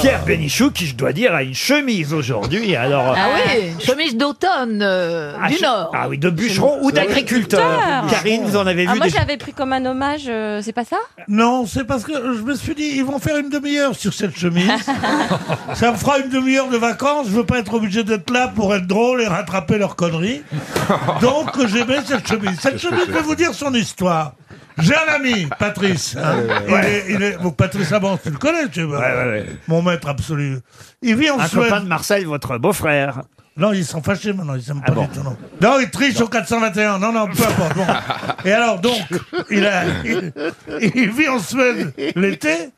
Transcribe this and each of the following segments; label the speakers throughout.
Speaker 1: Pierre Bénichou, qui, je dois dire, a une chemise aujourd'hui. Alors,
Speaker 2: Ah oui, chemise d'automne euh,
Speaker 1: ah,
Speaker 2: du
Speaker 1: je-
Speaker 2: Nord.
Speaker 1: Ah oui, de bûcheron ou d'agriculteur.
Speaker 3: Agriculteur.
Speaker 1: Karine, vous en avez
Speaker 3: Ah,
Speaker 1: vu Ah,
Speaker 3: moi,
Speaker 1: des...
Speaker 3: je l'avais pris comme un hommage, euh, c'est pas ça
Speaker 4: Non, c'est parce que je me suis dit, ils vont faire une demi-heure sur cette chemise. Ça me fera une demi-heure de vacances. Je veux pas être obligé d'être là pour être drôle et rattraper leurs conneries. Donc, j'aimais cette chemise. Cette chemise, je vais vous dire son histoire. J'ai un ami, Patrice. hein. Il est, il est- bon, Patrice Abans, tu le connais, tu vois.
Speaker 1: Ouais, ouais, ouais.
Speaker 4: Mon maître absolu. Il vit en
Speaker 1: Un
Speaker 4: Suède.
Speaker 1: copain de Marseille, votre beau-frère.
Speaker 4: Non, ils sont fâchés maintenant, ils s'aiment
Speaker 1: Ah
Speaker 4: pas
Speaker 1: bon
Speaker 4: du tout. Non, non ils trichent au 421. Non, non, peu importe. bon. Et alors, donc, il, a, il, il vit en Suède l'été.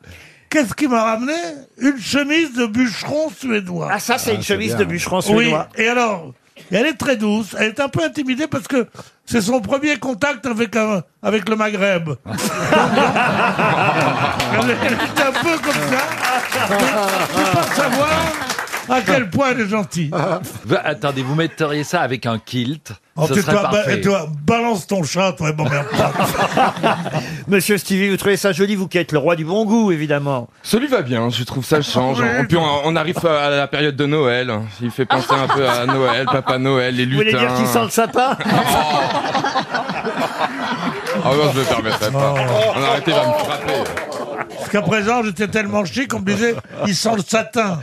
Speaker 4: Qu'est-ce qu'il m'a ramené Une chemise de bûcheron suédois.
Speaker 1: Ah, ça, c'est une chemise de bûcheron
Speaker 4: oui,
Speaker 1: suédois.
Speaker 4: et alors et Elle est très douce, elle est un peu intimidée parce que c'est son premier contact avec, un- avec le Maghreb. Donc, elle est- elle est un peu comme ça. mais- mais pas savoir à quel point elle est gentille.
Speaker 5: Bah, attendez, vous metteriez ça avec un kilt
Speaker 4: Oh,
Speaker 5: Ce
Speaker 4: tu
Speaker 5: serait
Speaker 4: dois-
Speaker 5: parfait.
Speaker 4: ba- tu dois- balance ton chat, toi, et m'emmerde pas.
Speaker 1: Monsieur Stevie, vous trouvez ça joli, vous qui êtes le roi du bon goût, évidemment. Ah,
Speaker 6: Celui va bien, je trouve ça change. Et puis on, on arrive à la période de Noël. Il fait penser un peu à Noël, Papa Noël, les
Speaker 1: Vous
Speaker 6: lutins.
Speaker 1: voulez dire qu'il sent le sapin
Speaker 6: Ah non, je le permettrai pas. On a arrêté, il va me frapper.
Speaker 4: Jusqu'à présent, j'étais tellement chic qu'on me disait, il sent le satin.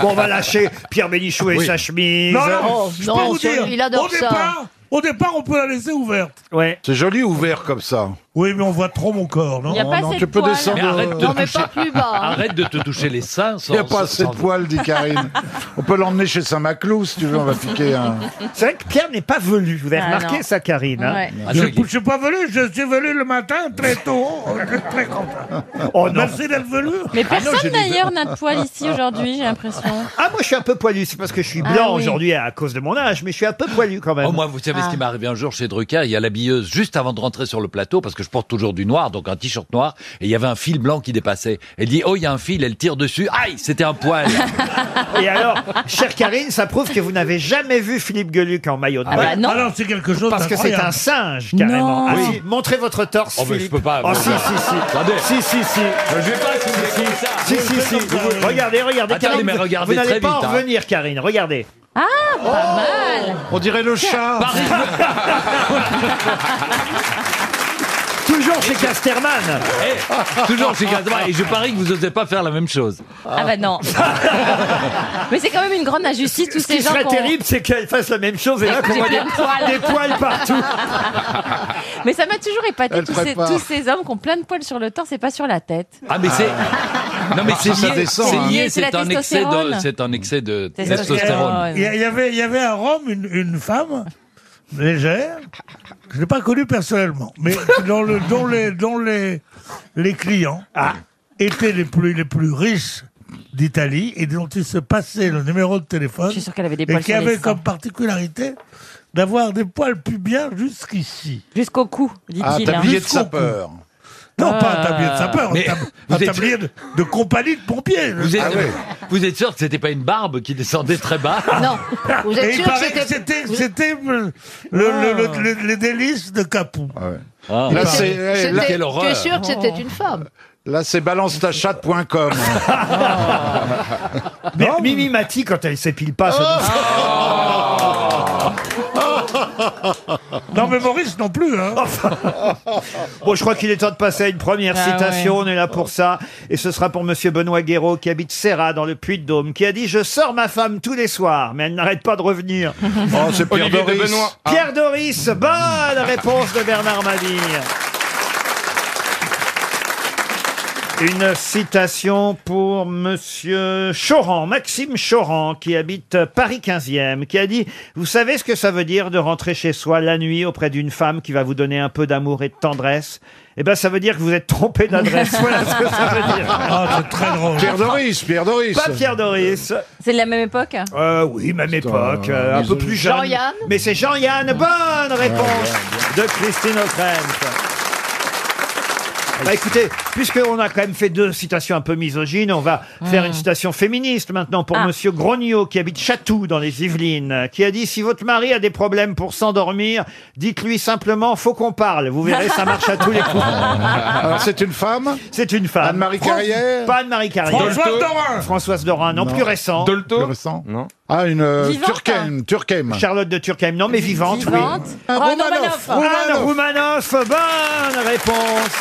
Speaker 1: Bon, on va lâcher Pierre Bénichou et sa chemise.
Speaker 4: Non, non,
Speaker 2: Oh,
Speaker 4: je
Speaker 2: non,
Speaker 4: peux vous
Speaker 2: c'est-
Speaker 4: dire,
Speaker 2: il adore
Speaker 4: au,
Speaker 2: ça.
Speaker 4: Départ, au départ, on peut la laisser ouverte.
Speaker 1: Ouais.
Speaker 7: C'est joli ouvert comme ça.
Speaker 4: Oui, mais on voit trop mon corps, non
Speaker 3: Il n'y a pas
Speaker 7: non,
Speaker 3: assez
Speaker 7: tu
Speaker 3: de
Speaker 7: peux
Speaker 3: poils.
Speaker 7: descendre.
Speaker 5: Mais
Speaker 4: euh,
Speaker 5: arrête de,
Speaker 2: Non, mais
Speaker 5: toucher-
Speaker 2: pas plus bas. hein.
Speaker 5: arrête de te toucher les seins. Sans,
Speaker 7: Il n'y a pas assez
Speaker 5: sans-
Speaker 7: de poils, dit Karine. On peut l'emmener chez Saint-Maclou, si tu veux, on va piquer un...
Speaker 1: C'est vrai que Pierre n'est pas velu. Vous avez
Speaker 3: Ah,
Speaker 1: remarqué
Speaker 3: non.
Speaker 1: ça, Karine. hein
Speaker 3: Ouais.
Speaker 5: Ah
Speaker 4: je
Speaker 5: non,
Speaker 4: ne
Speaker 5: il est-
Speaker 4: suis pas velu, je suis velu le matin très tôt. Je suis très content.
Speaker 1: oh non.
Speaker 4: Merci d'être velu.
Speaker 3: Mais
Speaker 5: Ah
Speaker 3: personne d'ailleurs n'a de poils ici aujourd'hui, j'ai l'impression.
Speaker 1: Ah, moi, je suis un peu poilu. C'est parce que je suis
Speaker 3: Ah
Speaker 1: blanc
Speaker 3: oui.
Speaker 1: aujourd'hui à cause de mon âge, mais je suis un peu poilu quand même. Ah.
Speaker 5: Oh, moi, vous savez ce qui m'est arrivé un jour chez Drucker Il y a l'habilleuse juste avant de rentrer sur le plateau, parce que je porte toujours du noir, donc un t-shirt noir, et il y avait un fil blanc qui dépassait. Elle dit Oh, il y a un fil, elle tire dessus. Aïe, c'était un poil.
Speaker 1: Et alors, chère Karine, ça prouve que vous n'avez jamais vu Philippe Gueluc en maillot de
Speaker 8: Ah
Speaker 1: bain.
Speaker 3: bah non.
Speaker 4: Alors, c'est quelque chose
Speaker 1: Parce que Ah c'est un
Speaker 4: d'incroyable.
Speaker 1: singe,
Speaker 3: Non.
Speaker 1: carrément. Ah, si, Montrez votre torse,
Speaker 5: Oh, mais je
Speaker 1: Philippe.
Speaker 5: peux pas,
Speaker 1: Oh,
Speaker 5: mais-
Speaker 1: si, si, si.
Speaker 5: Attendez.
Speaker 1: Si, si, si.
Speaker 5: je vais pas si, ça.
Speaker 8: Ah
Speaker 1: Si, si, si.
Speaker 4: comme ça,
Speaker 1: Vous-
Speaker 4: oui.
Speaker 1: Regardez, regardez.
Speaker 5: Attendez,
Speaker 1: Karine,
Speaker 5: mais
Speaker 1: vous-
Speaker 5: regardez
Speaker 1: vous n'allez
Speaker 5: très
Speaker 1: pas en
Speaker 5: vite, hein.
Speaker 1: revenir, Karine. Regardez.
Speaker 9: Ah,
Speaker 7: On dirait le chat.
Speaker 1: Toujours chez Casterman.
Speaker 5: Eh, Toujours chez Cadma, et je parie que vous n'osez pas faire la même chose.
Speaker 3: Ah bah non. Mais c'est quand même une grande injustice, tous
Speaker 1: Ce qui
Speaker 3: ces gens
Speaker 1: serait
Speaker 3: qu'on-
Speaker 1: terrible, c'est qu'elle fasse la même chose et là qu'on
Speaker 3: J'ai
Speaker 1: voit des,
Speaker 3: plein de poils.
Speaker 1: des poils partout.
Speaker 3: Mais ça m'a toujours épaté,
Speaker 7: Elle
Speaker 3: tous ces,
Speaker 7: prépare.
Speaker 3: tous ces hommes qui ont plein de poils sur le torse et pas sur la tête.
Speaker 5: Ah, mais c'est.
Speaker 1: Ah.
Speaker 5: Non, mais c'est
Speaker 7: Ça
Speaker 5: lié.
Speaker 7: descend,
Speaker 5: C'est
Speaker 7: hein.
Speaker 5: lié,
Speaker 3: Mais c'est la
Speaker 5: c'est un excès de.
Speaker 3: testostérone.
Speaker 5: C'est un excès de
Speaker 3: Testostérone.
Speaker 5: testostérone.
Speaker 4: Il y, a- il y avait, il y avait à Rome une, une femme légère, que je n'ai pas connue personnellement, mais dont, le, dont les, dont les, les clients
Speaker 5: Ah.
Speaker 4: étaient les plus, les plus riches d'Italie et dont il se passait le numéro de téléphone
Speaker 3: Je suis sûre qu'elle avait des
Speaker 4: et
Speaker 3: poils
Speaker 4: qui
Speaker 3: sur les
Speaker 4: avait
Speaker 3: seins.
Speaker 4: comme particularité d'avoir des poils pubiens jusqu'ici.
Speaker 3: Jusqu'au cou,
Speaker 7: Ah,
Speaker 3: dit-il.
Speaker 7: t'as
Speaker 3: hein.
Speaker 7: obligé de
Speaker 4: Jusqu'au
Speaker 7: sa
Speaker 4: cou.
Speaker 7: peur.
Speaker 4: Non,
Speaker 3: Ah.
Speaker 4: pas un tablier de sapeur, un
Speaker 5: Mais
Speaker 4: tab-
Speaker 5: vous
Speaker 4: un
Speaker 5: êtes-
Speaker 4: tablier de, de compagnie de pompiers.
Speaker 5: Vous êtes,
Speaker 7: Ah ouais.
Speaker 5: vous êtes sûr que c'était pas une barbe qui descendait très bas
Speaker 2: Non, vous
Speaker 4: Ah. Et
Speaker 2: êtes
Speaker 4: il
Speaker 2: sûr que
Speaker 4: paraît que
Speaker 2: c'était... Ah.
Speaker 4: c'était c'était, euh, le- le- le- le- les délices de Capou.
Speaker 5: Ah.
Speaker 7: Là, c'est eh, là-
Speaker 2: c'était-
Speaker 5: quelle
Speaker 2: Tu es
Speaker 5: horreur.
Speaker 2: sûr que
Speaker 10: Oh.
Speaker 2: c'était une femme
Speaker 7: là, c'est balancetachat.com.
Speaker 1: Mais Mimi Mati, quand elle s'épile pas, ça dit- Oh.
Speaker 4: Non, mais Maurice non plus. Hein.
Speaker 1: Bon, je crois qu'il est temps de passer à une première
Speaker 3: Ah
Speaker 1: citation. On est là pour ça. Et ce sera pour monsieur Benoît Guéraud, qui habite Serra, dans le Puy-de-Dôme, qui a dit Je sors ma femme tous les soirs, mais elle n'arrête pas de revenir.
Speaker 7: Oh, c'est Pierre
Speaker 6: Olivier de
Speaker 7: Doris.
Speaker 6: Benoît.
Speaker 1: Pierre Doris, bonne réponse de Bernard Mabille. Une citation pour Monsieur Choran, Maxime Choran, qui habite Paris 15e, qui a dit « Vous savez ce que ça veut dire de rentrer chez soi la nuit auprès d'une femme qui va vous donner un peu d'amour et de tendresse Eh ben, ça veut dire que vous êtes trompé d'adresse. Voilà ce que ça veut dire.
Speaker 4: Ah, c'est très drôle.
Speaker 7: Pierre Doris, Pierre Doris.
Speaker 1: Pas Pierre Doris.
Speaker 3: C'est de la même époque
Speaker 1: Euh, oui, même époque, euh, un peu plus jeune.
Speaker 2: Jean-Yann
Speaker 1: Mais c'est Jean-Yann. Bonne réponse de Christine O'Krent. Bah écoutez, puisqu'on a quand même fait deux citations un peu misogynes, on va faire une citation féministe maintenant pour Monsieur Grognot qui habite Chatou dans les Yvelines, qui a dit si votre mari a des problèmes pour s'endormir, dites-lui simplement faut qu'on parle. Vous verrez, ça marche à tous les coups.
Speaker 11: Alors, c'est une femme
Speaker 1: C'est une femme.
Speaker 11: Anne-Marie
Speaker 1: Fran-
Speaker 11: Carrière
Speaker 1: Pas Anne-Marie Carrière.
Speaker 4: François Dorin
Speaker 1: Françoise Dorin, non,
Speaker 11: Non.
Speaker 1: plus récent.
Speaker 11: Plus
Speaker 12: Dolto
Speaker 11: récent
Speaker 12: Non.
Speaker 11: Ah, une euh,
Speaker 9: Vivante, hein.
Speaker 11: Turkheim. Turkheim.
Speaker 1: Charlotte de Turckheim, non, mais vivante, oui.
Speaker 9: Vivante.
Speaker 10: Oh,
Speaker 11: Ah,
Speaker 9: Romanoff.
Speaker 11: Romanoff.
Speaker 1: Anne Roumanoff, bonne réponse.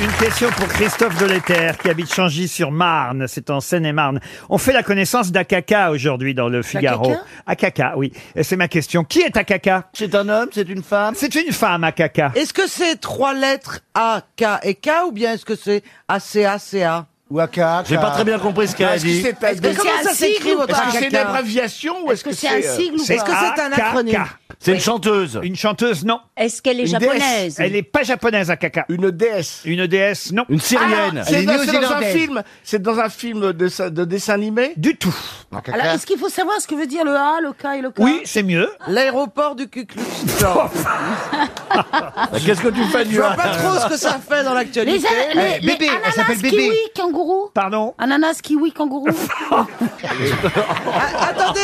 Speaker 1: Une question pour Christophe Deléter qui habite Changy-sur-Marne, c'est en Seine-et-Marne. On fait la connaissance d'Akaka aujourd'hui dans le Figaro. Akaka, oui. Et c'est ma question. Qui est Akaka
Speaker 13: C'est un homme, c'est une femme.
Speaker 1: C'est une femme, Akaka.
Speaker 13: Est-ce que c'est trois lettres A, K et K ou bien est-ce que c'est A, C, A, C, A
Speaker 11: Waka.
Speaker 8: J'ai pas très bien compris ce qu'elle a dit.
Speaker 13: Est-ce que comment ça s'écrit votre
Speaker 8: Est-ce que c'est une
Speaker 13: caca
Speaker 8: abréviation ou est-ce que c'est euh,
Speaker 13: Est-ce que c'est un
Speaker 1: AKK.
Speaker 13: acronyme
Speaker 8: c'est une chanteuse
Speaker 1: Une chanteuse, non.
Speaker 10: Est-ce qu'elle est japonaise
Speaker 1: Elle n'est pas japonaise, Akaka.
Speaker 8: Une déesse
Speaker 1: Une déesse, non.
Speaker 8: Une
Speaker 10: Ah,
Speaker 8: syrienne
Speaker 13: Elle est
Speaker 8: Ah, C'est dans, c'est dans un
Speaker 13: néo-zélandaise.
Speaker 8: film C'est dans un film de, sa- de dessin animé
Speaker 1: Du tout.
Speaker 9: Alors, est-ce qu'il faut savoir ce que veut dire le A, le K et le K
Speaker 1: Oui, c'est mieux.
Speaker 13: L'aéroport du Ku Klux Klan.
Speaker 8: Qu'est-ce que tu fais
Speaker 13: Je
Speaker 8: du
Speaker 13: vois pas trop ce que ça fait dans
Speaker 10: Les,
Speaker 13: l'actualité.
Speaker 10: a- les, les
Speaker 11: bébé, elle
Speaker 10: ananas
Speaker 11: s'appelle bébé.
Speaker 10: kiwi kangourou
Speaker 1: Pardon.
Speaker 10: Ananas kiwi kangourou
Speaker 13: Ah, attendez,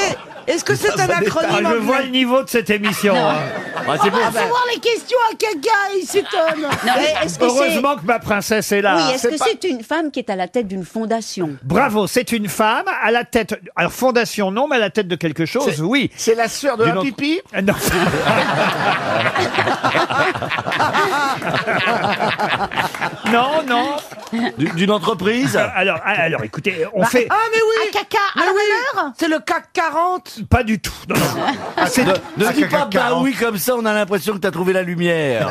Speaker 13: est-ce que c'est un
Speaker 1: Ah,
Speaker 13: acronyme
Speaker 1: je
Speaker 13: anglais
Speaker 1: vois le
Speaker 13: Ah, bah.
Speaker 1: niveau de cette émission. hein.
Speaker 8: Ah,
Speaker 10: Ah,
Speaker 8: C'est pour
Speaker 10: Voir les questions à caca, il s'étonne Non, bah. mais est-ce que c'est...
Speaker 1: Heureusement que ma princesse est là.
Speaker 10: Oui, est-ce
Speaker 1: C'est
Speaker 10: que
Speaker 1: pas-
Speaker 10: c'est une femme qui est à la tête d'une fondation
Speaker 1: Bravo, c'est une femme à la tête. Alors, fondation, non, mais à la tête de quelque chose, oui.
Speaker 8: C'est la sœur de
Speaker 1: Dis
Speaker 8: la
Speaker 1: donc.
Speaker 8: pipi
Speaker 1: Euh, Non. non, non.
Speaker 8: D'une entreprise
Speaker 1: Alors, ah, alors, écoutez,
Speaker 10: Bah,
Speaker 1: on fait
Speaker 13: Ah, mais oui
Speaker 10: Caca à
Speaker 13: Mais
Speaker 10: la
Speaker 13: oui
Speaker 10: valeur
Speaker 13: C'est le CAC 40
Speaker 1: pas du tout. Non, non.
Speaker 8: Ah,
Speaker 1: C'est-
Speaker 8: Ne dis
Speaker 11: caca
Speaker 8: pas bah
Speaker 11: 40.
Speaker 8: oui comme ça, on a l'impression que t'as trouvé la lumière.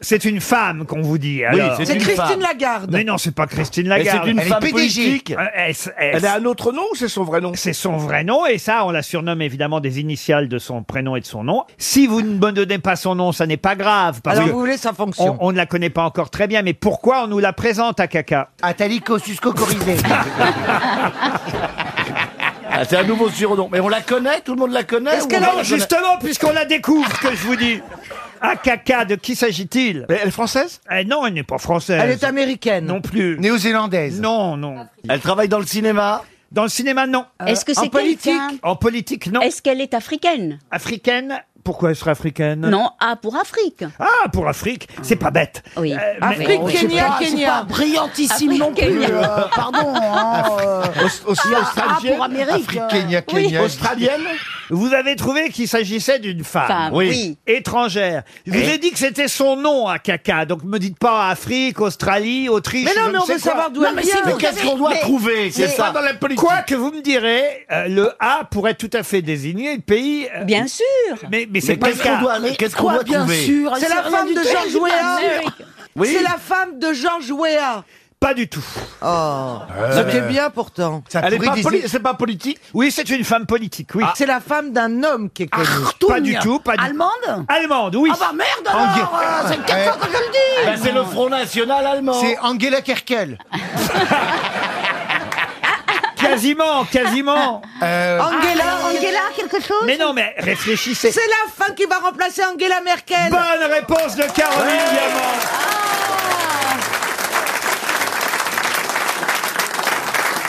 Speaker 1: C'est une femme qu'on vous dit.
Speaker 8: Oui,
Speaker 1: alors.
Speaker 8: c'est
Speaker 13: C'est
Speaker 8: une
Speaker 13: Christine
Speaker 8: femme.
Speaker 13: Lagarde.
Speaker 1: mais non, c'est pas Christine
Speaker 8: Et
Speaker 1: Lagarde.
Speaker 8: c'est une
Speaker 11: Elle est
Speaker 8: femme
Speaker 11: PDG.
Speaker 8: politique.
Speaker 1: Euh, est-ce- est-ce-
Speaker 8: Elle a un autre nom ou c'est son vrai nom
Speaker 1: C'est son vrai nom et ça, on la surnomme évidemment des initiales de son prénom et de son nom. Si vous ne me donnez pas son nom, ça n'est pas grave parce
Speaker 13: Alors,
Speaker 1: que
Speaker 13: vous voulez sa
Speaker 1: on,
Speaker 13: fonction
Speaker 1: on ne la connaît pas encore très bien. Mais pourquoi on nous la présente à Caca
Speaker 13: Atalico Susco Corizé.
Speaker 8: Ah, C'est un nouveau surnom. Mais on la connaît Tout le monde la connaît
Speaker 13: Est-ce
Speaker 8: ou
Speaker 13: qu'elle
Speaker 8: on
Speaker 13: a-
Speaker 8: la
Speaker 1: Non,
Speaker 8: connaît
Speaker 1: justement, puisqu'on la découvre, que je vous dis. À Caca, de qui s'agit-il
Speaker 8: Mais Elle est française
Speaker 1: Eh Non, elle n'est pas française.
Speaker 13: Elle est américaine.
Speaker 1: non plus.
Speaker 11: Néo-zélandaise.
Speaker 1: Non, non.
Speaker 8: Elle travaille dans le cinéma
Speaker 1: Dans le cinéma, non.
Speaker 10: Euh, Est-ce que
Speaker 13: en
Speaker 10: c'est quelqu'un
Speaker 13: politique.
Speaker 1: En politique, non.
Speaker 10: Est-ce qu'elle est africaine
Speaker 1: Africaine Pourquoi elle serait africaine
Speaker 10: Non, A pour Afrique
Speaker 1: Ah, pour Afrique, c'est pas bête.
Speaker 10: Oui.
Speaker 1: Euh, mais-
Speaker 13: Afrique, Kenya, Kenya.
Speaker 10: Afrique, Ah, Kenya.
Speaker 13: euh, hein, Ah,
Speaker 8: Aus- Aussi Euh, australienne
Speaker 11: Afrique,
Speaker 13: euh,
Speaker 11: Kenya, Kenya.
Speaker 8: Australienne
Speaker 1: Vous avez trouvé qu'il s'agissait d'une femme.
Speaker 10: Femme,
Speaker 8: oui.
Speaker 10: oui.
Speaker 1: Étrangère. Je vous ai dit que c'était son nom à Caca, donc me dites pas Afrique, Australie, Autriche.
Speaker 13: Mais
Speaker 1: je
Speaker 13: non, mais
Speaker 1: ne
Speaker 13: on
Speaker 1: sais
Speaker 13: veut
Speaker 1: quoi.
Speaker 13: savoir d'où elle vient.
Speaker 8: Mais qu'est-ce qu'on doit trouver C'est ça dans la politique.
Speaker 1: Quoi que vous me direz, euh, le A pourrait tout à fait désigner le pays. euh,
Speaker 10: Bien sûr
Speaker 1: mais mais c'est
Speaker 8: Mais
Speaker 1: pas le
Speaker 8: qu'est-ce qu'on
Speaker 1: cas.
Speaker 8: doit, qu'est-ce qu'on doit trouver
Speaker 13: C'est la femme de Georges Weah. C'est la femme de Georges Weah.
Speaker 1: Pas du tout.
Speaker 13: Oh,
Speaker 8: Euh.
Speaker 13: c'était bien pourtant.
Speaker 11: Ça
Speaker 8: Elle est
Speaker 11: pourrait
Speaker 8: pas
Speaker 11: des-
Speaker 8: poli- C'est pas politique
Speaker 1: Oui, c'est une femme politique,
Speaker 8: Ah.
Speaker 1: oui. Ah,
Speaker 13: C'est la femme d'un homme qui est connu.
Speaker 1: pas du tout, pas du
Speaker 10: Allemande
Speaker 1: Allemande,
Speaker 8: Ah
Speaker 1: oui.
Speaker 10: merde
Speaker 11: alors,
Speaker 8: euh,
Speaker 10: C'est le
Speaker 11: Ouais.
Speaker 10: que je le dis
Speaker 8: Bah, C'est le Front National allemand.
Speaker 11: C'est Angela Kerkel.
Speaker 1: Quasiment, quasiment.
Speaker 11: Euh,
Speaker 13: Angela,
Speaker 10: Ah, Angela, quelque chose
Speaker 1: mais non, mais réfléchissez.
Speaker 13: c'est la femme qui va remplacer Angela Merkel.
Speaker 1: Bonne réponse de Caroline Diamant.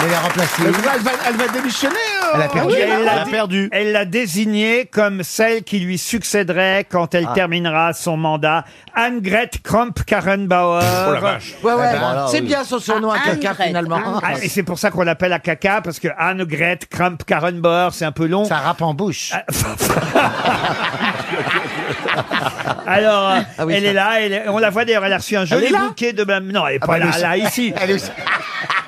Speaker 11: elle a remplacé.
Speaker 8: Elle va, elle va- elle va démissionner. euh,
Speaker 11: Elle a perdu.
Speaker 8: oui,
Speaker 1: Elle
Speaker 8: elle
Speaker 1: l'a
Speaker 8: a
Speaker 1: dit-
Speaker 8: perdu.
Speaker 1: Elle l'a désignée comme celle qui lui succéderait quand
Speaker 11: Ah.
Speaker 1: elle terminera son mandat. Annegret Kramp-Karrenbauer.
Speaker 12: Oh la vache.
Speaker 13: Ouais, ouais.
Speaker 11: Eh ben,
Speaker 8: là,
Speaker 13: c'est
Speaker 8: oui.
Speaker 13: bien son surnom à
Speaker 10: Ah,
Speaker 13: quelqu'un
Speaker 10: Ingrid,
Speaker 13: finalement.
Speaker 1: Ah, et c'est pour ça qu'on l'appelle Akaka, parce que Annegret Kramp-Karrenbauer, c'est un peu long.
Speaker 11: Ça rappe en bouche.
Speaker 1: Alors, euh,
Speaker 13: Ah oui,
Speaker 1: elle
Speaker 13: ça.
Speaker 1: est là, elle est- on la voit d'ailleurs, elle a reçu un joli
Speaker 13: est là
Speaker 1: bouquet de même. Non, elle est pas
Speaker 11: bah,
Speaker 1: là,
Speaker 11: le-
Speaker 1: là, ici.
Speaker 11: Elle est aussi-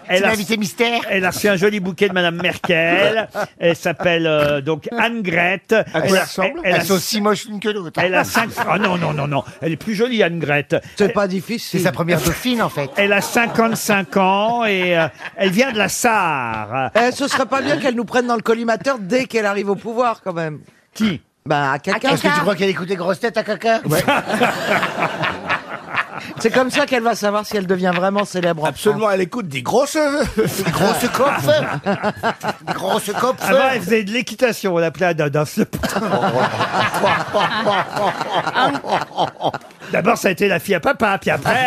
Speaker 1: Elle a,
Speaker 11: mystère.
Speaker 1: elle a reçu un joli bouquet de Madame Merkel. Elle s'appelle euh, donc Annegret. Elle, a- elle a-
Speaker 11: Elles sont aussi moches l'une que l'autre.
Speaker 1: elle a cinq. Oh non, non, non, non. Elle est plus jolie, Annegret.
Speaker 13: C'est pas
Speaker 11: C'est
Speaker 13: difficile.
Speaker 11: sa première dauphine, en fait.
Speaker 1: Elle a 55 ans et euh, elle vient de la Sarre.
Speaker 13: Eh, ce serait pas bien qu'elle nous prenne dans le collimateur dès qu'elle arrive au pouvoir quand même.
Speaker 1: Qui
Speaker 13: Bah à quelqu'un.
Speaker 11: Est-ce que tu crois qu'elle écoute les grosses têtes à caca
Speaker 14: C'est comme ça qu'elle va savoir si elle devient vraiment célèbre. Absolument,
Speaker 15: elle écoute des grosses, grosses coffres.
Speaker 1: Oh,
Speaker 11: Oh,
Speaker 15: Grosse coffre.
Speaker 1: Avant, elle faisait de l'équitation, on l'appelait Adadas. D'abord, ça a été la fille à papa, puis après.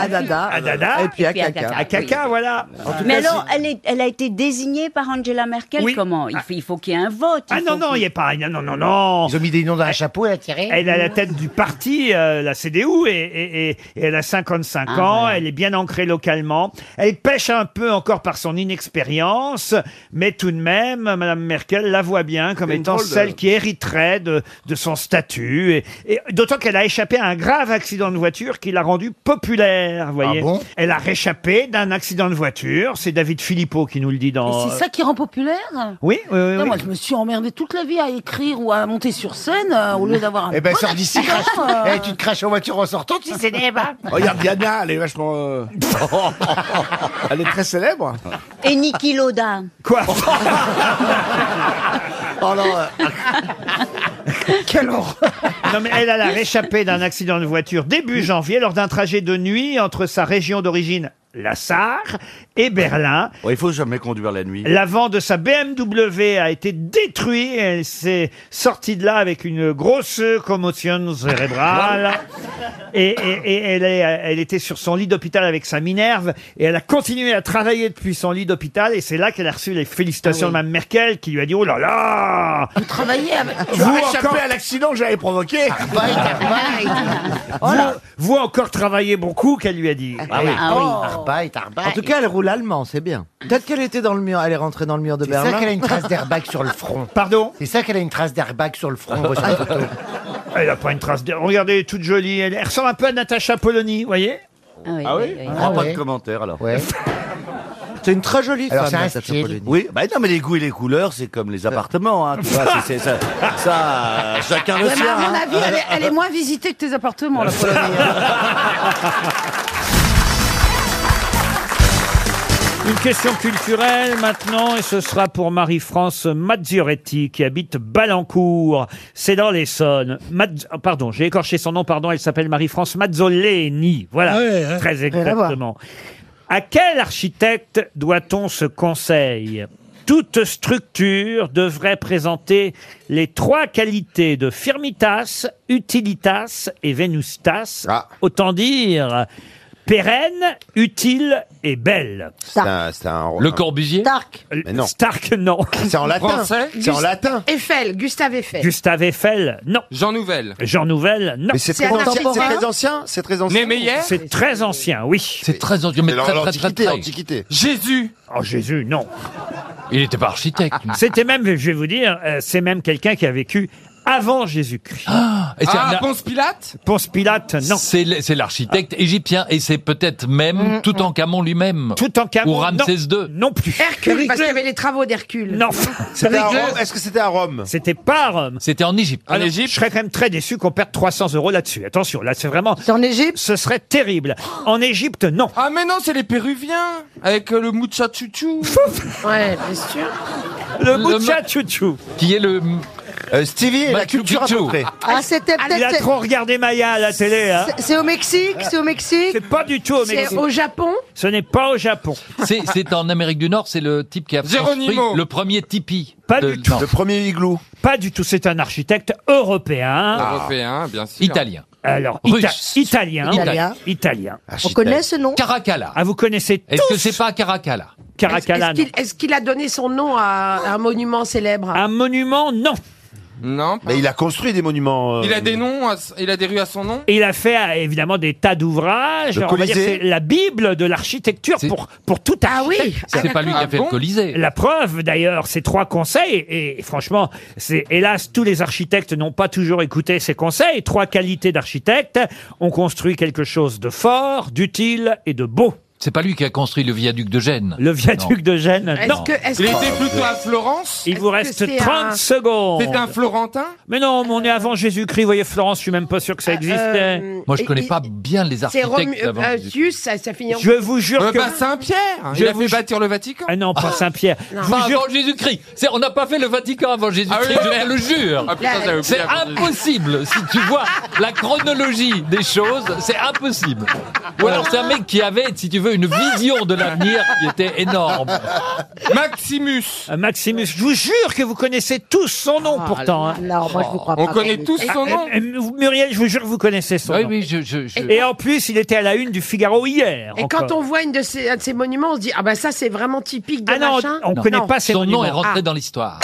Speaker 14: À dada.
Speaker 1: À Ah, dada.
Speaker 14: Et puis à Puis à caca. caca.
Speaker 1: À caca,
Speaker 14: Oui. Euh,
Speaker 1: voilà.
Speaker 16: Mais alors, elle, est- elle a été désignée par Angela Merkel
Speaker 1: Oui.
Speaker 16: Comment il, faut- il faut qu'il y ait un vote.
Speaker 1: Ah non, non, il n'y a pas. Non, non, non, non. Ils ont mis des noms dans un chapeau, elle a tiré. Elle a la tête du parti, euh, la CDU, et, et- et- et elle a 55
Speaker 16: Ah,
Speaker 1: ans,
Speaker 16: voilà.
Speaker 1: elle est bien ancrée localement. Elle pêche un peu encore par son inexpérience, mais tout de même, Madame Merkel la voit bien comme
Speaker 15: Une
Speaker 1: étant
Speaker 15: drôle de-
Speaker 1: celle qui hériterait de, de son statut. Et, et d'autant qu'elle a échappé à un grave accident de voiture qui l'a rendue populaire, vous voyez. elle a réchappé d'un accident de voiture. C'est David Philippot qui nous le dit dans...
Speaker 10: C'est ça qui rend populaire
Speaker 1: Oui, oui, oui.
Speaker 10: Non,
Speaker 1: oui.
Speaker 10: Moi, je me suis emmerdé toute la vie à écrire ou à monter sur scène euh, au lieu d'avoir un.
Speaker 15: Eh ben,
Speaker 10: bon
Speaker 15: sors d'ici,
Speaker 10: accident,
Speaker 15: crache.
Speaker 10: euh.
Speaker 15: Eh, tu te craches en voiture en sortant, tu sais,
Speaker 10: Célèbre.
Speaker 1: Oh,
Speaker 15: Regarde Diana, elle est vachement. euh, elle est très célèbre.
Speaker 16: Et Niki Loda.
Speaker 1: Quoi
Speaker 15: Oh non, euh,
Speaker 1: Quelle Non mais elle, elle a réchappé d'un accident de voiture début janvier lors d'un trajet de nuit entre sa région d'origine, la Sarre, et Berlin.
Speaker 15: bon, il faut jamais conduire la nuit.
Speaker 1: L'avant de sa BMW a été détruit. Elle s'est sortie de là avec une grosse commotion cérébrale. Et, et- et elle, est- elle était sur son lit d'hôpital avec sa Minerve. Et elle a continué à travailler depuis son lit d'hôpital. Et c'est là qu'elle a reçu les félicitations de Mme Merkel qui lui a dit Oh là là
Speaker 10: Vous travaillez avec.
Speaker 15: Tu
Speaker 1: Vous
Speaker 15: as échappé
Speaker 1: encore- Ah.
Speaker 15: à l'accident que j'avais provoqué.
Speaker 1: vous, vous encore travaillez beaucoup, qu'elle lui a dit.
Speaker 15: Ah oui.
Speaker 14: Ah oui.
Speaker 15: Arbeit,
Speaker 14: En tout cas, elle roule allemand, c'est bien. Peut-être qu'elle était dans le mur, elle est rentrée dans le mur de
Speaker 17: C'est
Speaker 14: Berlin.
Speaker 17: ça qu'elle a une trace d'airbag sur le front.
Speaker 1: Pardon
Speaker 17: C'est ça qu'elle a une trace d'airbag sur le front, votre photo.
Speaker 15: Ah,
Speaker 1: Elle n'a Ah, pas une trace de. Regardez, elle est toute jolie. Elle, elle ressemble un peu à Natacha Polony, vous voyez
Speaker 16: Ah oui
Speaker 15: Prends pas
Speaker 17: ouais.
Speaker 15: de commentaires alors.
Speaker 14: C'est une très jolie
Speaker 17: Alors, c'est
Speaker 14: femme,
Speaker 17: un
Speaker 14: Natacha
Speaker 17: style.
Speaker 14: Polony.
Speaker 15: Oui, bah non, mais les goûts et les couleurs, c'est comme les appartements, hein, tu vois, c'est, c'est- ça, ça, euh, chacun le
Speaker 10: Ouais, mais
Speaker 15: sien.
Speaker 10: à mon
Speaker 15: hein.
Speaker 10: avis, elle est, elle est moins visitée que tes appartements, la Pologne.
Speaker 1: Une question culturelle maintenant, et ce sera pour Marie-France Mazzioretti, qui habite Balancourt. C'est dans l'Essonne. Mazz- oh, Pardon, j'ai écorché son nom, pardon, elle s'appelle Marie-France Mazzoleni. Voilà,
Speaker 4: Ah ouais,
Speaker 16: hein.
Speaker 4: ouais.
Speaker 1: très
Speaker 4: à
Speaker 1: exactement. À quel architecte doit-on ce conseil Toute structure devrait présenter les trois qualités de firmitas, utilitas et venustas.
Speaker 17: Ah.
Speaker 1: Autant dire pérenne, utile et belle. Euh,
Speaker 17: C'est un- c'est un-
Speaker 5: Le Corbusier
Speaker 10: Stark.
Speaker 17: Mais non. Ah,
Speaker 1: Stark, non.
Speaker 17: C'est en latin.
Speaker 5: Français
Speaker 17: C'est en latin.
Speaker 10: Eiffel, Gustave Eiffel.
Speaker 1: Gustave Eiffel, non.
Speaker 6: Jean Nouvel.
Speaker 1: Jean Nouvel, non.
Speaker 17: Mais c'est
Speaker 10: C'est
Speaker 17: très,
Speaker 10: un
Speaker 17: ancien- c'est
Speaker 10: contemporain
Speaker 17: très ancien. C'est très ancien.
Speaker 6: Némeyer
Speaker 1: C'est très ancien, oui.
Speaker 5: C'est très ancien, mais
Speaker 17: C'est l'an-
Speaker 5: très, très, très,
Speaker 17: l'antiquité,
Speaker 5: très.
Speaker 17: l'antiquité.
Speaker 6: Jésus.
Speaker 1: Oh Jésus, non.
Speaker 5: Il n'était pas architecte. lui.
Speaker 1: C'était même, je vais vous dire, euh, c'est même quelqu'un qui a vécu avant Jésus-Christ.
Speaker 5: Et c'est un-
Speaker 6: Ah, Ponce Pilate
Speaker 1: Ponce Pilate, non.
Speaker 5: C'est le- c'est l'architecte égyptien et c'est peut-être même Toutankhamon lui-même.
Speaker 1: Tout en
Speaker 5: Ou
Speaker 1: Camon,
Speaker 5: Ramsès
Speaker 1: non.
Speaker 5: II.
Speaker 1: Non plus.
Speaker 10: Hercule, parce qu'il y avait les travaux d'Hercule.
Speaker 1: Non,
Speaker 17: C'était à
Speaker 4: Hitler.
Speaker 17: Rome. Est-ce que c'était à Rome
Speaker 1: c'était pas à Rome.
Speaker 5: C'était en Égypte.
Speaker 1: Alors, Je serais quand même très déçu qu'on perde 300 euros là-dessus. Attention, là, c'est vraiment. C'est en Égypte Ce serait terrible. En Égypte, non.
Speaker 6: Ah, mais non, c'est les Péruviens Avec euh, le Mucha Chuchu
Speaker 10: Ouais, bien sûr.
Speaker 5: Le
Speaker 1: Le Boucha Chuchu.
Speaker 5: Qui est le. Bah,
Speaker 17: Euh, Stevie et la
Speaker 5: Machu
Speaker 17: culture à
Speaker 5: Picchu.
Speaker 17: peu près.
Speaker 10: Ah, c'était
Speaker 1: Il a trop regardé Maya à la télé. hein.
Speaker 10: C'est au Mexique, c'est au Mexique,
Speaker 1: C'est pas du tout au Mexique.
Speaker 10: Japon.
Speaker 1: Ce n'est pas au Japon.
Speaker 5: C'est c'est en Amérique du Nord, c'est le type qui a construit
Speaker 6: Geronimo.
Speaker 5: le premier tipi.
Speaker 1: Pas
Speaker 5: de-
Speaker 1: du tout.
Speaker 5: non,
Speaker 17: Le premier igloo.
Speaker 1: Pas du tout. C'est un architecte européen.
Speaker 18: Ah.
Speaker 6: Européen, bien sûr.
Speaker 5: Italien.
Speaker 1: Alors,
Speaker 5: Russe.
Speaker 1: Ita- italien.
Speaker 5: Italien.
Speaker 1: Italien.
Speaker 17: Architecte.
Speaker 10: ce nom
Speaker 5: Caracalla.
Speaker 1: Ah, vous connaissez
Speaker 5: Est-ce que
Speaker 1: tous
Speaker 5: c'est pas Caracalla
Speaker 1: Caracalla, non.
Speaker 10: a donné son nom à un monument célèbre
Speaker 1: Un monument, non.
Speaker 6: Non. pas-
Speaker 17: Mais il a construit des monuments. euh,
Speaker 6: Il a des noms, à s- il a des rues à son nom
Speaker 1: Il a fait euh, évidemment des tas d'ouvrages.
Speaker 17: Le
Speaker 1: On va dire que
Speaker 17: Colisée.
Speaker 1: c'est la Bible de l'architecture
Speaker 5: C'est-
Speaker 1: pour, pour tout
Speaker 10: Ah
Speaker 1: architecte.
Speaker 10: oui
Speaker 5: C'est pas lui qui a fait
Speaker 6: Ah bon
Speaker 5: le Colisée.
Speaker 1: La preuve, d'ailleurs, ces trois conseils, et franchement, c'est hélas, tous les architectes n'ont pas toujours écouté ces conseils. Trois qualités d'architecte. On construit quelque chose de fort, d'utile et de beau.
Speaker 5: C'est pas lui qui a construit le viaduc de Gênes.
Speaker 1: Le viaduc de Gênes,
Speaker 5: Est-ce
Speaker 1: non.
Speaker 5: que- est-ce Il que- était plutôt à
Speaker 1: Florence Il vous
Speaker 5: que
Speaker 1: reste
Speaker 5: c'est
Speaker 1: 30
Speaker 5: un-
Speaker 1: secondes.
Speaker 5: C'est un
Speaker 1: Florentin Mais non, mais on est avant Jésus-Christ. Vous voyez, Florence, je suis même pas sûr que ça existait.
Speaker 10: euh,
Speaker 5: Moi,
Speaker 10: et-
Speaker 5: je connais
Speaker 10: et-
Speaker 5: pas bien les
Speaker 10: C'est Romu-
Speaker 5: architectes avant.
Speaker 10: euh,
Speaker 5: Jésus-Christ.
Speaker 10: Tius, ça, ça finit en...
Speaker 1: Je vous jure
Speaker 6: Euh,
Speaker 1: que...
Speaker 6: bah, Saint-Pierre
Speaker 1: Je
Speaker 6: Il a
Speaker 1: vous
Speaker 6: fait
Speaker 1: ju-
Speaker 6: bâtir le Vatican
Speaker 1: Ah non, pas Saint-Pierre. Je vous
Speaker 5: Pas
Speaker 1: jure-
Speaker 5: avant Jésus-Christ. C'est- On n'a pas fait le Vatican avant Jésus-Christ,
Speaker 6: Ah oui,
Speaker 5: je te le jure.
Speaker 6: Ah putain, j'avais oublié
Speaker 5: c'est
Speaker 6: avant Jésus-Christ.
Speaker 5: impossible. Si tu vois la chronologie des choses, c'est impossible. Ou alors c'est un mec qui avait, si tu veux, une vision de l'avenir qui était énorme.
Speaker 1: Maximus. euh, Maximus. Je vous jure que vous connaissez tous son nom pourtant. hein.
Speaker 10: Non, Ah, moi, je vous crois
Speaker 6: On pas. connaît tous son
Speaker 1: Ah,
Speaker 6: nom.
Speaker 1: euh, euh, Muriel, je vous jure que vous connaissez son nom.
Speaker 5: Oui, je,
Speaker 1: Et en plus, il était à la une du Figaro hier.
Speaker 10: Et
Speaker 1: encore.
Speaker 10: quand on voit une de ces, un de ces monuments, on se dit ah bah ça c'est vraiment typique de
Speaker 1: Ah non,
Speaker 10: machin.
Speaker 1: on connaît pas ces
Speaker 5: Son nom
Speaker 1: monuments.
Speaker 5: est rentré
Speaker 1: Ah.
Speaker 5: dans l'histoire.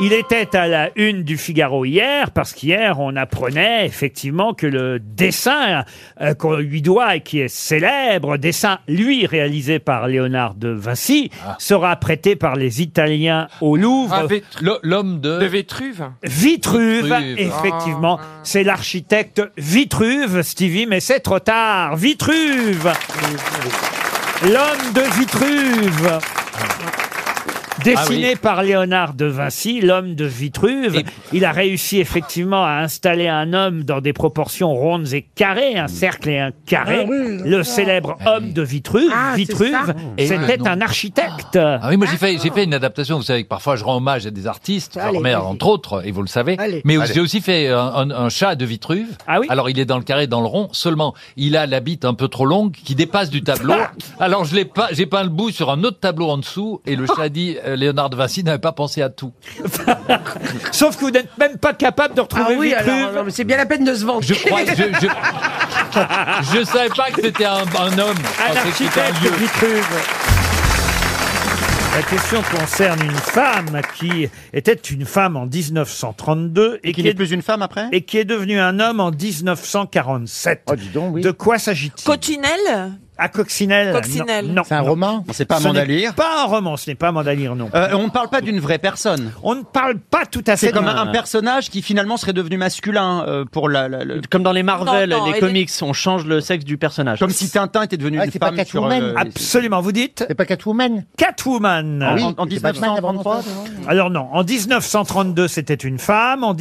Speaker 1: Il était à la une du Figaro hier, parce qu'hier, on apprenait effectivement que le dessin euh, qu'on lui doit et qui est célèbre, dessin, lui, réalisé par Léonard de Vinci,
Speaker 5: Ah.
Speaker 1: sera prêté par les Italiens au Louvre.
Speaker 6: Ah, Vét-
Speaker 5: L- L'homme de...
Speaker 6: De Vétruve
Speaker 1: Vitruve,
Speaker 6: Vitruve.
Speaker 1: effectivement. C'est l'architecte Vitruve, Stevie, mais c'est trop tard. Vitruve L'homme de Vitruve
Speaker 5: Ah
Speaker 1: Dessiné
Speaker 5: oui.
Speaker 1: par Léonard de Vinci, l'homme de Vitruve, il a réussi effectivement à installer un homme dans des proportions rondes et carrées, un cercle et un carré.
Speaker 5: Ah oui,
Speaker 1: le célèbre homme de Vitruve,
Speaker 5: Ah, c'est ça.
Speaker 1: Vitruve,
Speaker 5: Et le
Speaker 1: c'était
Speaker 5: nom.
Speaker 1: un architecte.
Speaker 5: Ah oui, moi j'ai fait, j'ai fait une adaptation, vous savez que parfois je rends hommage à des artistes,
Speaker 1: Allez,
Speaker 5: Vermeer
Speaker 1: vas-y.
Speaker 5: entre autres, et vous le savez,
Speaker 1: Allez.
Speaker 5: mais
Speaker 1: Allez.
Speaker 5: j'ai aussi fait un, un- un chat de Vitruve.
Speaker 1: Ah oui
Speaker 5: Alors il est dans le carré, dans le rond, seulement il a la bite un peu trop longue qui dépasse du tableau. Alors je l'ai pas, j'ai peint le bout sur un autre tableau en dessous, et le chat dit, euh, Léonard de Vinci n'avait pas pensé à tout.
Speaker 1: Sauf que vous n'êtes même pas capable de retrouver
Speaker 10: Ah oui,
Speaker 1: Vitruve.
Speaker 10: alors non, mais c'est bien la peine de se vendre.
Speaker 5: Je crois, je, je, je savais pas que c'était un, un homme. Je
Speaker 1: Un
Speaker 5: pensais que c'était
Speaker 1: architecte
Speaker 5: lieu.
Speaker 1: Vitruve. La question concerne une femme qui était une femme en 1932 et, qui n'est plus une femme après et qui est devenue un homme en 1947. De quoi s'agit-il Coccinelle À Coccinelle.
Speaker 8: Coccinelle.
Speaker 1: Non.
Speaker 8: C'est un roman C'est pas
Speaker 1: Ce n'est
Speaker 8: Mandalire
Speaker 1: Pas un roman, ce n'est pas Mandalire, non.
Speaker 8: Euh, on ne parle pas d'une vraie personne.
Speaker 1: On ne parle pas tout à fait
Speaker 8: C'est comme
Speaker 1: d'un-
Speaker 8: un, un personnage qui finalement serait devenu masculin euh, pour la, Comme dans les
Speaker 18: Marvel, Non, non, les elle est- comics,
Speaker 8: on change le sexe du personnage. Comme si Tintin était devenu
Speaker 18: Ah,
Speaker 8: une
Speaker 18: c'est pas
Speaker 8: femme sur. euh,
Speaker 1: Catwoman. Absolument, vous dites C'est
Speaker 8: pas Catwoman
Speaker 1: Catwoman.
Speaker 8: Ah oui,
Speaker 1: En-
Speaker 8: en
Speaker 1: en
Speaker 8: 1933.
Speaker 1: Alors non, en 1932 c'était une femme, en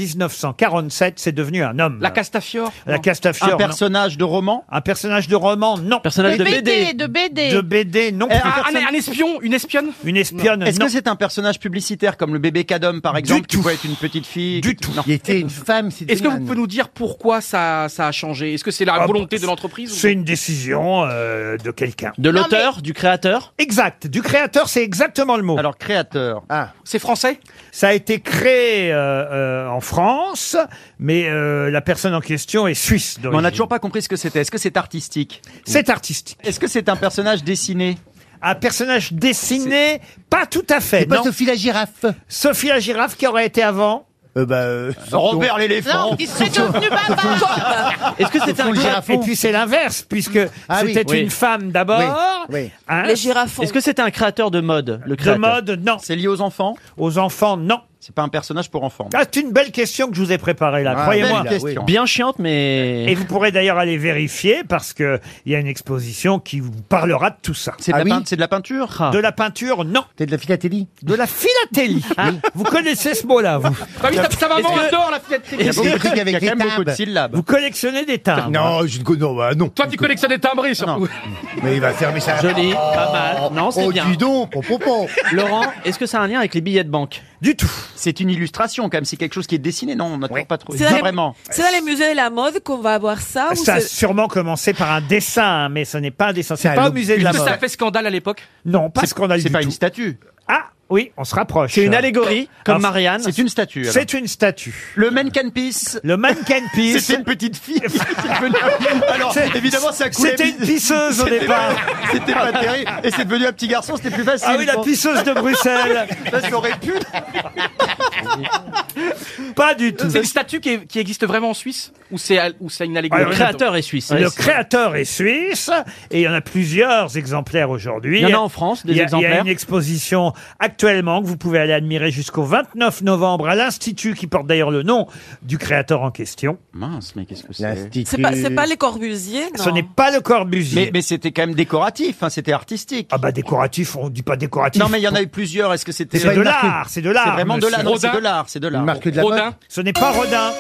Speaker 1: 1947 c'est devenu un homme. La Castafiore La Castafiore.
Speaker 8: Un personnage
Speaker 1: de roman Un personnage de roman, non. Personnage
Speaker 8: De de BD, BD. de BD.
Speaker 1: De BD, non.
Speaker 18: Euh,
Speaker 8: Eh,
Speaker 1: plus.
Speaker 8: un- un- un
Speaker 1: espion, une espionne Une espionne,
Speaker 8: Est-ce
Speaker 1: non.
Speaker 8: que c'est un personnage publicitaire comme le bébé Cadom par exemple qui peut être une petite fille Du tout. Il était une femme.
Speaker 18: Est-ce que vous pouvez nous dire pourquoi ça, ça a changé Est-ce que c'est la
Speaker 1: Ah,
Speaker 18: volonté
Speaker 1: bah,
Speaker 18: de l'entreprise ou-
Speaker 1: C'est une décision euh, de quelqu'un.
Speaker 18: De Non, l'auteur,
Speaker 1: du créateur Exact, du créateur, c'est exactement le mot. Alors
Speaker 8: créateur.
Speaker 1: C'est français Ah. Ça a été créé euh, euh, en France, mais euh, la personne en question est suisse.
Speaker 8: Mais on n'a toujours pas compris ce que c'était. Est-ce que c'est artistique
Speaker 1: C'est artistique.
Speaker 8: Est-ce que c'est un personnage dessiné
Speaker 1: Un personnage dessiné Pas tout à fait.
Speaker 8: C'est pas
Speaker 1: Sophie la girafe. Sophie la girafe qui aurait été avant
Speaker 8: Euh, bah, Robert l'éléphant.
Speaker 1: Non, il serait devenu
Speaker 8: bavard. Est-ce que c'est un girafon
Speaker 1: Et puis c'est l'inverse, puisque
Speaker 8: Ah oui.
Speaker 1: c'était
Speaker 8: Oui.
Speaker 1: une femme d'abord.
Speaker 8: Oui, oui.
Speaker 1: hein.
Speaker 8: Les girafons. Est-ce que c'est un créateur de mode le
Speaker 1: De mode, non.
Speaker 8: C'est lié aux enfants
Speaker 1: Aux enfants, non.
Speaker 8: C'est pas un personnage pour enfants.
Speaker 1: Ah, c'est une belle question que je vous ai préparée
Speaker 8: Ah,
Speaker 1: là, croyez-moi.
Speaker 8: Bien chiante, mais.
Speaker 1: Et vous pourrez d'ailleurs aller vérifier parce que il y a une exposition qui vous parlera de tout ça.
Speaker 8: C'est de, la peint- c'est de la peinture
Speaker 1: De la peinture, non. C'est de la philatélie De la philatélie Vous connaissez ce mot-là, vous
Speaker 18: Bah oui, ta, ta maman adore la Fiat Tech.
Speaker 1: Est-ce que- Vous collectionnez des timbres
Speaker 17: Non, je ne connais bah, non.
Speaker 18: Toi, tu collectionnes des timbrés, surtout.
Speaker 17: Mais il va fermer sa
Speaker 18: Joli, pas mal. Non, c'est
Speaker 17: oh,
Speaker 18: bien.
Speaker 17: dis donc, pom, pom, pom.
Speaker 8: Laurent, est-ce que ça a un lien avec les billets de banque
Speaker 1: oh. Du tout.
Speaker 8: C'est une illustration quand même, c'est quelque chose qui est dessiné, non On n'a toujours pas trouvé.
Speaker 9: C'est dans, les-
Speaker 8: vraiment.
Speaker 9: c'est dans les musées de la mode qu'on va avoir ça, ou
Speaker 1: Ça a
Speaker 9: c'est-
Speaker 1: sûrement commencé par un dessin, hein, mais ce n'est pas un dessin. C'est pas au musée de la
Speaker 18: Est-ce que ça
Speaker 1: mode.
Speaker 18: a fait scandale à l'époque
Speaker 1: Non, pas scandale
Speaker 8: C'est
Speaker 1: du
Speaker 8: pas
Speaker 1: tout.
Speaker 8: une statue.
Speaker 1: Ah oui, on se rapproche.
Speaker 8: C'est une allégorie, comme
Speaker 1: Ah,
Speaker 8: Marianne. C'est une statue, alors.
Speaker 1: C'est une statue.
Speaker 8: Le mannequin Peace.
Speaker 1: Le mannequin Peace.
Speaker 8: C'était une petite fille. qui est venue- Alors,
Speaker 1: C'est-
Speaker 8: évidemment, ça coulait.
Speaker 1: c'était une pisseuse au
Speaker 8: C'était-
Speaker 1: départ.
Speaker 8: C'était pas terrible. Et c'est devenu un petit garçon, c'était plus facile.
Speaker 1: Ah oui, la pisseuse de Bruxelles.
Speaker 8: Ça, ça aurait pu.
Speaker 1: Pas du tout.
Speaker 18: C'est une statue qui, est- qui existe vraiment en Suisse Ou c'est à- ou c'est une allégorie
Speaker 1: Alors, Ah, Le créateur est suisse et il y en a plusieurs exemplaires aujourd'hui.
Speaker 18: Il y en a en France, des
Speaker 1: Il y a- Il y a
Speaker 18: exemplaires
Speaker 1: une exposition à actuellement, que vous pouvez aller admirer jusqu'au 29 novembre à l'Institut, qui porte d'ailleurs le nom du créateur en question.
Speaker 8: Mince, mais qu'est-ce que c'est
Speaker 9: C'est pas, c'est pas les hein. Corbusiers, non
Speaker 1: Ce n'est pas le Corbusier.
Speaker 8: Mais, mais c'était quand même décoratif, hein, c'était artistique.
Speaker 1: Ah bah décoratif, on dit pas décoratif.
Speaker 8: Non mais il y en a eu plusieurs, est-ce que c'était...
Speaker 1: C'est de l'art, c'est de l'art.
Speaker 8: C'est vraiment de l'art, non,
Speaker 1: monsieur.
Speaker 8: c'est de l'art, c'est de l'art.
Speaker 1: Ce n'est pas Rodin.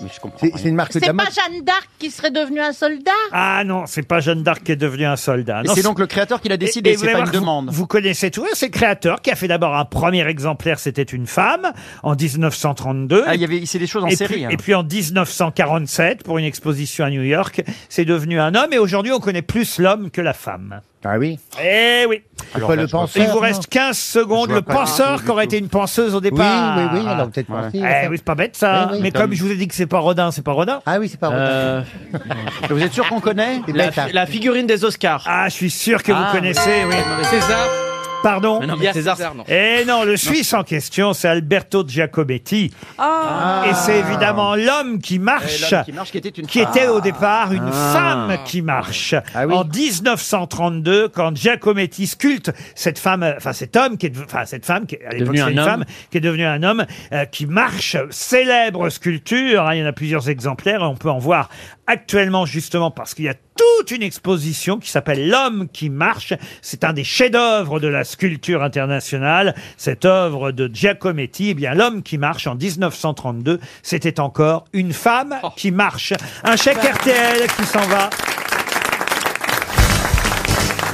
Speaker 8: C'est- rien. c'est une marque
Speaker 19: C'est pas Jeanne d'Arc qui serait devenue un soldat
Speaker 1: Ah non, c'est pas Jeanne d'Arc qui est devenue un soldat.
Speaker 8: Et
Speaker 1: Non,
Speaker 8: c'est donc le créateur qui l'a décidé,
Speaker 1: Et- et
Speaker 8: c'est
Speaker 1: vous allez
Speaker 8: pas
Speaker 1: voir
Speaker 8: une
Speaker 1: que vous-
Speaker 8: demande.
Speaker 1: Vous, connaissez tout, hein, c'est le créateur qui a fait d'abord un premier exemplaire, c'était une femme, en 1932.
Speaker 8: Ah, il y avait- c'est des choses en
Speaker 1: et
Speaker 8: série,
Speaker 1: Puis,
Speaker 8: hein.
Speaker 1: Et puis en 1947, pour une exposition à New York, c'est devenu un homme, et aujourd'hui on connaît plus l'homme que la femme.
Speaker 17: Ah oui
Speaker 1: Eh oui
Speaker 17: C'est pas le penseur,
Speaker 1: Il vous reste
Speaker 17: non
Speaker 1: 15 secondes.
Speaker 17: Je vois
Speaker 1: Le
Speaker 17: pas du
Speaker 1: penseur
Speaker 17: tout,
Speaker 1: qui aurait été une penseuse au départ.
Speaker 17: Oui, oui, oui, alors peut-être
Speaker 1: Voilà.
Speaker 17: penser,
Speaker 1: Eh
Speaker 17: enfin.
Speaker 1: oui, c'est pas bête ça.
Speaker 17: Oui, oui.
Speaker 1: Mais comme je vous ai dit que c'est pas Rodin, c'est pas Rodin.
Speaker 17: Ah oui, c'est pas Rodin.
Speaker 8: Vous êtes sûr qu'on connaît
Speaker 18: Euh, la, fi- la figurine des Oscars.
Speaker 1: Ah, je suis sûr que vous connaissez, oui.
Speaker 18: César.
Speaker 1: Pardon
Speaker 18: Mais non, mais Il y a César, César, non.
Speaker 1: Eh non, le Suisse en question, c'est Alberto Giacometti.
Speaker 18: Ah.
Speaker 1: Et c'est évidemment l'homme qui
Speaker 8: Et
Speaker 1: marche,
Speaker 8: l'homme qui marche, qui était une femme.
Speaker 1: était au départ une
Speaker 8: Ah.
Speaker 1: femme qui marche. En 1932, quand Giacometti sculpte cette femme, euh, enfin cet homme qui est, de- enfin cette femme qui est- à l'époque
Speaker 18: Devenu
Speaker 1: c'est
Speaker 18: un
Speaker 1: une
Speaker 18: homme.
Speaker 1: femme qui est devenue un homme euh, qui marche, célèbre sculpture. hein, il y en a plusieurs exemplaires, on peut en voir actuellement justement parce qu'il y a toute une exposition qui s'appelle L'homme qui marche. C'est un des chefs-d'œuvre de la sculpture internationale. Cette œuvre de Giacometti, eh bien L'homme qui marche en 1932, c'était encore une femme qui marche. Un chèque RTL qui s'en va.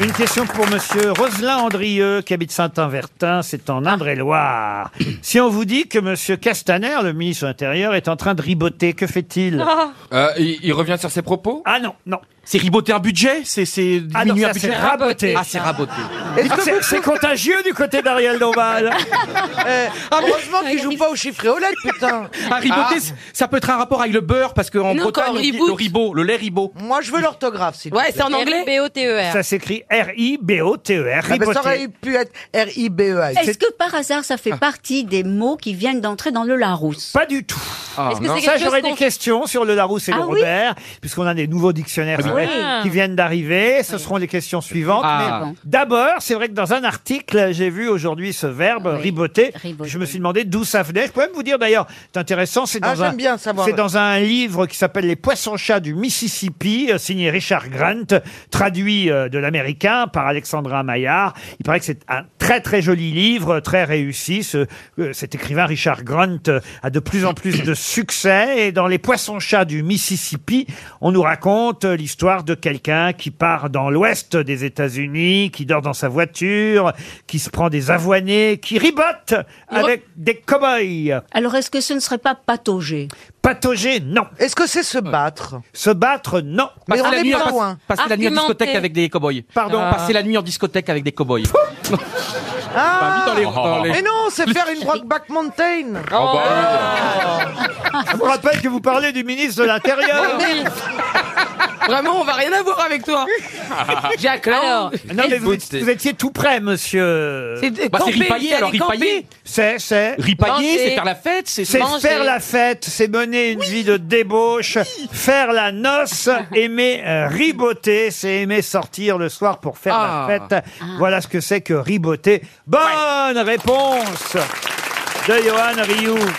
Speaker 1: Une question pour monsieur Roselin Andrieux, qui habite Saint-Invertin, c'est en Indre-et-Loire.
Speaker 18: Ah.
Speaker 1: Si on vous dit que monsieur Castaner, le ministre de l'Intérieur, est en train de riboter, que fait-il
Speaker 6: Euh, il, il revient sur ses propos
Speaker 1: Ah non, non.
Speaker 18: Ah. C'est riboter un budget C'est c'est
Speaker 1: Ah non,
Speaker 18: diminuer
Speaker 1: ça
Speaker 18: un budget
Speaker 1: c'est raboter.
Speaker 18: Ah, c'est raboter.
Speaker 1: Ah, c'est- C'est contagieux du côté d'Ariel Dombal.
Speaker 14: heureusement qu'il joue pas au chiffre OLED, putain.
Speaker 18: Ah, riboter, c'est- ça peut être un rapport avec le beurre, parce qu'en
Speaker 14: Non,
Speaker 18: Bretagne,
Speaker 14: encore
Speaker 18: on dit
Speaker 14: reboot.
Speaker 18: le ribot, le lait ribot.
Speaker 14: Moi, je veux l'orthographe, s'il
Speaker 18: Ouais, c'est en anglais
Speaker 16: B-O-T-E-R.
Speaker 1: Ça s'écrit E R-I-B-O-T-E-R.
Speaker 14: Ah, mais ça aurait
Speaker 1: riboter.
Speaker 14: pu être
Speaker 1: E
Speaker 14: R-I-B-E-I.
Speaker 16: Est-ce que par hasard ça fait partie des mots qui viennent d'entrer dans le Larousse
Speaker 1: Ah. Pas du tout. Ah. ça, j'aurais des questions sur le Larousse et
Speaker 16: Ah
Speaker 1: le
Speaker 16: oui
Speaker 1: Robert, puisqu'on a des nouveaux dictionnaires
Speaker 16: Ah
Speaker 1: ouais,
Speaker 16: oui.
Speaker 1: qui viennent d'arriver. Ce seront les questions suivantes.
Speaker 18: Ah.
Speaker 1: Mais D'abord, c'est vrai que dans un article, j'ai vu aujourd'hui ce verbe riboter.
Speaker 14: riboter.
Speaker 1: Je me suis demandé d'où ça venait. Je peux même vous dire d'ailleurs, c'est intéressant, c'est
Speaker 14: Ah,
Speaker 1: dans,
Speaker 14: j'aime
Speaker 1: un-
Speaker 14: bien savoir.
Speaker 1: c'est dans un livre qui s'appelle Les poissons-chats du Mississippi, euh, signé Richard Grant, traduit euh, de l'américain par Alexandra Maillard. Il paraît que c'est un très très joli livre, très réussi. Ce- euh, cet écrivain Richard Grant euh, a de plus en plus de succès. Et dans Les poissons-chats du Mississippi, on nous raconte euh, l'histoire de quelqu'un qui part dans l'ouest des États-Unis, qui dort dans sa voiture, qui se prend des avoinés, qui ribote avec des cow-boys.
Speaker 16: Alors est-ce que ce ne serait pas patauger
Speaker 1: Patauger, non.
Speaker 14: Est-ce que c'est se battre
Speaker 1: Se battre, non.
Speaker 14: Mais on
Speaker 18: la
Speaker 14: est
Speaker 18: nuit,
Speaker 14: pas
Speaker 18: passe-
Speaker 14: loin.
Speaker 18: passer la nuit en
Speaker 14: Argumenter.
Speaker 18: discothèque avec des cow-boys.
Speaker 14: Pardon
Speaker 18: Ah. Passer la nuit en discothèque avec des cow-boys.
Speaker 14: Ah
Speaker 18: Pas mis
Speaker 1: Oh.
Speaker 18: dans les- dans les-
Speaker 14: Mais non, c'est faire une Brockback Mountain.
Speaker 1: bah
Speaker 18: Oh.
Speaker 9: Ah.
Speaker 1: Je vous rappelle que vous parlez du ministre de l'Intérieur.
Speaker 9: Vraiment, on va rien avoir avec toi. Jacques, alors.
Speaker 1: Non, mais vous, êtes- vous étiez tout près, monsieur.
Speaker 9: C'est de Bah, c'est camper, ripailler, c'est alors, aller camper. ripailler.
Speaker 1: C'est, c'est.
Speaker 18: Ripailler, c'est faire la fête, c'est
Speaker 1: C'est
Speaker 18: manger.
Speaker 1: faire la fête, c'est mener une vie de débauche, faire la noce, aimer euh, riboter, c'est aimer sortir le soir pour faire
Speaker 18: Ah.
Speaker 1: la fête. Voilà ce que c'est que riboter. Bonne réponse de Johan Rioux.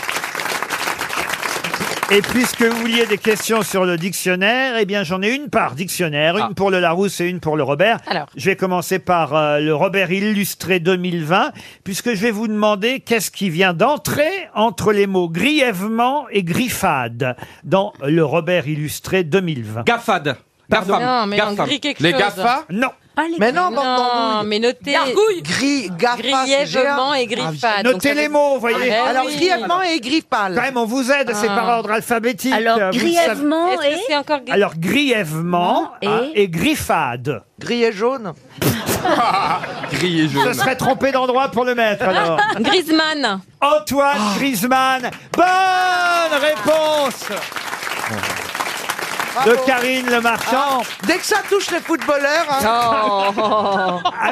Speaker 1: Et puisque vous vouliez des questions sur le dictionnaire, eh bien j'en ai une par dictionnaire,
Speaker 20: Ah.
Speaker 1: une pour le Larousse et une pour le Robert.
Speaker 9: Alors.
Speaker 1: Je vais commencer par euh, le Robert illustré 2020, puisque je vais vous demander qu'est-ce qui vient d'entrer entre les mots grièvement et griffade dans le Robert illustré 2020.
Speaker 18: Gaffade.
Speaker 1: Pardon
Speaker 20: Non, mais en gris quelque chose.
Speaker 1: Non.
Speaker 14: Ah,
Speaker 20: mais non, mais notez
Speaker 14: Gris, gaffe,
Speaker 20: grièvement et
Speaker 14: Ah,
Speaker 20: griffade. Donc, ça
Speaker 1: Notez les
Speaker 20: veut-
Speaker 1: mots, Ah, vous voyez.
Speaker 20: Ah, ben
Speaker 14: Alors,
Speaker 20: oui.
Speaker 14: grièvement et griffal.
Speaker 1: Quand même, on vous aide, c'est
Speaker 20: Ah.
Speaker 1: par ordre alphabétique.
Speaker 20: Alors,
Speaker 1: vous le savez.
Speaker 20: Est-ce que c'est encore gris-
Speaker 1: Alors, grièvement
Speaker 20: et-
Speaker 1: hein, et griffade.
Speaker 14: Gris et jaune.
Speaker 6: Gris et
Speaker 1: Je
Speaker 6: jaune.
Speaker 1: serais trompé d'endroit pour le mettre alors.
Speaker 20: Griezmann.
Speaker 1: Antoine
Speaker 9: Oh.
Speaker 1: Griezmann. Bonne réponse. de Karine Le Marchand.
Speaker 14: Ah, Dès que ça touche les footballeurs. hein.
Speaker 1: Ah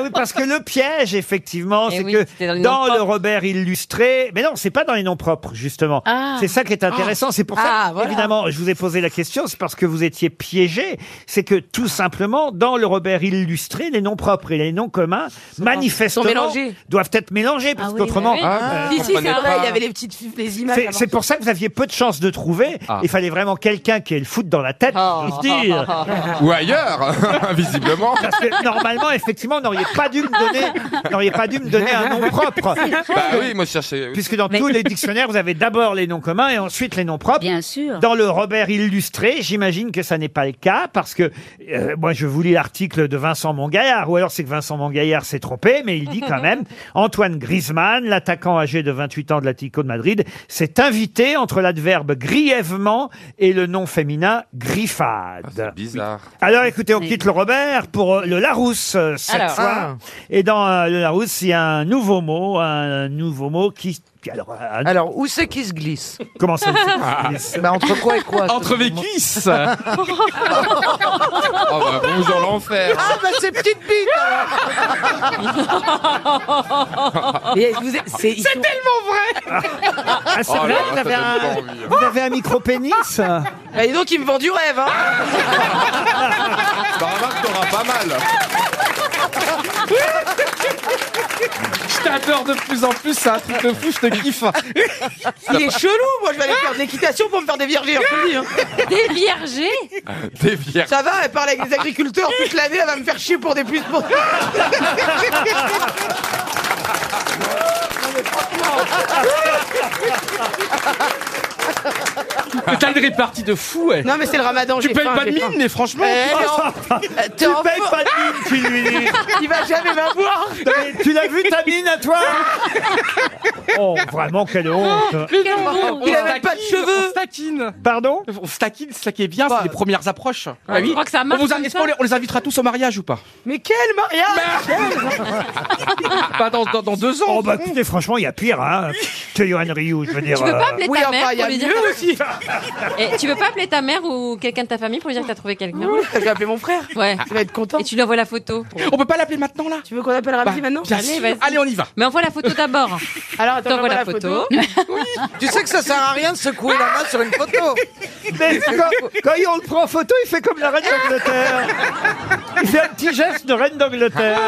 Speaker 1: oui, parce que le piège, effectivement,
Speaker 14: Eh
Speaker 1: c'est
Speaker 14: oui,
Speaker 1: que
Speaker 14: c'était dans les noms
Speaker 1: dans le
Speaker 14: propres.
Speaker 1: Robert illustré, mais non, c'est pas dans les noms propres, justement.
Speaker 14: Ah.
Speaker 1: C'est ça qui est intéressant. C'est pour ça,
Speaker 14: Ah, voilà.
Speaker 1: évidemment, je vous ai posé la question, c'est parce que vous étiez piégé. C'est que, tout simplement, dans le Robert illustré, les noms propres et les noms communs, manifestement,
Speaker 9: Sont mélangés.
Speaker 1: doivent être mélangés,
Speaker 14: Ah
Speaker 1: parce
Speaker 14: bah
Speaker 1: qu'autrement...
Speaker 5: hein,
Speaker 9: Ah.
Speaker 1: euh,
Speaker 9: Si, si, c'est vrai, il y avait les petites fi- les images.
Speaker 1: c'est-
Speaker 9: avant.
Speaker 1: C'est pour ça que vous aviez peu de chances de trouver.
Speaker 6: Ah.
Speaker 1: Il fallait vraiment quelqu'un qui ait le foot dans la tête, pour se dire.
Speaker 6: Ou ailleurs, visiblement.
Speaker 1: Parce que normalement, effectivement, vous n'auriez pas dû me donner, vous n'auriez pas dû me donner un nom propre.
Speaker 6: Bah oui, moi je cherchais.
Speaker 1: Puisque dans tous les dictionnaires, vous avez d'abord les noms communs et ensuite les noms propres.
Speaker 16: Bien sûr.
Speaker 1: Dans le Robert illustré, j'imagine que ça n'est pas le cas parce que euh, moi je vous lis l'article de Vincent Mongaillard ou alors c'est que Vincent Mongaillard s'est trompé, mais il dit quand même Antoine Griezmann, l'attaquant âgé de 28 ans de l'Atlético de Madrid, s'est invité entre l'adverbe grièvement et le nom féminin griffade.
Speaker 6: bizarre.
Speaker 1: Alors écoutez, on quitte le Robert pour euh, le Larousse euh, cette
Speaker 9: Alors.
Speaker 1: fois.
Speaker 9: Ah.
Speaker 1: Et dans euh, le Larousse, il y a un nouveau mot, un nouveau mot qui... qui- Alors, euh,
Speaker 14: Alors, où c'est qu'il se glisse
Speaker 1: Comment ça où c'est qu'il
Speaker 9: Ah.
Speaker 1: se glisse
Speaker 14: Bah, entre quoi et quoi
Speaker 1: Entre
Speaker 14: les
Speaker 1: cuisses.
Speaker 6: Oh bah bonjour l'enfer.
Speaker 14: Ah bah c'est petite bite
Speaker 9: C'est tellement vrai Oh,
Speaker 1: Ah,
Speaker 18: Oh
Speaker 1: c'est vrai, vous, avez un, vous avez un micro-pénis
Speaker 9: Et Bah, donc, il me vend du rêve, hein
Speaker 6: Bah remarque, t'auras pas mal.
Speaker 9: Je t'adore de plus en plus, c'est un truc de fou, je te kiffe. Il est chelou, moi je vais aller faire de l'équitation pour me faire des viergers, je te le dis. hein.
Speaker 20: Des viergers
Speaker 6: Des vierges.
Speaker 9: Ça va, elle parle avec des agriculteurs toute l'année, elle va me faire chier pour des puces. Pour...
Speaker 18: Putain de répartie de fou, ouais.
Speaker 9: Non mais c'est le ramadan,
Speaker 18: Tu
Speaker 9: j'ai
Speaker 18: payes
Speaker 9: faim,
Speaker 18: pas de
Speaker 9: j'ai faim.
Speaker 18: mine, mais franchement.
Speaker 9: Eh, mais en- t'es en for- Il va jamais m'avoir
Speaker 1: Tu l'as vu ta mine à toi Oh, vraiment, quelle honte
Speaker 18: Il avait pas de cheveux. On se taquine.
Speaker 1: Ah, Pardon
Speaker 18: On se taquine, c'est ça qui est bien, c'est les premières approches.
Speaker 9: Ah oui. Je crois que ça
Speaker 18: On
Speaker 9: marche
Speaker 18: vous a-
Speaker 9: comme
Speaker 18: est-ce
Speaker 9: ça.
Speaker 18: qu'on les- on les invitera tous au mariage ou pas
Speaker 9: Mais quel mariage
Speaker 18: Ah, Pas dans, dans, dans deux ans.
Speaker 1: Oh bah écoutez, franchement, il y a pire, hein, que Johan Rioux, je veux dire.
Speaker 20: Tu peux
Speaker 1: euh,
Speaker 20: pas appeler
Speaker 9: oui,
Speaker 20: ta
Speaker 9: enfin,
Speaker 20: mère
Speaker 9: il y a
Speaker 20: pour lui dire
Speaker 9: mieux
Speaker 20: que t'as-
Speaker 9: aussi.
Speaker 20: Eh, tu peux pas appeler ta mère ou quelqu'un de ta famille pour lui dire que t'as trouvé quelqu'un
Speaker 9: Je vais appeler mon frère.
Speaker 20: Ouais.
Speaker 9: Il va être content.
Speaker 20: Et tu lui envoies la photo.
Speaker 18: On peut pas l'appeler maintenant là
Speaker 9: Tu veux qu'on appelle Ramzi
Speaker 20: Bah,
Speaker 9: maintenant
Speaker 20: bien sûr. Allez,
Speaker 18: on y va.
Speaker 20: Mais envoie la photo d'abord.
Speaker 9: Alors attends,
Speaker 20: T'envoies
Speaker 9: j'envoie
Speaker 20: la photo.
Speaker 14: Tu sais que ça sert à rien de secouer la main sur une photo
Speaker 1: Mais quand, quand on le prend en photo, il fait comme la reine d'Angleterre. Il fait un petit geste de reine d'Angleterre.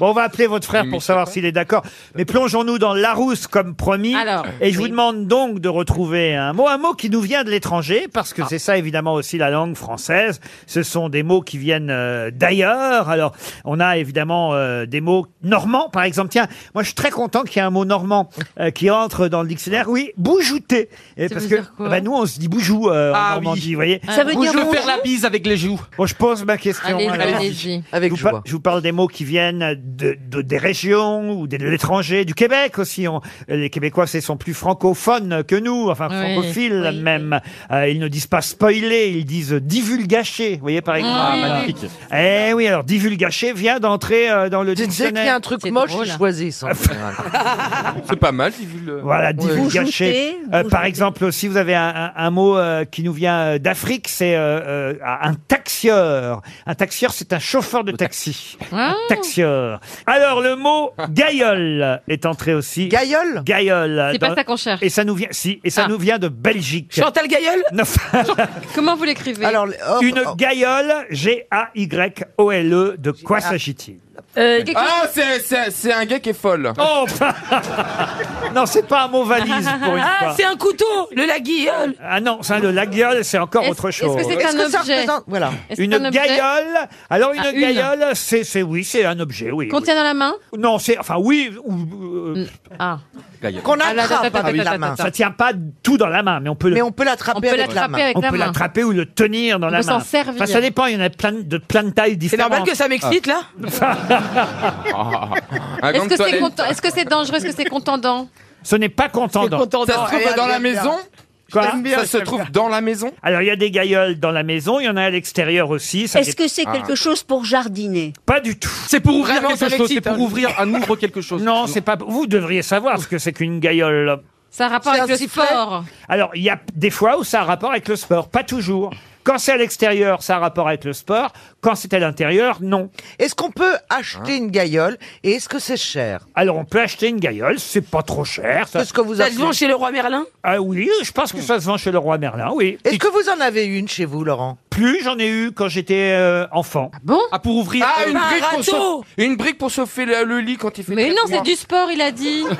Speaker 1: Bon, on va appeler votre frère pour savoir s'il est d'accord. Mais plongeons-nous dans Larousse comme promis.
Speaker 20: Alors,
Speaker 1: Et je vous
Speaker 20: oui.
Speaker 1: demande donc de retrouver un mot, un mot qui nous vient de l'étranger, parce
Speaker 18: Ah.
Speaker 1: que c'est ça évidemment aussi la langue française. Ce sont des mots qui viennent euh, d'ailleurs. Alors, on a évidemment euh, des mots normands, par exemple. Tiens, moi je suis très content qu'il y ait un mot normand euh, qui entre dans le dictionnaire. Oui, boujouter. Et
Speaker 9: Ça
Speaker 1: parce
Speaker 9: veut
Speaker 1: que
Speaker 9: dire quoi
Speaker 1: bah, nous on se dit boujou euh,
Speaker 18: Ah
Speaker 1: en
Speaker 18: oui.
Speaker 1: Normandie, vous voyez.
Speaker 9: Ça veut dire
Speaker 18: Je veux
Speaker 9: bonjour
Speaker 18: faire la bise avec les joues.
Speaker 1: Bon, je pose ma question.
Speaker 20: Allez-y,
Speaker 1: alors.
Speaker 20: allez-y.
Speaker 1: je, vous par- je vous parle des mots qui viennent de, de- des régions ou de l'étranger, du Québec aussi. On- les Québécois, c'est sont plus francophones que nous, enfin
Speaker 20: Oui,
Speaker 1: francophiles même. Euh, ils ne disent pas spoiler, ils disent divulgacher. Vous voyez par exemple.
Speaker 14: Ah, oui,
Speaker 1: magnifique. Eh oui, alors divulgacher vient d'entrer euh, dans le
Speaker 14: Tu sais qu'il y a
Speaker 1: dictionnaire.
Speaker 14: un truc moche,
Speaker 1: drôle.
Speaker 14: ils choisissent en général.
Speaker 6: C'est pas mal, Divul.
Speaker 1: Voilà, divulgacher.
Speaker 14: Boujouter,
Speaker 1: Euh, par
Speaker 14: boujouter.
Speaker 1: exemple, si vous avez un, un- un mot euh, qui nous vient euh, d'Afrique, c'est euh, euh, un taxieur. Un taxieur, c'est un chauffeur de taxi.
Speaker 20: Mmh. Hein
Speaker 1: Un taxieur. Alors, le mot gaïole est entré aussi.
Speaker 14: Gaïole
Speaker 1: Gaïole.
Speaker 20: C'est pas
Speaker 1: Dans-
Speaker 20: ça qu'on Ah. cherche.
Speaker 1: Et ça nous vient, si, et ça nous vient de Belgique.
Speaker 9: Chantal Gailleul
Speaker 1: Non.
Speaker 20: Comment vous l'écrivez
Speaker 14: Alors,
Speaker 1: Une
Speaker 14: oh.
Speaker 1: gaïole, G-A-Y-O-L-E, E. de quoi s'agit-il Euh,
Speaker 6: Ah, c'est- c'est c'est un gars qui est folle.
Speaker 1: Oh Non, c'est pas un mot valise pour une
Speaker 20: Ah,
Speaker 1: fois.
Speaker 9: C'est un couteau, le la guilleule.
Speaker 1: Ah non, ça, le laguiole, c'est encore autre chose.
Speaker 14: Est-ce que ça représente- Voilà.
Speaker 1: Une gaïole. Alors une
Speaker 20: Ah, une.
Speaker 1: gaïole, c'est c'est oui, c'est un objet, oui.
Speaker 20: Qu'on
Speaker 1: oui.
Speaker 20: tient dans la main
Speaker 1: Non, c'est enfin oui. ou- euh,
Speaker 20: Ah.
Speaker 14: Qu'on
Speaker 20: Ah, là,
Speaker 14: attrape
Speaker 20: attends,
Speaker 14: avec
Speaker 20: attends,
Speaker 14: la main.
Speaker 20: attends,
Speaker 1: ça tient pas tout dans la main, mais on peut le.
Speaker 14: Mais on peut
Speaker 20: On
Speaker 14: l'attraper
Speaker 20: peut
Speaker 14: avec la
Speaker 20: l'attraper
Speaker 14: main.
Speaker 20: avec
Speaker 1: on
Speaker 20: la
Speaker 1: peut
Speaker 20: main.
Speaker 1: l'attraper ou le tenir dans
Speaker 20: On
Speaker 1: la
Speaker 20: peut
Speaker 1: main.
Speaker 20: s'en servir.
Speaker 1: Enfin, ça dépend. Il y en a plein de plein de tailles
Speaker 9: C'est
Speaker 1: différentes. Ah.
Speaker 9: normal que ça m'excite là
Speaker 6: Un
Speaker 20: Est-ce
Speaker 6: gang
Speaker 20: que c'est
Speaker 6: toilette.
Speaker 20: content- est-ce que c'est dangereux Est-ce que c'est contendant
Speaker 1: Ce n'est pas contendant.
Speaker 6: Ça se trouve dans la maison
Speaker 1: Quoi
Speaker 6: Ça se trouve dans la maison
Speaker 1: Alors il y a des gaïoles dans la maison, il y en a à l'extérieur aussi. ça
Speaker 16: Est-ce
Speaker 1: dé- Ah.
Speaker 16: que c'est
Speaker 6: Ah.
Speaker 16: quelque chose pour jardiner
Speaker 1: Pas du tout.
Speaker 18: C'est pour ouvrir
Speaker 9: Vraiment, ça
Speaker 18: quelque chose. C'est
Speaker 9: m'excite,
Speaker 18: pour
Speaker 9: hein.
Speaker 18: ouvrir un ouvre quelque chose.
Speaker 1: Non, c'est pas. Vous devriez savoir ce que c'est qu'une gaïole.
Speaker 20: Ça a rapport
Speaker 14: C'est
Speaker 20: avec
Speaker 14: un
Speaker 20: le
Speaker 14: sifflet
Speaker 20: sport.
Speaker 1: Alors, il y a des fois où ça a rapport avec le sport, pas toujours. Quand c'est à l'extérieur, ça a rapport avec le sport. Quand c'est à l'intérieur, non. Hein
Speaker 13: Est-ce qu'on peut acheter une gaillole et est-ce que c'est cher
Speaker 1: Alors on peut acheter une gaillole, c'est pas trop cher. Ça,
Speaker 13: Est-ce que vous
Speaker 21: Ça se vend chez le roi Merlin
Speaker 1: Ah oui, je pense que ça se vend chez le roi Merlin, oui.
Speaker 13: Est-ce que vous en avez une chez vous, Laurent
Speaker 1: Plus, j'en ai eu quand j'étais euh, enfant.
Speaker 14: bon
Speaker 1: Ah, pour ouvrir
Speaker 14: Ah, une brique pour
Speaker 1: se...
Speaker 14: se-
Speaker 1: une brique pour se faire le, lit quand il fait
Speaker 14: Mais non, c'est du sport, il a dit.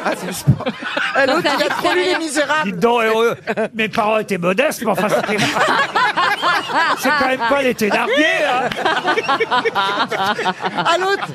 Speaker 13: Eh,
Speaker 1: Ah,
Speaker 14: l'autre, Ça il a fait trop lu rire. Les Misérables.
Speaker 1: Dites donc, heureux. mes parents étaient modestes, mais enfin, c'était- c'est quand même pas l'été dernier, hein.
Speaker 9: À l'autre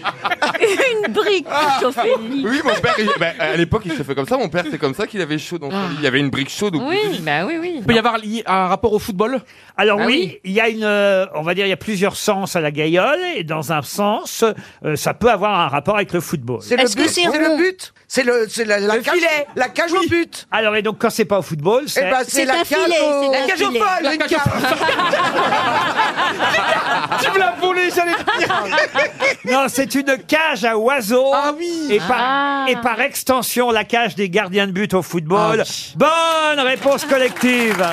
Speaker 9: Une brique
Speaker 2: Ah.
Speaker 9: pour chauffer le
Speaker 14: Eh
Speaker 9: lit.
Speaker 2: Oui, mon père, il- ben, à l'époque, il se fait comme ça. Mon père, c'est comme ça qu'il avait chaud dans son lit. Il y avait une brique chaude. au-
Speaker 14: bah oui, oui.
Speaker 1: Il peut y avoir
Speaker 14: Ah,
Speaker 1: un rapport au football Alors
Speaker 2: Bah
Speaker 1: oui, il y a une, euh, on va dire, il y a plusieurs sens à la gaillole, et dans un sens, euh, ça peut avoir un rapport avec le football.
Speaker 13: C'est le but. C'est le but. C'est le, c'est la, la cage, la cage au but.
Speaker 1: Alors, et donc, quand c'est pas au football,
Speaker 13: Eh
Speaker 1: c'est...
Speaker 13: ben, c'est la cage au
Speaker 9: la cage au
Speaker 13: filet.
Speaker 9: folle,
Speaker 13: La
Speaker 9: une
Speaker 13: cage
Speaker 9: cage-
Speaker 1: Tu me l'as volé, j'allais Non, c'est une cage à oiseaux. Et par,
Speaker 9: Ah.
Speaker 1: et par extension, la cage des gardiens de but au
Speaker 13: Ah
Speaker 1: football. Bonne réponse collective.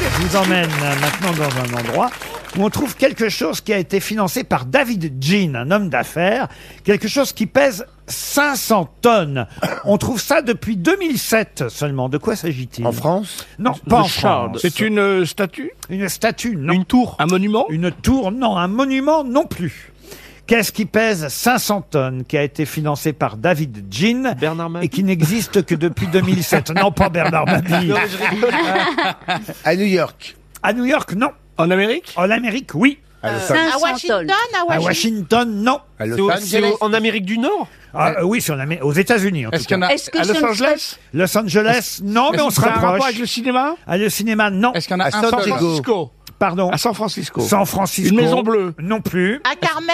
Speaker 1: Je vous emmène euh, maintenant dans un endroit où on trouve quelque chose qui a été financé par David Jean, un homme d'affaires, quelque chose qui pèse 500 tonnes. On trouve ça depuis 2007 seulement. De quoi s'agit-il En France Non, pas en France.
Speaker 8: C'est une euh, statue
Speaker 1: Une statue, non. Ah,
Speaker 8: Une tour Un monument
Speaker 1: Une tour, non. Un monument, non plus. Qu'est-ce qui pèse 500 tonnes, qui a été financé par David Jean et qui n'existe que depuis
Speaker 8: Ah,
Speaker 1: 2007 Non, pas Bernard Mabille.
Speaker 9: Non, mais je rigole.
Speaker 1: à New York. À New York, non. En Amérique En Amérique, oui.
Speaker 10: À Washington, à
Speaker 1: À
Speaker 10: Washington.
Speaker 1: Washington, non.
Speaker 10: À Los C'est au- c'est Angeles. au- en
Speaker 1: Amérique du Nord Oui, c'est en Amé- aux États-Unis. en
Speaker 8: Est-ce
Speaker 1: tout cas.
Speaker 8: qu'il y en a- Est-ce que à Los c'est une Angeles statue
Speaker 1: Los Angeles, non, mais
Speaker 8: Est-ce
Speaker 1: on
Speaker 8: que
Speaker 1: se
Speaker 8: ça a un
Speaker 1: rapproche.
Speaker 8: rapport avec le
Speaker 1: cinéma Le cinéma, non. Est-ce
Speaker 8: qu'il y en a À un San San Diego. Francisco
Speaker 1: Pardon
Speaker 8: À San Francisco.
Speaker 1: San Francisco.
Speaker 8: Une maison bleue.
Speaker 1: Non plus.
Speaker 10: À Carmel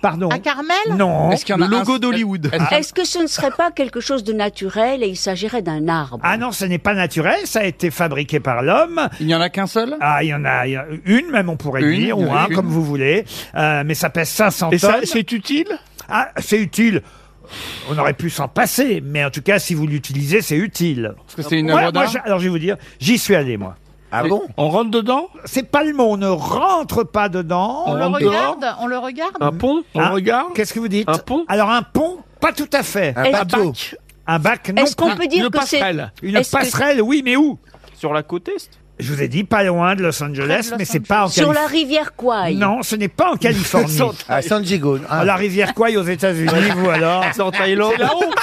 Speaker 1: Pardon.
Speaker 10: À Carmel
Speaker 1: Non.
Speaker 8: Le logo d'Hollywood.
Speaker 1: Ah.
Speaker 16: Est-ce que ce ne serait pas quelque chose de naturel et il s'agirait d'un arbre
Speaker 1: Ah non, ce n'est pas naturel, ça a été fabriqué par l'homme. Il n'y en a qu'un seul Ah, il y en a il y a une même, on pourrait
Speaker 8: Une,
Speaker 1: dire,
Speaker 8: il y en
Speaker 1: ou
Speaker 8: a
Speaker 1: un,
Speaker 8: une.
Speaker 1: comme vous voulez. Euh, mais ça pèse 500
Speaker 8: Et ça,
Speaker 1: tonnes.
Speaker 8: c'est utile
Speaker 1: Ah, c'est utile. On aurait pu s'en passer, mais en tout cas, si vous l'utilisez, c'est utile. Parce
Speaker 8: que c'est une
Speaker 1: moi,
Speaker 8: œuvre
Speaker 1: moi,
Speaker 8: d'art
Speaker 1: je- Alors, je vais vous dire, j'y suis allé, moi. Ah
Speaker 8: bon
Speaker 1: On rentre dedans C'est pas le mot, on ne rentre pas dedans.
Speaker 10: On le
Speaker 1: rentre dehors. Ah.
Speaker 10: regarde On le regarde
Speaker 1: pont On regarde Qu'est-ce que vous dites Un pont Alors, un pont, pas tout à fait.
Speaker 10: Un Un bateau. bac
Speaker 1: Un bac, non.
Speaker 10: Est-ce qu'on
Speaker 1: plus.
Speaker 10: peut dire Une que c'est- passerelle.
Speaker 1: Une
Speaker 10: Est-ce que-
Speaker 1: passerelle, oui, mais où Sur la côte est Je vous ai dit, pas loin de Los Angeles, mais c'est pas Ah, en
Speaker 16: Sur la
Speaker 1: Californie.
Speaker 16: rivière Kouai
Speaker 1: Non, ce n'est pas en Californie.
Speaker 4: À San Diego. ah.
Speaker 1: À la rivière Kwai aux États-Unis, vous alors
Speaker 8: C'est en Thaïlande. C'est là-haut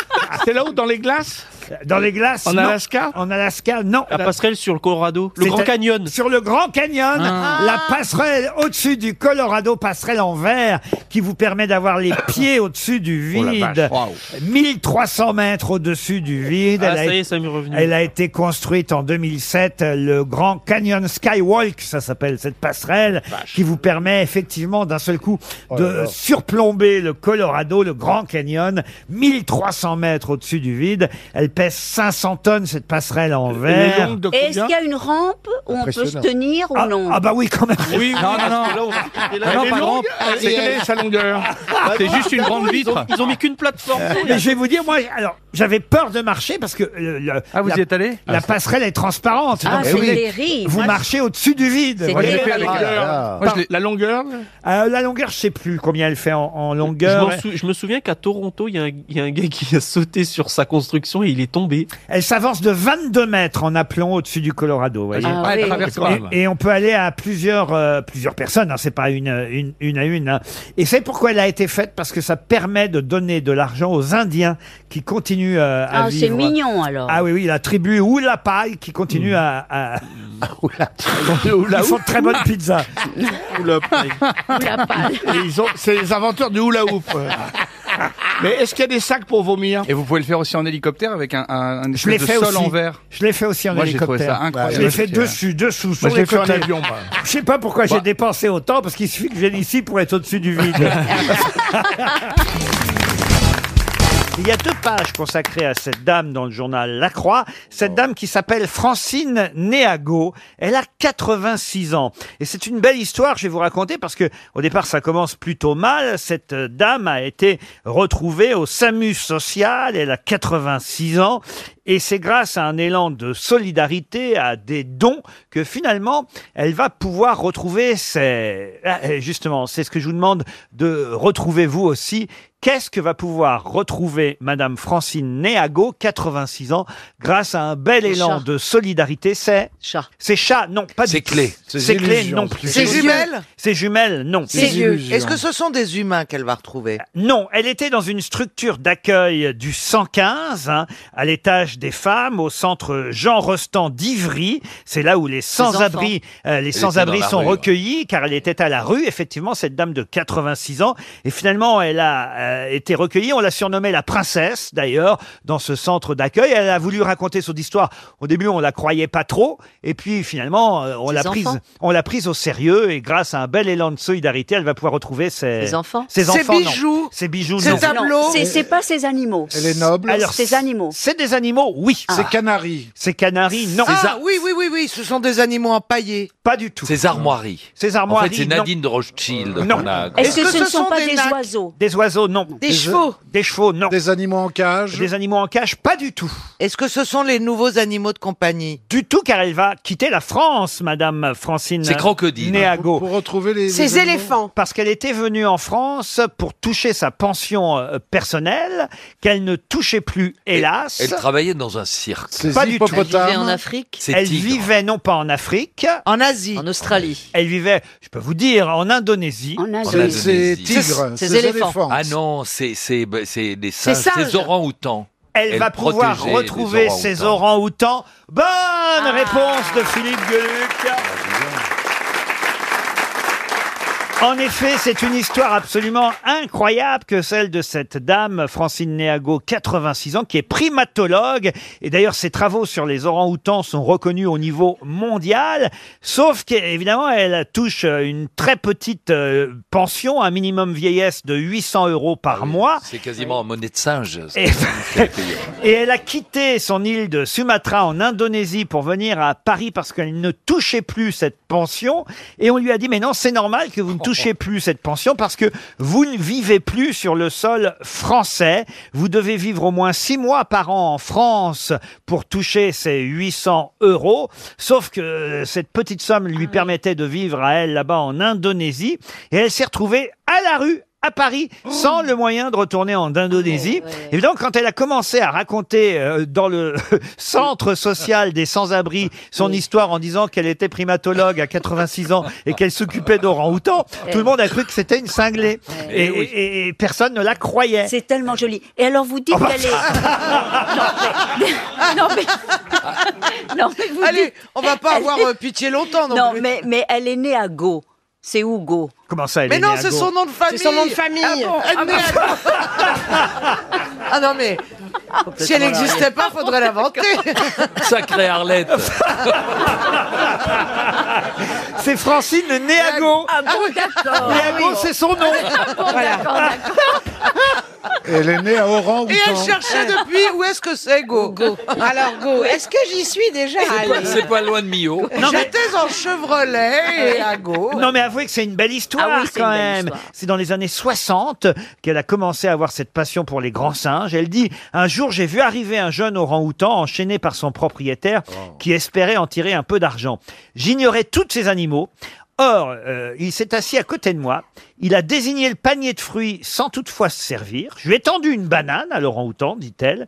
Speaker 8: C'est là-haut, dans les glaces
Speaker 1: Dans les glaces
Speaker 8: En
Speaker 1: non.
Speaker 8: Alaska
Speaker 1: En Alaska, non.
Speaker 18: La passerelle sur le Colorado. Le
Speaker 1: C'est
Speaker 18: Grand
Speaker 1: à-
Speaker 18: Canyon.
Speaker 1: Sur le Grand Canyon,
Speaker 18: Ah.
Speaker 1: la passerelle au-dessus du Colorado, passerelle en verre, qui vous permet d'avoir les pieds au-dessus du
Speaker 18: Oh la
Speaker 1: vide.
Speaker 18: vache. Waouh.
Speaker 1: 1300 mètres au-dessus du vide.
Speaker 18: Ah,
Speaker 1: Elle a
Speaker 18: ça y
Speaker 1: été-
Speaker 18: est, ça m'est revenu.
Speaker 1: Elle a été construite en 2007, euh, le Grand Canyon Skywalk, ça s'appelle cette passerelle, qui vous permet effectivement d'un seul coup de
Speaker 4: Oh là là.
Speaker 1: surplomber le Colorado, le Grand Canyon, 1300 mètres au-dessus du vide. Elle pèse 500 tonnes, cette passerelle en verre.
Speaker 16: Et Est-ce qu'il y a une rampe où on peut se
Speaker 1: Impressionnant.
Speaker 16: tenir ou
Speaker 1: Ah,
Speaker 16: non
Speaker 1: ah bah oui, quand même.
Speaker 8: Oui, oui, parce que là, on-
Speaker 18: Et là,
Speaker 8: Ah non,
Speaker 18: elle est
Speaker 8: pas
Speaker 18: longue.
Speaker 8: grand.
Speaker 18: Elle-
Speaker 8: C'est
Speaker 18: elle-
Speaker 8: quelle est sa longueur
Speaker 1: Ah,
Speaker 8: C'est juste une grande
Speaker 18: Ils ont-
Speaker 8: vitre.
Speaker 18: Ils ont mis qu'une plateforme.
Speaker 1: Mais je vais vous dire, moi, alors, j'avais peur de marcher parce que. le- le-
Speaker 8: Ah, vous
Speaker 1: la,
Speaker 8: y êtes allé
Speaker 1: La
Speaker 8: Ah, c'est-
Speaker 1: passerelle est transparente.
Speaker 8: Ah,
Speaker 1: Donc,
Speaker 8: c'est
Speaker 1: vous êtes-
Speaker 8: terrible. Ah,
Speaker 1: Vous
Speaker 8: Moi,
Speaker 1: marchez au-dessus du vide.
Speaker 8: Moi, je l'ai fait avec-
Speaker 18: Ah.
Speaker 8: Moi, je l'ai- La longueur
Speaker 1: Euh, la longueur, je sais plus combien elle fait en, en
Speaker 18: Je,
Speaker 1: longueur.
Speaker 18: m'en sou- je me souviens qu'à Toronto, il y, a un- il y a un gars qui a sauté sur sa construction et il est tombé.
Speaker 1: Elle s'avance de 22 mètres en aplomb au-dessus du Colorado. vous voyez.
Speaker 18: Ah Ah, elle oui. traverse quand même.
Speaker 1: et, et on peut aller à plusieurs, euh, plusieurs personnes, hein, c'est pas une, euh, une, une à une. hein. Et c'est pourquoi elle a été faite, parce que ça permet de donner de l'argent aux Indiens qui continuent euh, à
Speaker 16: Ah, c'est
Speaker 1: vivre.
Speaker 16: mignon, alors.
Speaker 1: Ah oui, oui, la tribu Oulapai qui
Speaker 18: Hmm.
Speaker 1: continue à... à... Ils font de très bonnes pizzas.
Speaker 8: Et ils ont- C'est les inventeurs du hula hoop. Mais est-ce qu'il y a des sacs pour vomir Et vous pouvez le faire aussi en hélicoptère avec un, un, un
Speaker 1: Je l'ai fait aussi. Je l'ai fait aussi en
Speaker 8: Moi, j'ai
Speaker 1: hélicoptère.
Speaker 8: trouvé ça incroyable.
Speaker 1: Je l'ai fait
Speaker 8: Ouais.
Speaker 1: dessus, dessous, sur
Speaker 8: Moi, je l'ai fait en
Speaker 1: côtés.
Speaker 8: avion, moi.
Speaker 1: Je sais pas pourquoi j'ai
Speaker 8: Bah.
Speaker 1: dépensé autant, parce qu'il suffit que j'aille ici pour être au-dessus du vide. Il y a deux pages consacrées à cette dame dans le journal La Croix. Cette dame qui s'appelle Francine Néago. Elle a 86 ans. Et c'est une belle histoire, je vais vous raconter, parce que au départ, ça commence plutôt mal. Cette euh, dame a été retrouvée au SAMU social. Elle a 86 ans. Et c'est grâce à un élan de solidarité, à des dons, que finalement, elle va pouvoir retrouver ses... Ah, eh, Justement, c'est ce que je vous demande de retrouver vous aussi. Qu'est-ce que va pouvoir retrouver Madame Francine Néago, 86 ans, grâce à un bel élan
Speaker 5: chat.
Speaker 1: de solidarité C'est Chat. C'est chat, non, pas
Speaker 5: C'est clé.
Speaker 1: C'est
Speaker 5: Ses
Speaker 1: clé,
Speaker 5: illusions.
Speaker 1: non plus.
Speaker 14: Ses jumelles
Speaker 1: Ses jumelles, non. Euh,
Speaker 14: Ses yeux. Est-ce que ce sont des humains qu'elle va retrouver
Speaker 1: Non, elle était dans une structure d'accueil du 115, hein, à l'étage des femmes, au centre Jean Rostand d'Ivry. C'est là où les sans-abri,
Speaker 5: enfants.
Speaker 1: euh,
Speaker 5: Elle
Speaker 1: les
Speaker 5: était
Speaker 1: sans-abri
Speaker 5: dans la
Speaker 1: sont
Speaker 5: rue, ouais.
Speaker 1: recueillis, car elle était à la rue, effectivement, cette dame de 86 ans. Et finalement, elle a euh, été recueillie. On l'a surnommée la princesse, d'ailleurs, dans ce centre d'accueil. Elle a voulu raconter son histoire. Au début, on la croyait pas trop. Et puis, finalement, euh, on
Speaker 13: Ses
Speaker 1: l'a
Speaker 13: enfants.
Speaker 1: prise, on l'a prise au sérieux. Et grâce à un bel élan de solidarité, elle va pouvoir retrouver ses,
Speaker 16: Ses enfants.
Speaker 1: ses
Speaker 16: Ses
Speaker 1: enfants, non.
Speaker 16: bijoux.
Speaker 1: Ses bijoux,
Speaker 16: Ces
Speaker 1: non.
Speaker 16: tableaux. C'est- c'est pas ces animaux. Elle est noble.
Speaker 1: Alors,
Speaker 16: Ces animaux.
Speaker 1: C'est des animaux, oui.
Speaker 16: Ah. Ces
Speaker 1: canaris. Ces canaris, non.
Speaker 14: Ah oui, oui, oui, oui, ce sont des animaux empaillés.
Speaker 1: Pas du tout.
Speaker 5: Ses armoiries.
Speaker 1: Ses
Speaker 5: En fait,
Speaker 1: armoiries,
Speaker 5: c'est
Speaker 1: non.
Speaker 5: Nadine de Rothschild.
Speaker 1: Non.
Speaker 5: qu'on a-
Speaker 16: Est-ce que, ce ne sont, pas des
Speaker 14: nacs
Speaker 16: oiseaux
Speaker 1: Ah, Des oiseaux, non.
Speaker 14: Des chevaux.
Speaker 1: Des chevaux, non.
Speaker 14: Des animaux en cage
Speaker 1: Des animaux en cage, pas du tout.
Speaker 14: Est-ce que ce sont les nouveaux animaux de compagnie
Speaker 1: Du tout, car elle va quitter la France, Madame Francine
Speaker 5: Ces crocodiles.
Speaker 1: Néago. Pour, retrouver les,
Speaker 10: Ces les éléphants.
Speaker 1: Parce qu'elle était venue en France pour toucher sa pension euh, personnelle, qu'elle ne touchait plus, hélas.
Speaker 5: Elle travaillait dans un cirque.
Speaker 1: Pas du tout.
Speaker 5: Ces
Speaker 1: Elle
Speaker 5: tigres.
Speaker 1: vivait non pas en Afrique.
Speaker 14: En Asie.
Speaker 1: En Australie. Elle vivait, je peux vous dire, en Indonésie. En
Speaker 5: Ces- ces Indonésie.
Speaker 7: tigres, Ces- ces ces éléphants. éléphants.
Speaker 5: Ah non, c'est c'est bah, c'est des singes,
Speaker 1: singes.
Speaker 5: ces orangs-outans.
Speaker 1: Elle, va pouvoir
Speaker 5: protégeait les
Speaker 1: retrouver ses orangs-outans. Bonne réponse de Philippe
Speaker 5: Ah,
Speaker 1: Gueluc. En effet, c'est une histoire absolument incroyable que celle de cette dame, Francine Néago, 86 ans, qui est primatologue. Et d'ailleurs, ses travaux sur les orangs-outans sont reconnus au niveau mondial. Sauf qu'évidemment, elle touche euh, une très petite euh, pension, un minimum vieillesse de 800 euros par mois.
Speaker 5: Ah C'est quasiment en monnaie de singe.
Speaker 1: Et- Et elle a quitté son île de Sumatra en Indonésie pour venir à Paris parce qu'elle ne touchait plus cette pension. Et on lui a dit, mais non, c'est normal que vous ne touchez plus cette pension parce que vous ne vivez plus sur le sol français. Vous devez vivre au moins six mois par an en France pour toucher ces 800 euros. Sauf que euh, cette petite somme lui permettait de vivre à elle là-bas en Indonésie. Et elle s'est retrouvée à la rue à Paris
Speaker 14: Oh
Speaker 1: sans le moyen de retourner en Indonésie. Évidemment, quand elle a commencé à raconter euh, dans le centre social des sans-abri son histoire en disant qu'elle était primatologue à 86 ans et qu'elle s'occupait d'orang-outans, tout le monde a cru que c'était une cinglée.
Speaker 14: Eh
Speaker 1: Et, et- et personne ne la croyait. Oh, bah,
Speaker 16: C'est tellement joli. Et alors vous dites qu'elle est... non, mais... non, mais... non, mais vous
Speaker 14: Allez,
Speaker 16: dites-
Speaker 14: on va pas
Speaker 16: Elle
Speaker 14: avoir
Speaker 16: est-
Speaker 14: euh, pitié longtemps non,
Speaker 16: Non,
Speaker 14: plus.
Speaker 16: mais, mais elle est née à Go. C'est où Go
Speaker 1: Comment ça, elle
Speaker 14: Mais
Speaker 1: est
Speaker 14: non,
Speaker 1: née à
Speaker 14: c'est
Speaker 1: Go
Speaker 14: son nom de famille.
Speaker 16: C'est son nom de famille.
Speaker 14: Ah, bon, elle
Speaker 16: Ah
Speaker 14: est née à- Ah non mais si elle n'existait pas, faudrait l'inventer.
Speaker 5: Sacré Arlette.
Speaker 1: C'est Francine Néago.
Speaker 16: Ah bon, d'accord.
Speaker 14: Oh,
Speaker 1: Néago, c'est son nom.
Speaker 16: Ah bon, d'accord, d'accord.
Speaker 7: Elle est née à Oran.
Speaker 14: Et elle cherchait depuis où est-ce que c'est Go.
Speaker 10: Alors, Go, est-ce que j'y suis déjà
Speaker 5: C'est pas-
Speaker 10: allée
Speaker 5: C'est pas loin de Mio.
Speaker 14: J'étais en Chevrolet et à Go.
Speaker 1: Non, mais avouez que c'est une belle histoire
Speaker 14: Ah oui, c'est
Speaker 1: quand
Speaker 14: une belle
Speaker 1: même.
Speaker 14: histoire.
Speaker 1: C'est dans les années 60 qu'elle a commencé à avoir cette passion pour les grands singes. Elle dit Un jour, j'ai vu arriver un jeune orang-outan enchaîné par son propriétaire qui espérait en tirer un peu d'argent. J'ignorais tous ces animaux. Or, euh, il s'est assis à côté de moi. Il a désigné le panier de fruits sans toutefois se servir. Je lui ai tendu une banane à l'orang-outan, dit-elle.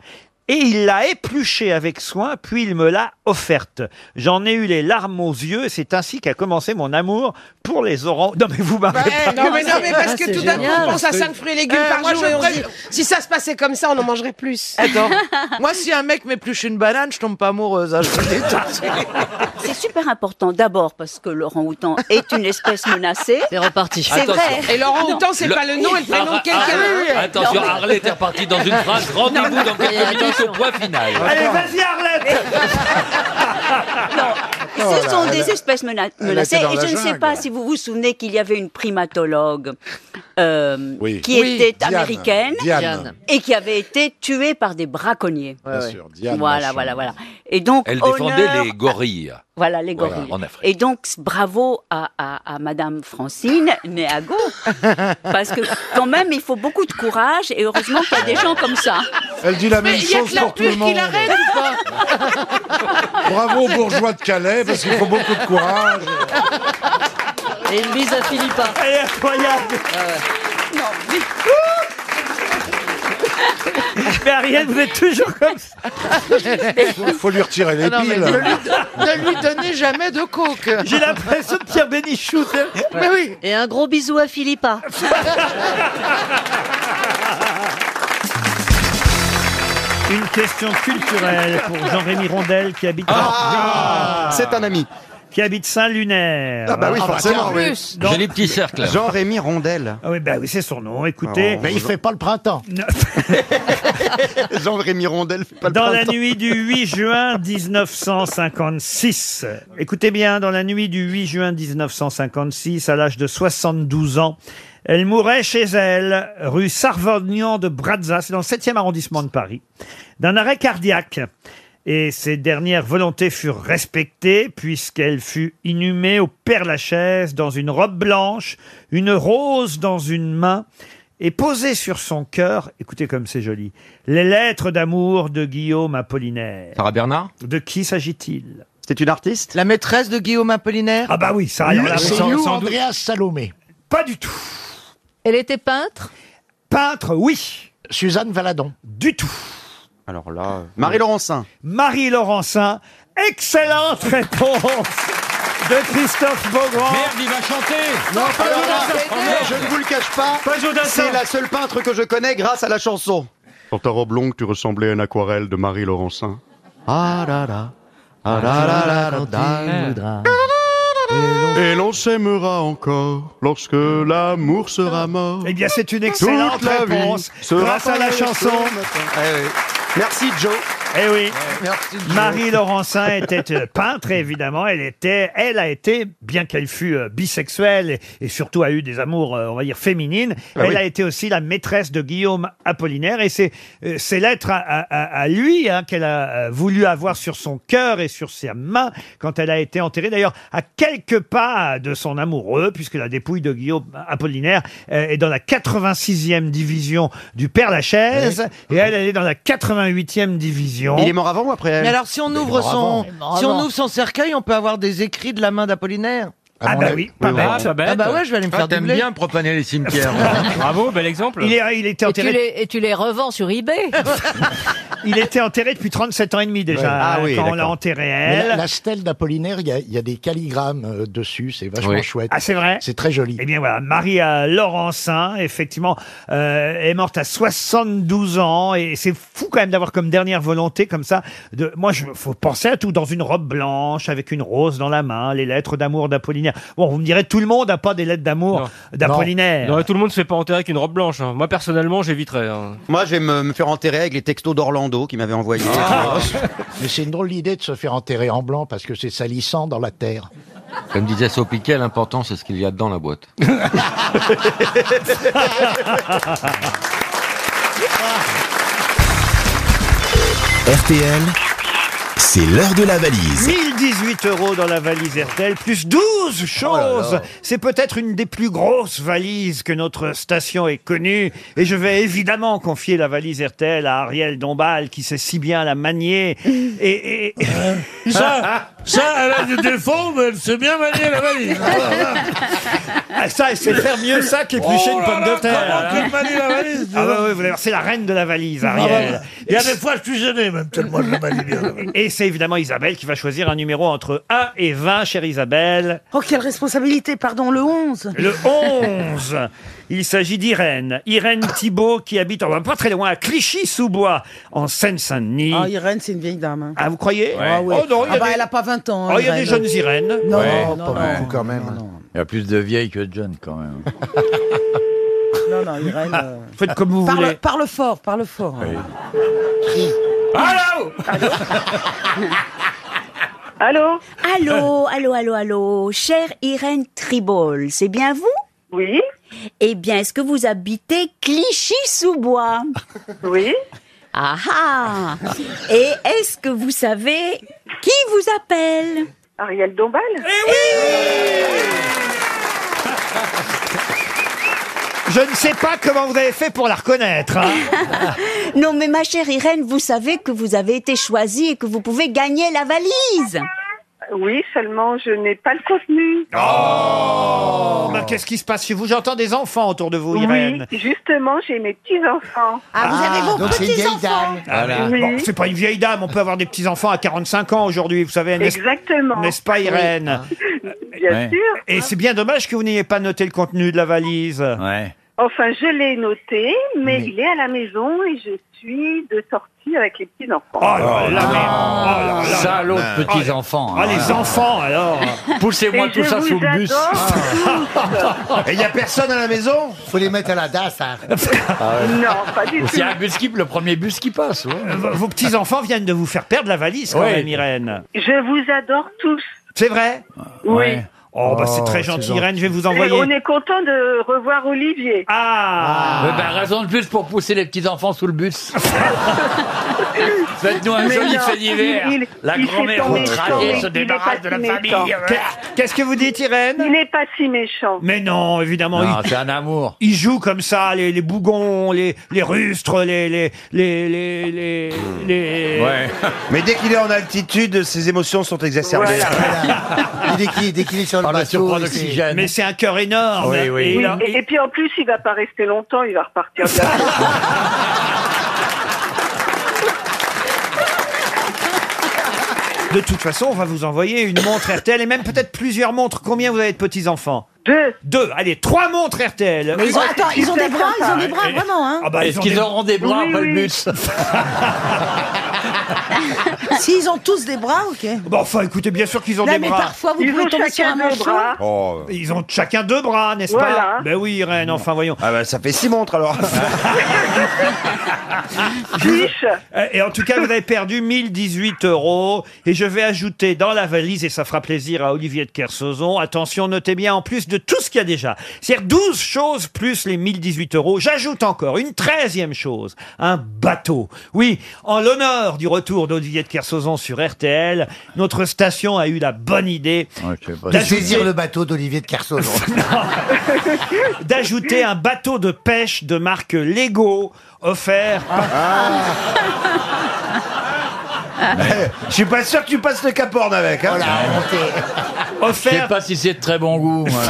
Speaker 1: Et il l'a épluchée avec soin, puis il me l'a offerte. J'en ai eu les larmes aux yeux, et c'est ainsi qu'a commencé mon amour pour les orangs. Non mais vous marrez pas.
Speaker 10: Eh, non, mais non, mais parce que tout d'un coup, on pense à 5 fruits et légumes
Speaker 14: Eh,
Speaker 10: par
Speaker 14: moi,
Speaker 10: jour
Speaker 14: je
Speaker 10: et on se dit,
Speaker 14: préfère-
Speaker 10: si ça se passait comme ça, on en mangerait plus.
Speaker 14: Attends, moi si un mec m'épluche une banane, je tombe pas amoureuse. hein, je vous le dis tout de suite.
Speaker 16: C'est super important d'abord parce que Laurent Houtan est une espèce menacée. C'est reparti. C'est
Speaker 5: Attention.
Speaker 16: vrai.
Speaker 10: Et
Speaker 5: Ah,
Speaker 10: Laurent Houtan, c'est pas le nom et le prénom de quelqu'un.
Speaker 5: Attention,
Speaker 10: Non, mais-
Speaker 5: Arlette est repartie dans une phrase. Rendez-vous dans quelques minutes au point final.
Speaker 1: Allez, vas-y Arlette
Speaker 5: Oh
Speaker 16: Ce sont des espèces mena-
Speaker 15: Elle
Speaker 16: menacées.
Speaker 15: était dans
Speaker 16: Et
Speaker 15: la
Speaker 16: je ne sais
Speaker 15: jungle.
Speaker 16: pas si vous vous souvenez qu'il y avait une primatologue euh,
Speaker 15: Oui.
Speaker 16: qui
Speaker 15: Oui,
Speaker 16: était
Speaker 15: Diane.
Speaker 16: américaine
Speaker 15: Diane. Diane.
Speaker 16: et qui avait été tuée par des braconniers.
Speaker 5: Bien sûr, Diane,
Speaker 16: Voilà,
Speaker 5: machin.
Speaker 16: voilà, voilà. Et donc,
Speaker 5: Elle
Speaker 16: honneur-
Speaker 5: défendait les gorilles.
Speaker 16: Voilà, les
Speaker 5: Voilà,
Speaker 16: gorilles.
Speaker 5: en Afrique.
Speaker 16: Et donc, bravo à, à, à Madame Francine Néago, parce que quand même, il faut beaucoup de courage, et heureusement qu'il y a des gens comme ça.
Speaker 7: Elle dit la même chose pour tout le monde. Bravo aux bourgeois de Calais, parce qu'il faut beaucoup de courage.
Speaker 9: Et une bise à Philippa. Ah
Speaker 1: Elle est incroyable. Mais Ariel, vous êtes toujours comme ça.
Speaker 7: Il faut lui retirer les
Speaker 1: Ah non, mais
Speaker 7: piles.
Speaker 1: ne lui-
Speaker 13: Ne lui donnez jamais de coke.
Speaker 1: J'ai l'impression de Pierre Bénichou.
Speaker 13: Mais oui. Et un gros bisou à Philippa.
Speaker 1: Une question culturelle pour Jean-Rémy Rondel qui habite.
Speaker 22: Ah, C'est un ami.
Speaker 1: Qui habite Saint-Lunaire.
Speaker 22: Ah bah oui, forcément, oui.
Speaker 1: Dans-
Speaker 5: J'ai les petits cercles.
Speaker 22: Jean-Rémy Rondel. Ah,
Speaker 1: Ah oui, bah oui, c'est son nom, écoutez. Bah,
Speaker 22: Mais il fait
Speaker 1: pas le printemps.
Speaker 22: Jean-Rémy Rondel fait pas le
Speaker 1: Dans la
Speaker 22: printemps.
Speaker 1: nuit du 8 juin 1956. Écoutez bien, dans la nuit du 8 juin 1956, à l'âge de 72 ans, elle mourait chez elle, rue Sarvagnan de Brazza, c'est dans le 7e arrondissement de Paris, d'un arrêt cardiaque. Et ses dernières volontés furent respectées puisqu'elle fut inhumée au Père-Lachaise dans une robe blanche, une rose dans une main et posée sur son cœur, écoutez comme c'est joli, les lettres d'amour de Guillaume Apollinaire. Sarah Bernard De qui s'agit-il C'était une artiste
Speaker 14: La maîtresse de Guillaume Apollinaire
Speaker 1: Ah bah oui, ça alors là,
Speaker 13: C'est
Speaker 1: sans-
Speaker 13: Lou
Speaker 1: sans doute.
Speaker 13: Andreas Salomé.
Speaker 1: Pas du tout.
Speaker 2: Elle était peintre
Speaker 1: Peintre, oui.
Speaker 13: Suzanne Valadon.
Speaker 1: Du tout.
Speaker 22: Alors là. Marie Laurencin.
Speaker 1: Marie Laurencin, excellente réponse de Christophe Beaugrand.
Speaker 22: Merde,
Speaker 1: il va chanter
Speaker 22: Non, pas
Speaker 1: Alors là,
Speaker 22: Jodassin. Je ne vous le cache pas.
Speaker 1: Pas Jodassin.
Speaker 22: C'est la seule peintre que je connais grâce à la chanson.
Speaker 23: Dans ta robe longue, tu ressemblais à une aquarelle de Marie Laurencin.
Speaker 22: Ah là là. Ah
Speaker 23: là là là là, tu Et l'on s'aimera encore lorsque l'amour sera mort.
Speaker 1: Eh bien, c'est une excellente
Speaker 23: Toute la vie
Speaker 1: réponse
Speaker 23: sera
Speaker 1: grâce à la
Speaker 23: pareille
Speaker 1: chanson.
Speaker 23: ce matin.
Speaker 22: Eh
Speaker 1: Merci Joe. Eh oui. Marie Laurencin était euh, peintre et évidemment, elle était, elle a été, bien qu'elle fût euh, bisexuelle et, et surtout a eu des amours, euh, on va dire féminines,
Speaker 22: Ah
Speaker 1: elle
Speaker 22: oui.
Speaker 1: a été aussi la maîtresse de Guillaume Apollinaire et c'est euh, ses lettres à, à- à- à lui hein, qu'elle a euh, voulu avoir sur son cœur et sur ses mains quand elle a été enterrée. D'ailleurs, à quelques pas de son amoureux, puisque la dépouille de Guillaume Apollinaire euh, est dans la 86e division du Père Lachaise et elle, elle est dans la 88e division.
Speaker 22: Il est mort avant ou après elle
Speaker 14: Mais alors, si on ouvre son, si on ouvre son cercueil, on peut avoir des écrits de la main d'Apollinaire.
Speaker 1: Ah bah oui, pas bête.
Speaker 14: Ah bah ouais, je vais aller me faire doubler.
Speaker 5: profaner les cimetières.
Speaker 18: Bravo, bel exemple.
Speaker 1: Il, est- il était
Speaker 2: et tu,
Speaker 1: enterré.
Speaker 2: les, et tu les revends sur eBay
Speaker 1: Il était enterré depuis 37 ans et demi déjà
Speaker 19: Ouais. Ah
Speaker 1: euh,
Speaker 19: oui,
Speaker 1: quand on l'a
Speaker 19: d'accord.
Speaker 1: enterré
Speaker 19: Mais La,
Speaker 1: elle.
Speaker 19: la stèle d'Apollinaire, il y, a- il y a des calligrammes euh, dessus, c'est vachement
Speaker 1: Oui.
Speaker 19: chouette.
Speaker 1: Ah, c'est vrai
Speaker 19: C'est très joli.
Speaker 1: Eh bien voilà, Maria Laurencin, effectivement, euh, est morte à 72 ans et c'est fou quand même d'avoir comme dernière volonté comme ça. De, moi, je faut penser à tout dans une robe blanche avec une rose dans la main, les lettres d'amour d'Apollinaire. Bon, vous me direz tout le monde n'a pas des lettres d'amour d'Apollinaire.
Speaker 18: Non, mais tout le monde se fait pas enterrer avec une robe blanche. hein. Moi, personnellement, j'éviterais. hein.
Speaker 22: Moi, je vais me, me faire enterrer avec les textos d'Orlando qu'il m'avait envoyés.
Speaker 19: Mais c'est une drôle d'idée de se faire enterrer en blanc parce que c'est salissant dans la terre.
Speaker 24: Comme disait Sopiquet, l'important c'est ce qu'il y a dedans la boîte.
Speaker 25: RTL, c'est l'heure de la valise.
Speaker 1: 1018 euros dans la valise RTL, plus 12 choses. C'est peut-être une des plus grosses valises que notre station ait connue. Et je vais évidemment confier la valise RTL à Ariel Dombal, qui sait si bien la manier. Et, et-
Speaker 4: Ça, ça, elle a des défauts, mais elle sait bien manier la valise.
Speaker 1: Ah, ça, elle sait faire mieux ça qu'éplucher
Speaker 4: Oh
Speaker 1: une
Speaker 4: là
Speaker 1: pomme
Speaker 4: là,
Speaker 1: de terre.
Speaker 4: comment tu manies la valise, dis
Speaker 1: Ah bah
Speaker 4: donc.
Speaker 1: oui, vous allez voir, c'est la reine de la valise,
Speaker 4: Ah bah,
Speaker 1: Ariel.
Speaker 4: Il y a des fois, je suis gêné, même tellement je la manie bien.
Speaker 1: Et c'est évidemment Isabelle qui va choisir un numéro entre 1 et 20, chère Isabelle.
Speaker 10: Oh, quelle responsabilité, pardon, le 11.
Speaker 1: Le 11, il s'agit d'Irène. Irène Thibault qui habite en, pas très loin à Clichy-sous-Bois, en Seine-Saint-Denis.
Speaker 10: Ah, Irène, c'est une vieille dame. hein.
Speaker 1: Ah, vous croyez
Speaker 10: Ah ouais.
Speaker 1: Oh non, il y
Speaker 10: Ah
Speaker 1: a
Speaker 10: bah,
Speaker 1: des-
Speaker 10: elle a pas 20 ans.
Speaker 1: Oh, il y a
Speaker 10: Irène.
Speaker 1: des jeunes Irènes.
Speaker 10: Non,
Speaker 1: Ouais,
Speaker 10: non, non, non.
Speaker 24: quand même. Il y a plus de vieilles que de jeunes quand même.
Speaker 10: Non, non, Irène. euh,
Speaker 1: Faites comme vous
Speaker 10: parle,
Speaker 1: voulez.
Speaker 10: Parle fort, parle fort.
Speaker 1: Allô
Speaker 16: Allô Allô, allô, allô, allô. Chère Irène Tribol, c'est bien vous Oui. Eh bien, est-ce que vous habitez Clichy-sous-Bois Oui. Ah ah Et est-ce que vous savez qui vous appelle Ariel Dombal Eh
Speaker 1: Je ne sais pas comment vous avez fait pour la reconnaître. hein.
Speaker 16: Non, mais ma chère Irène, vous savez que vous avez été choisie et que vous pouvez gagner la valise. Oui, seulement je n'ai pas le contenu.
Speaker 1: Ah. Oh, Bah, Qu'est-ce qui se passe chez vous J'entends des enfants autour de vous, Irène.
Speaker 10: justement, j'ai mes petits-enfants.
Speaker 1: Ah, vous avez vos donc c'est une vieille
Speaker 10: petits-enfants
Speaker 1: Voilà. Bon, c'est pas une vieille dame, on peut avoir des petits-enfants à 45 ans aujourd'hui, vous savez. n'est-ce-
Speaker 10: Exactement.
Speaker 1: N'est-ce pas, Irène
Speaker 10: Bien sûr.
Speaker 1: Et c'est bien dommage que vous n'ayez pas noté le contenu de la valise. Ouais.
Speaker 10: Enfin, je l'ai noté, mais,
Speaker 1: Mais-
Speaker 10: il est à la maison et je suis de sortie avec les petits-enfants.
Speaker 1: Oh là là, mais- oh là là.
Speaker 3: Salaud de
Speaker 1: Ah,
Speaker 3: petits
Speaker 1: les-
Speaker 3: enfants,
Speaker 1: Ah,
Speaker 3: hein.
Speaker 1: les enfants, alors
Speaker 3: Poussez-moi
Speaker 10: Et
Speaker 3: tout
Speaker 10: je
Speaker 3: ça
Speaker 10: vous
Speaker 3: sous le bus.
Speaker 10: adore tous.
Speaker 17: Et il n'y a personne à la maison Faut les mettre à la DAS. hein.
Speaker 10: Non, pas du
Speaker 3: Ou
Speaker 10: tout.
Speaker 3: C'est un bus qui, le premier bus qui passe. ouais.
Speaker 1: Vos vos petits-enfants viennent de vous faire perdre la valise, quand
Speaker 3: Ouais.
Speaker 1: même, Irène.
Speaker 10: Je vous adore tous.
Speaker 1: C'est vrai
Speaker 10: Oui.
Speaker 1: Oh, bah, c'est très
Speaker 3: Oh,
Speaker 1: gentil,
Speaker 3: c'est
Speaker 1: Irène, je vais vous
Speaker 10: Et on
Speaker 1: envoyer...
Speaker 10: est content de revoir Olivier.
Speaker 1: Ah,
Speaker 3: Ouais, bah, raison de plus pour pousser les petits enfants sous le bus. Faites-nous un
Speaker 10: Mais
Speaker 3: joli
Speaker 10: non,
Speaker 3: fait d'hiver.
Speaker 10: il- il-
Speaker 3: La
Speaker 10: il
Speaker 3: grand-mère
Speaker 10: s'est tombé
Speaker 3: outragée
Speaker 10: sur- il
Speaker 3: se
Speaker 10: est
Speaker 3: débarrasse de la
Speaker 10: fasciné,
Speaker 3: famille.
Speaker 10: tant.
Speaker 3: Ah,
Speaker 1: Qu'est- Qu'est-ce que vous dites, Irène
Speaker 10: Il n'est pas si méchant.
Speaker 1: Mais non, évidemment.
Speaker 3: Non,
Speaker 1: il-
Speaker 3: c'est un amour.
Speaker 1: Ils jouent comme ça, les, les bougons, les, les rustres, les... les, les, les, les, les-
Speaker 17: Mais dès qu'il est en altitude, ses émotions sont exacerbées.
Speaker 19: Dès qu'il dès qu'il est
Speaker 3: Ah,
Speaker 19: sur le bateau, il s'est-
Speaker 1: Mais c'est un cœur énorme.
Speaker 17: Oui, oui.
Speaker 1: Et
Speaker 10: Oui,
Speaker 1: il a-
Speaker 10: et, et puis en plus, il va pas rester longtemps, il va repartir. de la-
Speaker 1: De toute façon, on va vous envoyer une montre RTL et même peut-être plusieurs montres. Combien vous avez de petits-enfants
Speaker 10: Deux.
Speaker 1: Deux. Allez, trois montres RTL.
Speaker 10: Mais ils ont- attends, ils ont des bras, ils ont des bras,
Speaker 1: vraiment, hein
Speaker 3: Est-ce qu'ils auront des bras
Speaker 1: Oui,
Speaker 3: après le
Speaker 1: oui.
Speaker 3: bus
Speaker 10: S'ils ont tous des bras, ok.
Speaker 1: Bon, enfin, écoutez, bien sûr qu'ils ont
Speaker 10: Non,
Speaker 1: des
Speaker 10: mais
Speaker 1: bras.
Speaker 10: parfois, vous Ils pouvez ont tomber sur chacun un deux manchon. bras.
Speaker 1: Ah. Ils ont chacun deux bras, n'est-ce
Speaker 10: Voilà.
Speaker 1: pas Ben oui, Irène, enfin voyons. Ah ben ça fait six montres alors. et en tout cas, vous avez perdu 1018 euros. Et je vais ajouter dans la valise, et ça fera plaisir à Olivier de Kersauzon, attention, notez bien, en plus de tout ce qu'il y a déjà, c'est-à-dire 12 choses plus les 1018 euros, j'ajoute encore une treizième chose, un bateau. Oui, en l'honneur du retour d'Olivier de Kersauzon sur RTL, notre station a eu la bonne idée
Speaker 19: de
Speaker 1: d'ajouter-
Speaker 19: saisir le bateau d'Olivier de Kersauzon.
Speaker 1: d'ajouter un bateau de pêche de marque Lego offert par...
Speaker 19: Ah.
Speaker 17: Je suis pas sûr que tu passes le Cap Horn avec. Hein.
Speaker 3: Je sais
Speaker 1: offert,
Speaker 3: pas si c'est de très bon goût. moi.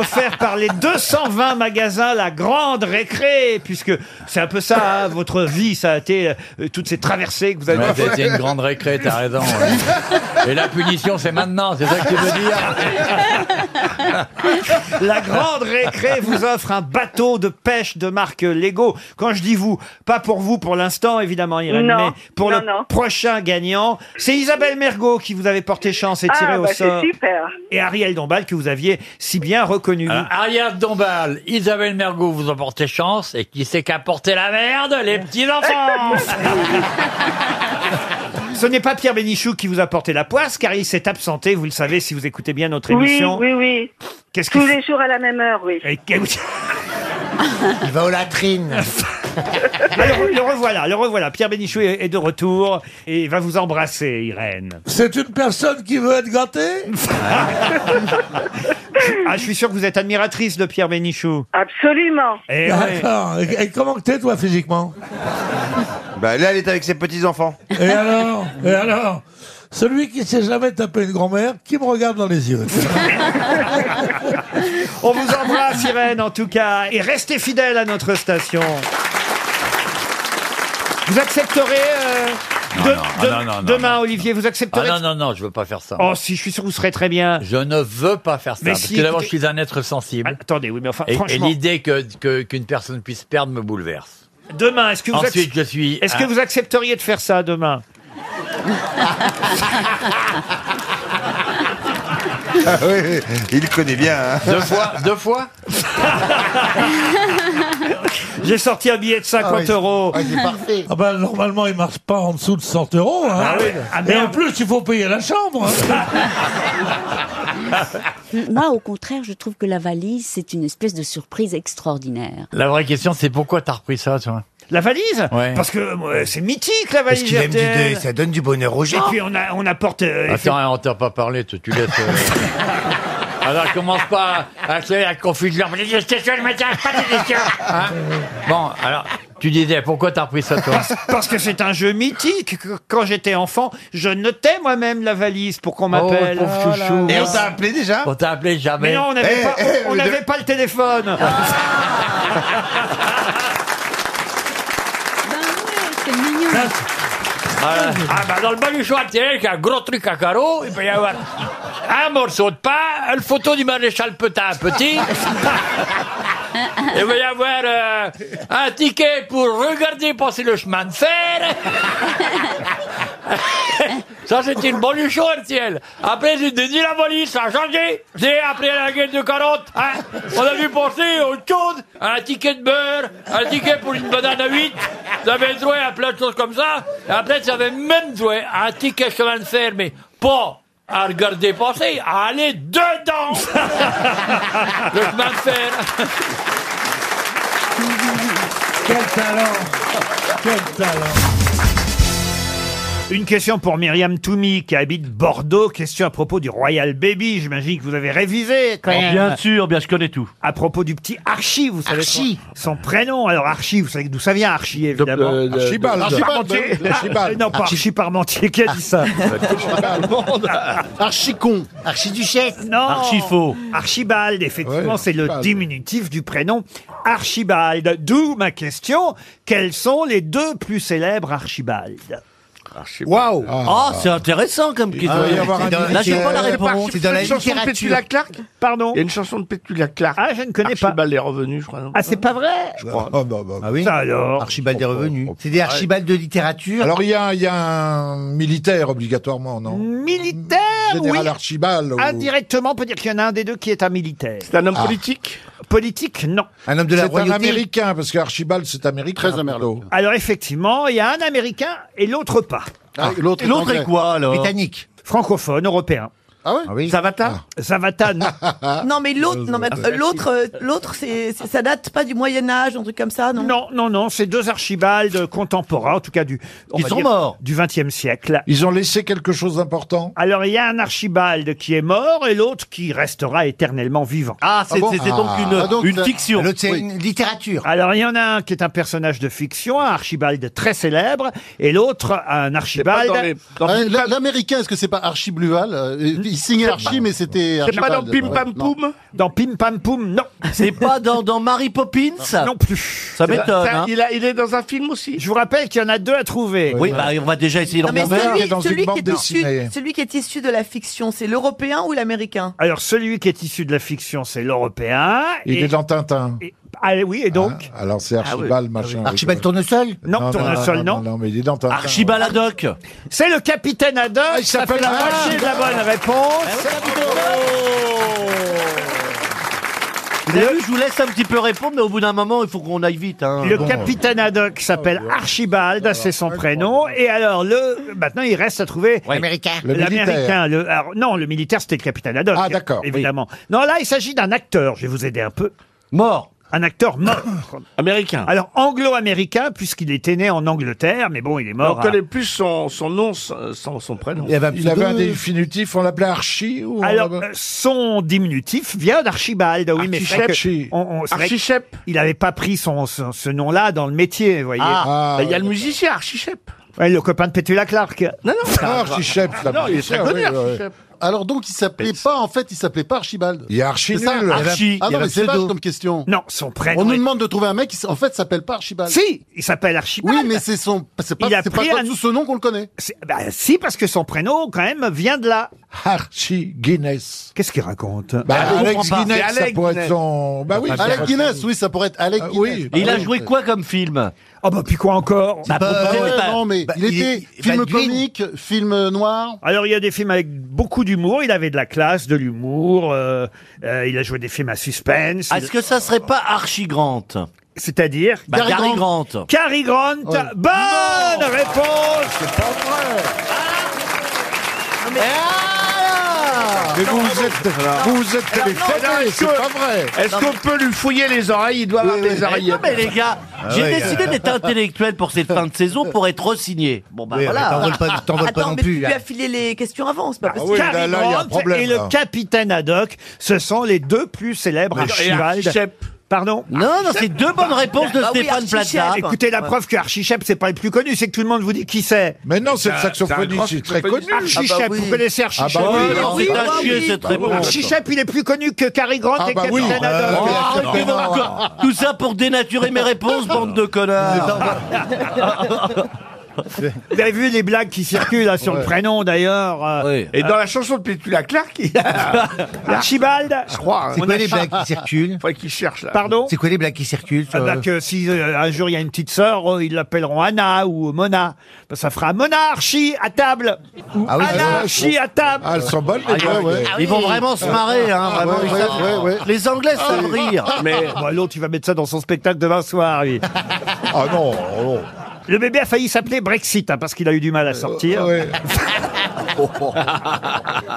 Speaker 1: offert par les 220 magasins La Grande Récré, puisque c'est un peu ça, hein, votre vie, ça a été euh, toutes ces traversées que vous avez...
Speaker 3: Ouais, C'était une grande récré, t'as raison. ouais. Et la punition, c'est maintenant, c'est ça que tu veux dire
Speaker 1: La Grande Récré vous offre un bateau de pêche de marque Lego. Quand je dis vous, pas pour vous pour l'instant, évidemment, Irène,
Speaker 10: Non,
Speaker 1: mais pour
Speaker 10: non,
Speaker 1: le
Speaker 10: non.
Speaker 1: prochain gagnant. C'est Isabelle Mergot qui vous avait porté chance et tiré
Speaker 10: Ah,
Speaker 1: au
Speaker 10: bah,
Speaker 1: sort.
Speaker 10: c'est super.
Speaker 1: Et Ariel Dombal que vous aviez si bien reconnu.
Speaker 3: Alors, Ah, Ariel Dombal, Isabelle Mergot vous ont porté chance, et qui c'est qu'a porté la merde Les petits-enfants
Speaker 1: Ce n'est pas Pierre Bénichou qui vous a porté la poisse, car il s'est absenté, vous le savez, si vous écoutez bien notre
Speaker 10: Oui,
Speaker 1: émission.
Speaker 10: oui, oui.
Speaker 1: Qu'est-ce que
Speaker 10: Tous les jours à la même heure, oui.
Speaker 1: Et que-
Speaker 19: Il va aux latrines.
Speaker 1: Alors, le revoilà, le revoilà. Pierre Bénichou est est de retour et va vous embrasser, Irène.
Speaker 4: C'est une personne qui veut être gâtée
Speaker 1: Ah, je suis sûr que vous êtes admiratrice de Pierre Bénichou.
Speaker 10: Absolument.
Speaker 1: Eh ouais.
Speaker 4: D'accord. Et, et comment que t'es, toi, physiquement
Speaker 17: Bah, là, elle est avec ses petits-enfants.
Speaker 4: Et alors Et alors Celui qui s'est jamais tapé une grand-mère, qui me regarde dans les yeux
Speaker 3: Ah
Speaker 1: On vous embrasse, Irène, en tout cas, et restez fidèles à notre station. Vous accepterez
Speaker 3: Non,
Speaker 1: euh, de-
Speaker 3: non, ah,
Speaker 1: de-
Speaker 3: non, non, non,
Speaker 1: demain, Olivier, vous
Speaker 3: Ah
Speaker 1: accepterez
Speaker 3: non, non, non, je veux pas faire ça.
Speaker 1: Oh, si, je suis sûr que vous serez très bien.
Speaker 3: Je ne veux pas faire ça,
Speaker 1: Mais
Speaker 3: parce
Speaker 1: si,
Speaker 3: que d'abord, je
Speaker 1: écoutez- Ah,
Speaker 3: suis un être sensible.
Speaker 1: Attendez, oui, mais enfin,
Speaker 3: et, et
Speaker 1: franchement,
Speaker 3: l'idée qu'une que, qu'une personne puisse perdre me bouleverse.
Speaker 1: demain, est-ce que vous,
Speaker 3: Ensuite,
Speaker 1: acc-
Speaker 3: je suis...
Speaker 1: est-ce que
Speaker 3: un-
Speaker 1: vous accepteriez de faire ça demain
Speaker 17: Ah oui, il hein. connaît bien. hein.
Speaker 3: Deux fois Deux fois
Speaker 1: J'ai sorti un billet de 50
Speaker 4: Ah oui, c'est-
Speaker 1: euros.
Speaker 4: ah, c'est parfait. Ah bah, normalement, il marche pas en dessous de 100 euros. Hein.
Speaker 1: Ah oui. Ah,
Speaker 4: Et
Speaker 1: merde.
Speaker 4: en plus, il faut payer la chambre. hein.
Speaker 16: Moi, au contraire, je trouve que la valise, c'est une espèce de surprise extraordinaire.
Speaker 3: La vraie question, c'est pourquoi t'as repris ça, toi
Speaker 1: La valise
Speaker 3: Ouais.
Speaker 1: Parce que euh, c'est mythique la valise. RTL.
Speaker 3: donne du bonheur
Speaker 1: Et puis on, a- on apporte. euh,
Speaker 3: Attends, hein, on t'a pas parlé, tu, tu laisses. euh. Alors commence pas à créer la confusion. Mais les questions, je m'intéresse pas à tes questions,
Speaker 1: Ah.
Speaker 3: hein. Bon, alors tu disais pourquoi t'as repris ça toi
Speaker 1: Parce que c'est un jeu mythique. Que- Quand j'étais enfant, je notais moi-même la valise pour qu'on m'appelle.
Speaker 3: Oh,
Speaker 1: Oh
Speaker 3: pauvre
Speaker 10: Oh
Speaker 3: chouchou. Et on t'a
Speaker 1: appelé déjà
Speaker 3: On t'a appelé Eh, jamais.
Speaker 1: Mais non, on n'avait pas, on n'avait pas Eh, le téléphone.
Speaker 3: Ah, Hein ah, bah dans le baluchon intérieur, il y a un gros truc à carreaux, il peut y avoir un morceau de pain, une photo du maréchal Petain petit. Il va y avoir euh, un ticket pour regarder passer le chemin de fer. Ça, c'était une baluchon RTL. Après, j'ai dit la police, ça a changé. J'ai après la guerre de 40, hein, on a vu passer autre chose. Un ticket de beurre, un ticket pour une banane à 8. J'avais joué à plein de choses comme ça. Et après, j'avais même joué à un ticket chemin de fer, mais pas à regarder passer, à aller dedans. le chemin de fer.
Speaker 4: Quel talent Quel talent
Speaker 1: Une question pour Myriam Toumi qui habite Bordeaux. Question à propos du Royal Baby. J'imagine que vous avez révisé quand
Speaker 8: Oh,
Speaker 1: même.
Speaker 8: bien sûr, bien je connais tout.
Speaker 1: À propos du petit Archie, vous savez Archie. son prénom. Alors Archie, vous savez d'où ça vient Archie évidemment.
Speaker 8: de- de- Archibald.
Speaker 1: Parmentier.
Speaker 8: Archibald.
Speaker 1: Non pas
Speaker 8: Archi-
Speaker 1: Archie Parmentier qui a dit ça.
Speaker 8: Ah, bah. Archicon.
Speaker 1: Archiduchesse. Non.
Speaker 8: Archifaux.
Speaker 1: Archibald, effectivement,
Speaker 8: Ouais,
Speaker 1: c'est le
Speaker 8: Archibald.
Speaker 1: diminutif du prénom Archibald. D'où ma question. Quels sont les deux plus célèbres Archibald
Speaker 15: Waouh Ah, c'est intéressant comme
Speaker 1: Il doit y avoir un
Speaker 15: Là, j'ai pas la
Speaker 1: militaire.
Speaker 8: euh,
Speaker 15: réponse.
Speaker 1: C'est dans la littérature.
Speaker 15: Clark
Speaker 1: Pardon
Speaker 15: Il y a une chanson de Petula Clark.
Speaker 1: Ah, je ne connais pas.
Speaker 15: Archibald est revenu, je crois. non
Speaker 1: Ah, c'est pas vrai
Speaker 15: Je crois.
Speaker 1: Ah oui Ça alors Oh,
Speaker 20: Archibald est revenu. C'est des Archibald de littérature.
Speaker 26: Alors il y, a, il y a un militaire obligatoirement, non
Speaker 1: Militaire,
Speaker 26: Général
Speaker 1: oui.
Speaker 26: Archibald. ou-
Speaker 1: Indirectement, on peut dire qu'il y en a un des deux qui est un militaire.
Speaker 26: C'est un homme Ah. politique
Speaker 1: Politique, non.
Speaker 26: Un homme de
Speaker 1: la
Speaker 26: C'est un
Speaker 1: royauté
Speaker 26: américain, parce que Archibald, c'est américain. Très américain.
Speaker 1: Ah, Alors effectivement, il y a un Américain et l'autre pas.
Speaker 26: Ah, et l'autre est Et l'autre anglais. est quoi, alors
Speaker 1: Britannique. Francophone, européen.
Speaker 26: Ah ouais
Speaker 1: Zavata Zavata, non.
Speaker 27: Non, mais l'autre, non, mais, euh, l'autre, euh, l'autre, c'est, c'est- ça date pas du Moyen Âge, un truc comme ça, non
Speaker 1: Non, non, non, c'est deux Archibald contemporains, en tout cas du. on
Speaker 26: Ils
Speaker 1: va
Speaker 26: sont morts.
Speaker 1: Du XXe siècle.
Speaker 26: Ils ont laissé quelque chose d'important
Speaker 1: Alors il y a un Archibald qui est mort et l'autre qui restera éternellement vivant.
Speaker 20: Ah, c'est- Ah bon c'était donc Ah. une- Ah, donc, une euh, fiction. l'autre, c'est Oui. une
Speaker 1: littérature. Alors il y en a un qui est un personnage de fiction, un Archibald très célèbre, et l'autre un Archibald.
Speaker 11: Ah, la- L'américain, est-ce que c'est pas Archie Bluval euh, Il signait Archie, mais c'était Archie
Speaker 1: Poum Dans Pim Pam Poum, non.
Speaker 15: C'est pas dans, dans Mary Poppins
Speaker 1: Non plus.
Speaker 15: Ça m'étonne. hein.
Speaker 1: a, il est dans un film aussi. Je vous rappelle qu'il y en a deux à trouver.
Speaker 15: Oui, bah, on va déjà essayer de
Speaker 27: Non, mais
Speaker 15: remonter.
Speaker 27: celui, celui qui est issu, celui qui est issu de la fiction, c'est l'européen ou l'américain
Speaker 1: Alors, celui qui est issu de la fiction, c'est l'européen.
Speaker 26: Il
Speaker 1: Et-
Speaker 26: est dans Tintin.
Speaker 1: Ah oui, et donc
Speaker 26: Alors c'est Archibald, machin.
Speaker 20: Archibald Tournesol
Speaker 1: Non, Tournesol, non.
Speaker 26: Non, mais il est dans Tintin.
Speaker 1: Archibald Haddock. Ah, C'est le capitaine Haddock.
Speaker 11: Ah,
Speaker 1: il s'appelle la moitié de la
Speaker 15: Ah,
Speaker 1: bonne réponse. Oh.
Speaker 15: Vous avez vu, je vous laisse un petit peu répondre, mais au bout d'un moment, il faut qu'on aille vite. hein.
Speaker 1: Le capitaine Haddock s'appelle Archibald, c'est son prénom. Et alors, le maintenant, il reste à trouver
Speaker 20: l'américain.
Speaker 1: Le L'américain. le- alors, Non, le militaire, c'était le capitaine Haddock.
Speaker 26: Ah, d'accord,
Speaker 1: Évidemment. Non, là, il s'agit d'un acteur. Je vais vous aider un peu. Mort. Un acteur mort. américain. Alors, anglo-américain, puisqu'il était né en Angleterre, mais bon, il est mort.
Speaker 20: on
Speaker 1: à-
Speaker 20: connaît plus son, son nom sans son, son prénom.
Speaker 26: Il avait un définitif, on l'appelait Archie ou on
Speaker 1: Alors,
Speaker 26: l'appelait-
Speaker 1: euh, son diminutif vient d'Archibald, oui, mais c'est vrai que
Speaker 26: Archie.
Speaker 1: on- on- c'est vrai
Speaker 26: Archie
Speaker 1: que Il n'avait pas pris son, son- ce nom-là dans le métier, vous voyez. Euh,
Speaker 20: Ah, bah, il y a le musicien Archie Shep.
Speaker 1: Ouais, le copain de Petula Clark.
Speaker 20: Non, non.
Speaker 26: Ah, Archie Shep, là.
Speaker 20: Non, il est très
Speaker 26: Ah,
Speaker 20: connu,
Speaker 26: oui,
Speaker 20: Archie
Speaker 26: ouais.
Speaker 20: Shep.
Speaker 11: Alors donc, il s'appelait pas, en fait, il s'appelait pas Archibald.
Speaker 26: Il y a Archie
Speaker 11: C'est ça,
Speaker 26: nul.
Speaker 11: Archie. Ah non, mais c'est vache
Speaker 26: pseudo.
Speaker 11: comme question.
Speaker 1: Non, son prénom.
Speaker 11: On nous demande de trouver un mec qui, en fait, s'appelle pas Archibald.
Speaker 1: Si, il s'appelle Archibald.
Speaker 11: Oui, mais c'est son, c'est pas,
Speaker 1: Il a
Speaker 11: c'est pas
Speaker 1: pris
Speaker 11: quoi
Speaker 1: un-
Speaker 11: sous ce nom qu'on le connaît.
Speaker 1: C'est- bah, si, parce que son prénom, quand même, vient de là.
Speaker 26: Archie Guinness.
Speaker 1: Qu'est-ce qu'il raconte
Speaker 26: Bah,
Speaker 11: Ah, je
Speaker 26: Alex
Speaker 11: comprends pas.
Speaker 26: Guinness,
Speaker 11: C'est
Speaker 26: ça
Speaker 11: Alex
Speaker 26: pourrait
Speaker 11: Guinness.
Speaker 26: être Ah, son. Bah oui,
Speaker 1: Euh, bah
Speaker 11: Alec Guinness, oui, ça pourrait être Alec Guinness.
Speaker 15: Et il a joué quoi comme film
Speaker 1: Ah bah puis quoi encore
Speaker 11: Bah, ouais, non, mais il était film comique,
Speaker 1: film noir. Alors il y a des films avec beaucoup d'humour. Il avait de la classe, de l'humour. euh, euh, il a joué des films à suspense.
Speaker 15: Ah, Est-ce que ça serait pas Archie Grant
Speaker 1: C'est-à-dire
Speaker 15: Bah, Cary Cary Grant. Grant.
Speaker 1: Cary Grant.
Speaker 15: Ouais.
Speaker 1: Bonne réponse. Oh. C'est pas vrai.
Speaker 11: Mais vous vous êtes, vous vous êtes
Speaker 20: Alors, non,
Speaker 11: téléphoné,
Speaker 20: est-ce
Speaker 11: c'est
Speaker 20: que-
Speaker 11: pas vrai.
Speaker 20: Est-ce qu'on peut lui fouiller les oreilles Il doit avoir des oreilles.
Speaker 15: Non, mais les gars,
Speaker 20: Ah
Speaker 15: j'ai
Speaker 20: ouais,
Speaker 15: décidé
Speaker 20: euh.
Speaker 15: d'être intellectuel pour cette fin de saison pour être re-signé. Bon, bah
Speaker 27: Oui,
Speaker 15: voilà.
Speaker 27: mais t'en voles
Speaker 1: pas- t'en voles pas
Speaker 27: Attends,
Speaker 1: non
Speaker 27: mais
Speaker 1: plus,
Speaker 27: tu lui
Speaker 1: hein.
Speaker 27: as filé les questions avant,
Speaker 10: Ah
Speaker 27: c'est pas possible.
Speaker 1: Cary Grant et le capitaine Haddock, ce sont les deux plus célèbres
Speaker 15: Mais- Et
Speaker 1: Archibald.
Speaker 15: Archie
Speaker 1: Pardon
Speaker 15: Non, non, c'est deux bonnes réponses de Bah oui, Stéphane Archie Plaza. Shep.
Speaker 1: Écoutez, la
Speaker 15: Ouais.
Speaker 1: preuve que Archichep, c'est pas le plus connu, c'est que tout le monde vous dit qui c'est. Mais non,
Speaker 11: c'est le saxophoniste, c'est très connu.
Speaker 1: Archie Shep,
Speaker 11: Ah bah oui.
Speaker 1: vous connaissez Archie
Speaker 11: Ah bah
Speaker 1: Shep
Speaker 11: oui,
Speaker 1: Oui,
Speaker 11: non,
Speaker 1: oui,
Speaker 11: c'est un
Speaker 1: bah
Speaker 11: chier,
Speaker 1: oui.
Speaker 11: c'est très bon.
Speaker 1: Archie Shep, il est plus connu que Cary Grant
Speaker 11: Ah
Speaker 1: et
Speaker 11: bah
Speaker 1: Captain
Speaker 11: oui.
Speaker 1: Haddock.
Speaker 11: Euh,
Speaker 15: Oh,
Speaker 8: Ah,
Speaker 15: arrêtez
Speaker 11: Non.
Speaker 15: donc. Tout ça pour dénaturer mes réponses, bande de connards.
Speaker 1: Vous avez vu les blagues qui circulent là, sur le prénom d'ailleurs. euh,
Speaker 20: Et dans la chanson de Pétula Clark, il y a.
Speaker 11: Ah.
Speaker 1: Archibald
Speaker 20: Je
Speaker 11: hein.
Speaker 8: Ah,
Speaker 20: crois.
Speaker 1: C'est quoi les blagues qui
Speaker 20: circulent Faudrait qu'il cherche là.
Speaker 1: Pardon
Speaker 20: C'est quoi les blagues qui circulent
Speaker 1: Ah bah que si euh, un jour il y a une petite sœur, euh, ils l'appelleront Anna ou Mona. Bah, ça fera monarchie à table ou
Speaker 11: Ah oui,
Speaker 1: anarchie
Speaker 11: ah,
Speaker 1: à table.
Speaker 11: ah, elles s'emballent, les Ah, gars, ouais. Ah,
Speaker 15: Ils vont vraiment se marrer, hein, vraiment, ils savent- Les Anglais savent rire.
Speaker 1: Mais bon, l'autre, il va mettre ça dans son spectacle demain soir, lui. ah non,
Speaker 11: oh
Speaker 1: Le bébé a failli s'appeler Brexit hein, parce qu'il a eu du mal à sortir.
Speaker 11: Ah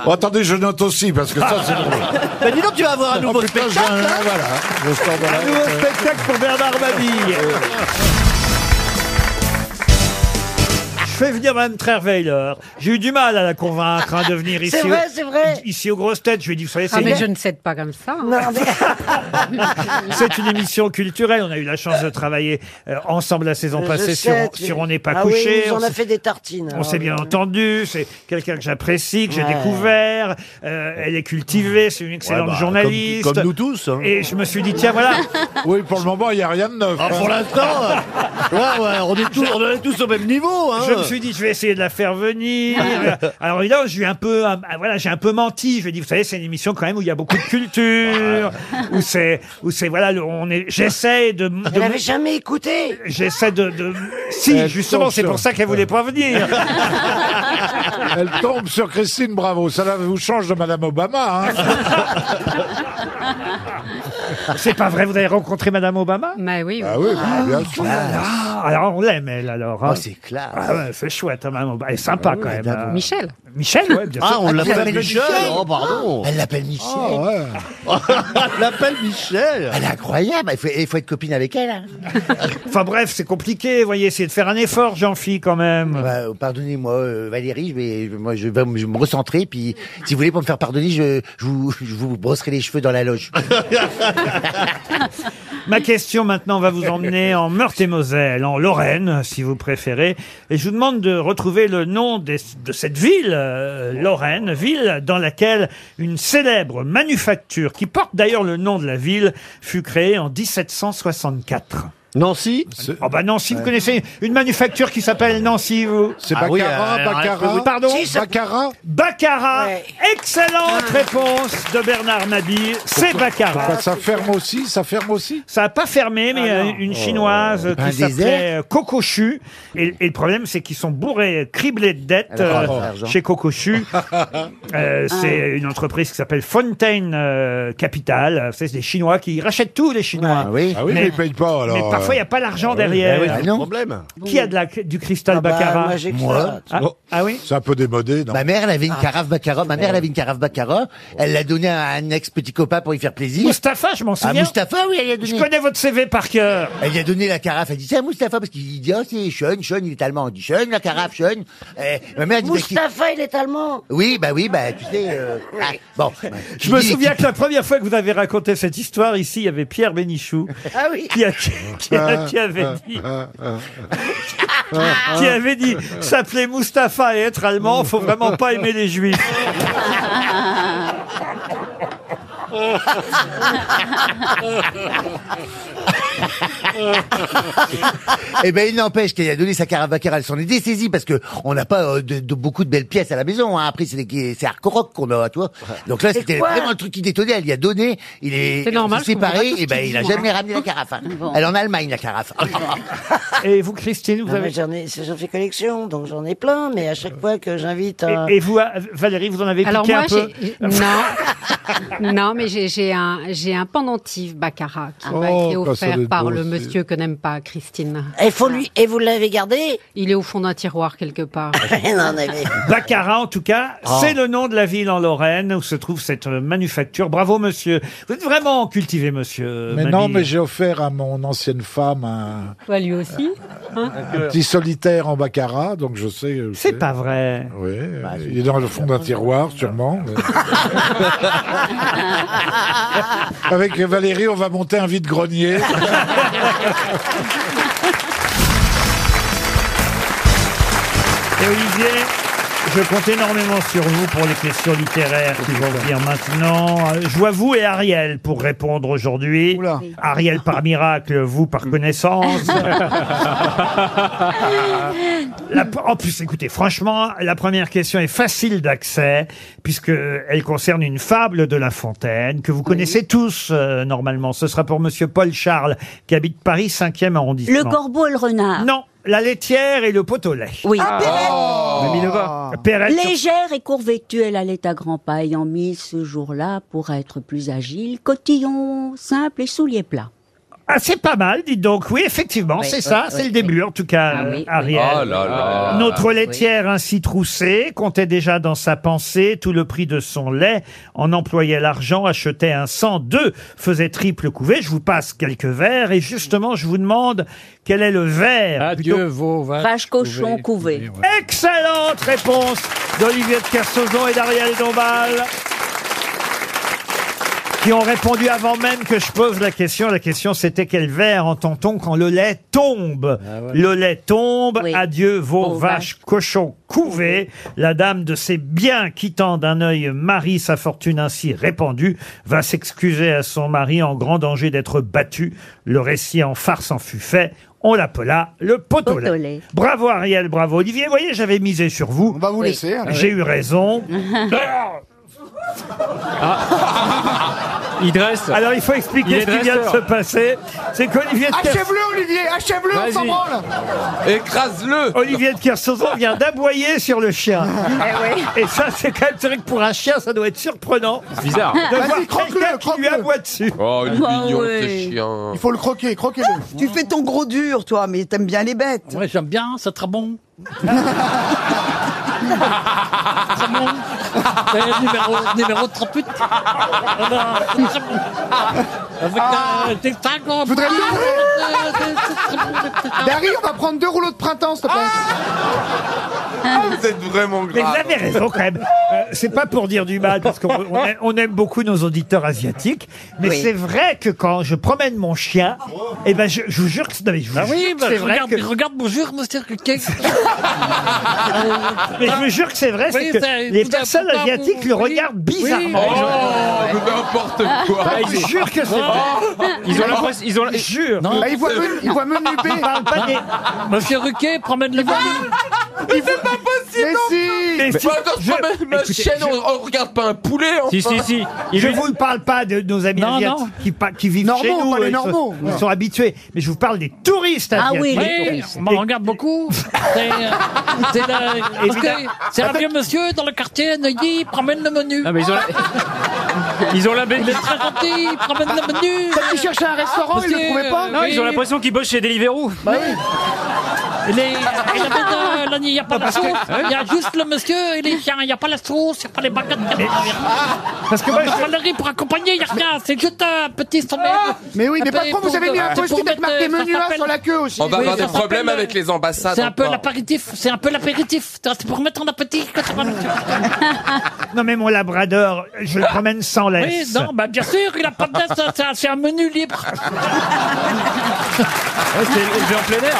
Speaker 11: Oh, attendez, je note aussi, parce que ça, c'est drôle.
Speaker 8: Bah,
Speaker 15: Mais dis donc, tu vas avoir un nouveau
Speaker 11: Oh, putain,
Speaker 15: spectacle.
Speaker 11: j'ai un-
Speaker 15: hein.
Speaker 11: voilà, je sors dans la-
Speaker 1: Un nouveau spectacle pour Bernard Mabille. Je fais venir Mme Trerweiler. J'ai eu du mal à la convaincre hein, de venir ici.
Speaker 6: C'est vrai,
Speaker 1: au-
Speaker 6: c'est vrai.
Speaker 1: Ici aux grosses têtes, je lui ai dit, vous savez,
Speaker 6: Ah,
Speaker 1: c'est
Speaker 6: mais
Speaker 1: une-
Speaker 6: je ne cède pas comme ça. hein.
Speaker 1: c'est une émission culturelle. On a eu la chance de travailler euh, ensemble la saison
Speaker 6: Je
Speaker 1: passée sur,
Speaker 6: sais, tu-
Speaker 1: sur On n'est pas
Speaker 6: Ah oui,
Speaker 1: couché.
Speaker 6: on
Speaker 1: On
Speaker 6: en a
Speaker 1: s'est-
Speaker 6: fait des tartines.
Speaker 1: On
Speaker 6: alors.
Speaker 20: hein.
Speaker 1: s'est bien entendu, c'est quelqu'un que j'apprécie, que j'ai
Speaker 6: Ouais.
Speaker 1: découvert. euh, elle est cultivée, c'est une excellente
Speaker 11: Ouais, bah,
Speaker 1: journaliste.
Speaker 11: comme- comme nous tous, hein.
Speaker 1: Et je me suis dit, tiens, voilà.
Speaker 11: Oui, pour le moment, il n'y a rien de neuf. hein.
Speaker 1: Ah, pour l'instant,
Speaker 15: on, est tous, on est tous au même niveau. Hein.
Speaker 1: Je me suis dit, je vais essayer de la faire venir. Alors évidemment, j'ai un peu, euh, voilà, j'ai un peu menti. Je lui ai dit, vous savez, c'est une émission quand même où il y a beaucoup de culture, où c'est, où c'est, voilà, le- on est, j'essaie de. de-
Speaker 6: Vous l'avez jamais écouté
Speaker 1: J'essaie de, de- Si, justement, c'est pour ça qu'elle voulait pas venir.
Speaker 11: Elle tombe sur Christine Bravo. Ça la- vous change de Madame Obama. hein.
Speaker 1: C'est pas vrai, vous avez rencontré Madame Obama
Speaker 6: Bah oui.
Speaker 11: Ah oui, bah, bien sûr.
Speaker 1: Ah, alors on l'aime, elle, alors. hein.
Speaker 6: Oh, c'est classe.
Speaker 1: Ah ouais, c'est chouette, hein, Madame Obama. Elle est sympa quand même. hein.
Speaker 6: Michel.
Speaker 1: Michel, ouais, bien sûr.
Speaker 15: Ah, on l'appelle Michel. Oh, pardon.
Speaker 7: Elle l'appelle Michel.
Speaker 11: Ah,
Speaker 15: Elle l'appelle Michel.
Speaker 7: Elle est incroyable. Il faut, il faut être copine avec elle. hein.
Speaker 1: Enfin bref, c'est compliqué, vous voyez, essayez de faire un effort, Jean-Phi, quand même.
Speaker 7: Bah, Pardonnez-moi, euh, Valérie, je vais, je- moi, je vais me je vais me recentrer. Puis, si vous voulez, pour me faire pardonner, je, je vous, je vous brosserai les cheveux dans la loge.
Speaker 1: Ma question maintenant va vous emmener en Meurthe-et-Moselle, en Lorraine, si vous préférez. Et je vous demande de retrouver le nom des- de cette ville, euh, Lorraine, ville dans laquelle une célèbre manufacture, qui porte d'ailleurs le nom de la ville, fut créée en 1764. Nancy Ah bah Nancy, vous connaissez une manufacture qui s'appelle Nancy, vous
Speaker 11: C'est Ah oui, Baccarat, alors, Baccarat. est-ce que vous-
Speaker 1: Pardon
Speaker 11: Si, ça- Baccarat
Speaker 1: Baccarat Excellente
Speaker 11: Ah.
Speaker 1: réponse de Bernard Mabille, c'est Baccarat
Speaker 11: Pourquoi ça ferme aussi Ça ferme aussi
Speaker 1: ça n'a pas fermé,
Speaker 7: Ah,
Speaker 1: mais il y a
Speaker 11: non.
Speaker 1: une chinoise
Speaker 11: Oh. Un
Speaker 1: qui s'appelait
Speaker 11: désert
Speaker 1: euh, Cocochu. Et, et le problème, c'est qu'ils sont bourrés, criblés de dettes
Speaker 11: Elle a
Speaker 1: euh,
Speaker 11: pas d'argent.
Speaker 1: chez Cocochu. Euh,
Speaker 11: Ah.
Speaker 1: c'est une entreprise qui s'appelle Fontaine euh, Capital. C'est des Chinois qui rachètent tout, les Chinois.
Speaker 11: Ah oui, Eh mais ils payent pas, alors, euh. ah
Speaker 1: Mais parfois, il n'y a pas
Speaker 7: Ah
Speaker 1: l'argent derrière.
Speaker 11: problème.
Speaker 1: Qui a de la, du cristal
Speaker 11: Ah bah,
Speaker 1: Baccarat
Speaker 11: moi, j'ai que Moi. ça.
Speaker 1: Ah, ah oui Ah.
Speaker 11: C'est un peu démodé, non Oh.
Speaker 7: Ma mère, elle avait une carafe Baccarat. Ma mère, elle avait une carafe Baccarat. Elle l'a donnée à un ex-petit copain pour lui faire plaisir.
Speaker 1: Mustapha, je m'en
Speaker 7: À
Speaker 1: souviens.
Speaker 7: Mustapha, oui, elle lui a donné.
Speaker 1: Je connais votre CV par cœur.
Speaker 7: Elle lui a donné la carafe. Elle dit, c'est à Mustapha, parce qu'il dit, ah, c'est Sean, Sean, il est allemand. On dit, Sean, la carafe, Sean. Euh, ma mère dit, bah, qui-
Speaker 6: Mustapha, il est allemand.
Speaker 7: Oui, bah oui, bah tu sais. euh, ah, bon.
Speaker 1: Je me souviens que la première fois que vous avez raconté cette histoire ici, il y avait Pierre Bénichou
Speaker 7: Ah oui.
Speaker 1: qui, a- qui
Speaker 11: Ah.
Speaker 1: a- qui avait dit, qui avait dit s'appeler Mustapha et être allemand, faut vraiment pas aimer les juifs.
Speaker 8: Eh ben, il n'empêche qu'elle a donné sa Carabacar, elle s'en est dessaisie parce que on n'a pas euh, de, de- beaucoup de belles pièces à la maison. Hein. Après, c'est des- c'est hardcore rock qu'on a, tu vois. Donc là,
Speaker 20: C'est
Speaker 8: c'était
Speaker 20: quoi
Speaker 8: vraiment le truc qui détonnait. Elle lui a donné, il est,
Speaker 20: C'est normal,
Speaker 8: il
Speaker 20: je
Speaker 8: s'est
Speaker 20: comprends pas
Speaker 8: séparé,
Speaker 20: tout ce
Speaker 8: et ben,
Speaker 20: qu'il
Speaker 8: il a
Speaker 20: dit,
Speaker 8: jamais
Speaker 20: moi.
Speaker 8: ramené la carafe. hein.
Speaker 20: Bon.
Speaker 8: Elle est en Allemagne, la carafe.
Speaker 1: Et vous, Christine, vous
Speaker 20: Non, mais
Speaker 1: avez-
Speaker 20: J'en ai, j'en fais collection, donc j'en ai plein, mais à chaque fois que j'invite un...
Speaker 1: Et, et vous, ah, Valérie, vous en avez
Speaker 14: Alors
Speaker 1: piqué
Speaker 14: moi,
Speaker 1: un peu
Speaker 14: j'ai- non, non, mais j'ai- j'ai un, j'ai un pendentif Baccarat qui m'a
Speaker 1: Oh,
Speaker 14: été
Speaker 1: bah, ça
Speaker 14: offert
Speaker 1: doit être
Speaker 14: par
Speaker 1: beau,
Speaker 14: le
Speaker 1: c'est-
Speaker 14: monsieur que n'aime pas Christine.
Speaker 20: Et faut lui, et vous l'avez gardé
Speaker 14: Il est au fond d'un tiroir quelque part.
Speaker 20: non, mais-
Speaker 1: Baccarat, en tout cas,
Speaker 14: Ah.
Speaker 1: c'est le nom de la ville en Lorraine où se trouve cette euh, manufacture. Bravo, monsieur. Vous êtes vraiment cultivé, monsieur.
Speaker 11: Mais
Speaker 1: Mabille.
Speaker 11: non, mais j'ai offert à mon ancienne femme un,
Speaker 14: Toi, Bah, lui aussi. hein
Speaker 11: un petit solitaire en baccarat, donc je sais. je sais.
Speaker 1: C'est pas vrai.
Speaker 11: Oui,
Speaker 20: Bah,
Speaker 11: il est dans le fond d'un tiroir, sûrement. Avec Valérie, on va monter un vide-grenier.
Speaker 1: Et Olivier, je compte énormément sur vous pour les questions littéraires qui vont venir maintenant. Euh, Je vois vous et Ariel pour répondre aujourd'hui. Ariel par miracle, vous par connaissance. La- en plus, écoutez, franchement, la première question est facile d'accès puisque euh, elle concerne une fable de La Fontaine que vous connaissez tous euh, normalement. Ce sera pour Monsieur Paul Charles qui habite Paris 5e arrondissement.
Speaker 16: Le corbeau et le renard.
Speaker 1: Non, la laitière et le pot au lait.
Speaker 16: Oui. Ah. Oh.
Speaker 1: Perrette sur-
Speaker 16: Légère et courvêtue, elle allait à grand pas, ayant mis ce jour-là, pour être plus agile, cotillon simple et souliers plats.
Speaker 1: Ah, c'est pas mal, dites donc. Oui, effectivement,
Speaker 16: Oui,
Speaker 1: c'est
Speaker 16: oui,
Speaker 1: ça,
Speaker 16: oui,
Speaker 1: c'est le début, en tout cas,
Speaker 16: Ah
Speaker 1: euh,
Speaker 16: oui, oui.
Speaker 1: Ariel.
Speaker 2: Oh là là.
Speaker 1: Notre
Speaker 2: Oui.
Speaker 1: laitière ainsi troussée comptait déjà dans sa pensée tout le prix de son lait, en employait l'argent, achetait un sang, deux, faisait triple couvée. Je vous passe quelques vers, et justement, je vous demande quel est le vers. Adieu,
Speaker 3: vos
Speaker 16: Vache cochon couvé.
Speaker 1: Excellente réponse d'Olivier de Kersauzon et d'Ariel Dombal. Qui ont répondu avant même que je pose la question. La question c'était quel vers entend-on quand le lait tombe Le lait tombe, adieu vos vaches, cochons couvés. La dame de ses biens, quittant d'un œil mari sa fortune ainsi répandue, va s'excuser à son mari en grand danger d'être battu. Le récit en farce en fut fait. On l'appela le pot au lait.
Speaker 16: Potolé.
Speaker 1: Bravo Ariel, bravo Olivier. Vous voyez, j'avais misé sur vous. On va vous
Speaker 16: Oui. laisser, hein.
Speaker 1: J'ai eu raison.
Speaker 18: Ah. Il dresse.
Speaker 1: Alors il faut expliquer
Speaker 18: Il est
Speaker 1: ce qui vient de se
Speaker 18: dresseur.
Speaker 1: passer. C'est qu'Olivier de Kers-
Speaker 9: Achève-le, Olivier, achève-le, on s'en
Speaker 1: Vas-y.
Speaker 9: branle.
Speaker 2: Écrase-le
Speaker 1: Olivier de Kersauzon vient d'aboyer sur le chien. Et ça, c'est quand même c'est vrai que pour un chien, ça doit être surprenant.
Speaker 3: C'est bizarre.
Speaker 1: De
Speaker 3: Vas-y,
Speaker 1: voir quelqu'un qui lui aboie dessus.
Speaker 3: Oh, il est
Speaker 8: Bah
Speaker 28: Ah
Speaker 3: mignon,
Speaker 28: ouais.
Speaker 3: ce chien.
Speaker 28: faut le croquer, croquez-le. Tu fais ton gros dur, toi, mais t'aimes bien les bêtes.
Speaker 3: Ouais, j'aime bien, c'est très bon.
Speaker 28: C'est numéro-
Speaker 3: Euh, numéro Ah 38. Avec un
Speaker 9: Je voudrais le donner. Dari, on va prendre deux rouleaux de printemps, s'il te
Speaker 1: Ah,
Speaker 9: plaît.
Speaker 3: Ah, Vous êtes vraiment
Speaker 1: Mais vous avez raison quand même. Euh, c'est pas pour dire du mal, parce qu'on on aime, on aime beaucoup nos auditeurs asiatiques, mais
Speaker 3: Oui.
Speaker 1: c'est vrai que quand je promène mon chien, eh ben je, je vous jure que c'est non, mais je
Speaker 18: Bah
Speaker 8: Ah
Speaker 1: vous jure
Speaker 8: bah,
Speaker 1: que c'est vrai
Speaker 3: regarde,
Speaker 1: que-
Speaker 3: regarde, bonjour, monsieur Kekek. Euh,
Speaker 1: Mais je vous jure que c'est vrai, c'est
Speaker 3: Oui,
Speaker 1: que
Speaker 3: c'est-
Speaker 1: les
Speaker 3: vous
Speaker 1: personnes
Speaker 3: avez-
Speaker 1: asiatiques le
Speaker 3: oui,
Speaker 1: regardent bizarrement. Ah,
Speaker 3: Oh, mais n'importe quoi.
Speaker 1: Je vous jure que c'est vrai.
Speaker 3: Oh. Ils ont l'impression- ils ont la-
Speaker 1: Je jure.
Speaker 3: Non.
Speaker 9: Bah, il voit Menu- il voit Menu B.
Speaker 1: Ils parlent pas des-
Speaker 3: Monsieur Ruquet, promène le
Speaker 9: Mais c'est pas possible. Mais
Speaker 3: Mais
Speaker 9: si.
Speaker 3: attends, je promène ma
Speaker 1: écoutez,
Speaker 3: chienne,
Speaker 1: je-
Speaker 3: on, on regarde pas un poulet, hein. enfin.
Speaker 1: Je vous ne parle pas de nos amis
Speaker 3: Non,
Speaker 1: asiatiques
Speaker 3: non.
Speaker 1: Qui, pa- qui vivent
Speaker 3: Normaux,
Speaker 1: chez nous.
Speaker 3: pas les
Speaker 1: ils,
Speaker 3: normaux.
Speaker 1: sont, ils sont habitués. Mais je vous parle des touristes
Speaker 3: Ah oui, les
Speaker 1: asiatiques.
Speaker 3: Oui, touristes. on m'en regarde beaucoup. C'est, euh, c'est la- parce que
Speaker 1: Évidemment.
Speaker 3: c'est un vieux monsieur dans le quartier, Neuilly, il promène le menu.
Speaker 18: Ah, mais ils ont la- Ils ont la
Speaker 3: Il est très gentil, il promène le menu. euh,
Speaker 9: Quand il cherchait un restaurant, il le trouvait pas
Speaker 18: Non, ils ont l'impression qu'ils bossent chez Deliveroo.
Speaker 9: Bah oui.
Speaker 3: Il est- euh, il a pas de- là, il n'y a pas la
Speaker 18: parce que-
Speaker 3: sauce. Il y a juste le monsieur, il est bien, il n'y a pas la sauce, il n'y a pas les baguettes. il y a pas rien.
Speaker 1: Parce que
Speaker 3: Il
Speaker 1: moi,
Speaker 3: y a
Speaker 1: je-
Speaker 3: pas de riz pour accompagner, il n'y a rien, c'est juste un petit sommet.
Speaker 9: Ah, Mais oui, mais patron, vous avez mis
Speaker 3: euh,
Speaker 9: un post-it avec
Speaker 8: euh,
Speaker 9: marqué menu A
Speaker 3: menuas
Speaker 9: sur la queue aussi.
Speaker 3: On va avoir des
Speaker 9: problèmes
Speaker 3: avec les ambassades. C'est un peu
Speaker 9: encore.
Speaker 3: l'apéritif, c'est un peu l'apéritif. C'est pour mettre en appétit quand on va le
Speaker 1: Non, mais mon labrador, je le promène sans
Speaker 3: Oui,
Speaker 1: laisse.
Speaker 3: non, bah bien sûr, il a pas de laisse, c'est un- c'est un menu libre.
Speaker 18: c'est élevé en plein air.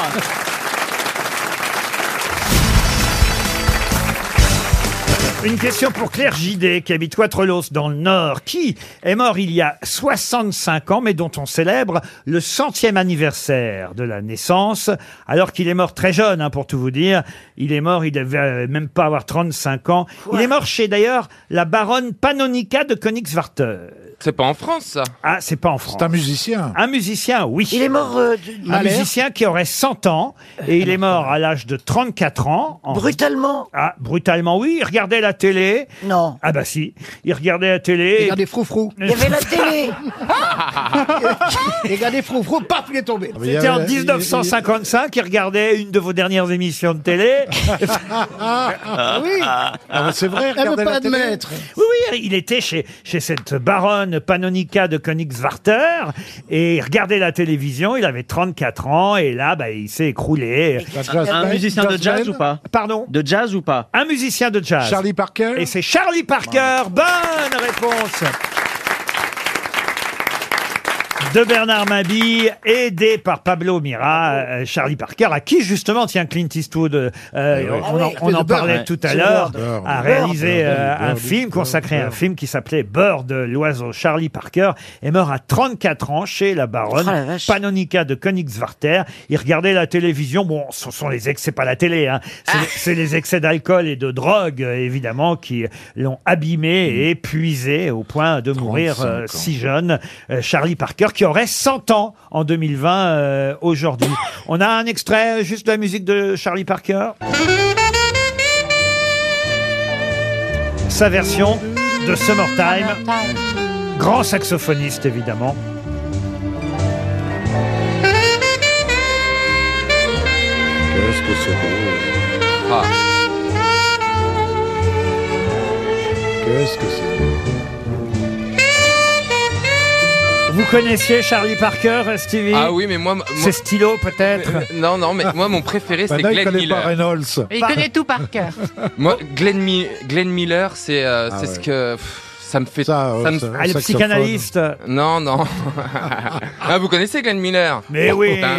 Speaker 1: Une question pour Claire Gidé, qui habite Quatrelos dans le Nord, qui est mort il y a 65 ans, mais dont on célèbre le centième anniversaire de la naissance, alors qu'il est mort très jeune, hein, pour tout vous dire. Il est mort, il devait euh, même pas avoir 35 ans. il est mort chez d'ailleurs la baronne Panonica de Königswarter.
Speaker 2: C'est pas en France, ça
Speaker 1: Ah, c'est pas en France.
Speaker 11: C'est un musicien.
Speaker 1: Un musicien, oui. Il est
Speaker 20: mort, euh, d'une
Speaker 1: Un
Speaker 20: manière
Speaker 1: musicien qui aurait 100 ans, et il est mort à l'âge de 34 ans. Brutalement Ah, brutalement, oui. Il regardait la télé. Non. Ah bah si. Il regardait la télé. Il regardait Froufrou.
Speaker 8: Il y avait la télé. Regardez Froufrou, paf, il est tombé.
Speaker 1: C'était en 1955, il regardait une de vos dernières émissions de télé.
Speaker 9: Ah,
Speaker 8: oui.
Speaker 1: c'est
Speaker 8: vrai, Elle veut regardait pas la télé. admettre.
Speaker 1: Oui, oui, il était chez, chez cette baronne Panonica de Königswarter et il regardait la télévision, il avait 34 ans et là, bah, il s'est écroulé.
Speaker 9: Un musicien de jazz ou pas
Speaker 1: Pardon
Speaker 9: De jazz ou pas
Speaker 1: Un musicien de jazz.
Speaker 9: Charlie
Speaker 1: Parker Et c'est Charlie Parker. Bonne réponse de Bernard Mabille, aidé par Pablo Mira, euh, Charlie Parker, à qui justement tient Clint Eastwood, euh, on, en-
Speaker 8: Ah oui,
Speaker 1: on en
Speaker 8: de Bird.
Speaker 1: parlait
Speaker 8: Ouais.
Speaker 1: tout à
Speaker 8: C'est
Speaker 1: l'heure,
Speaker 8: Bird.
Speaker 1: a
Speaker 8: Bird.
Speaker 1: réalisé
Speaker 8: Bird,
Speaker 1: euh,
Speaker 8: Bird,
Speaker 1: un
Speaker 8: Bird,
Speaker 1: film, consacré à un
Speaker 8: Bird.
Speaker 1: film qui s'appelait Bird, l'oiseau. Charlie Parker est mort à 34 ans chez la baronne Panonica de Königswarter. Il regardait la télévision, bon, ce sont les excès, c'est pas la télé, hein. c'est c'est les excès d'alcool et de drogue, euh, évidemment, qui l'ont abîmé et épuisé au point de mourir euh,
Speaker 4: 35 ans.
Speaker 1: si jeune. euh, Charlie Parker, qui aurait 100 ans en 2020 euh, aujourd'hui. On a un extrait euh, juste de la musique de Charlie Parker. Sa version de Summertime. Grand saxophoniste, évidemment.
Speaker 6: Qu'est-ce que c'est beau Qu'est-ce que c'est
Speaker 1: Vous connaissiez Charlie Parker, euh, Stevie
Speaker 2: Ah oui, mais moi. moi-
Speaker 1: C'est stylo, peut-être
Speaker 2: Mais-
Speaker 3: euh,
Speaker 2: Non, non, mais moi, mon préféré, c'est
Speaker 11: Maintenant, Bah il
Speaker 2: Glenn
Speaker 11: connaît pas
Speaker 2: Miller.
Speaker 11: Reynolds.
Speaker 16: Il connaît tout par cœur.
Speaker 2: Moi, Glenn, Mi- Glenn Miller, c'est euh, c'est ce
Speaker 11: Ah ouais.
Speaker 2: que. pff, ça me fait. Ça,
Speaker 11: ouais,
Speaker 2: me-
Speaker 11: ça- Ah, le saxophone. psychanalyste.
Speaker 2: Non, non. ah, vous connaissez Glenn Miller
Speaker 1: Mais oui.
Speaker 2: Bah,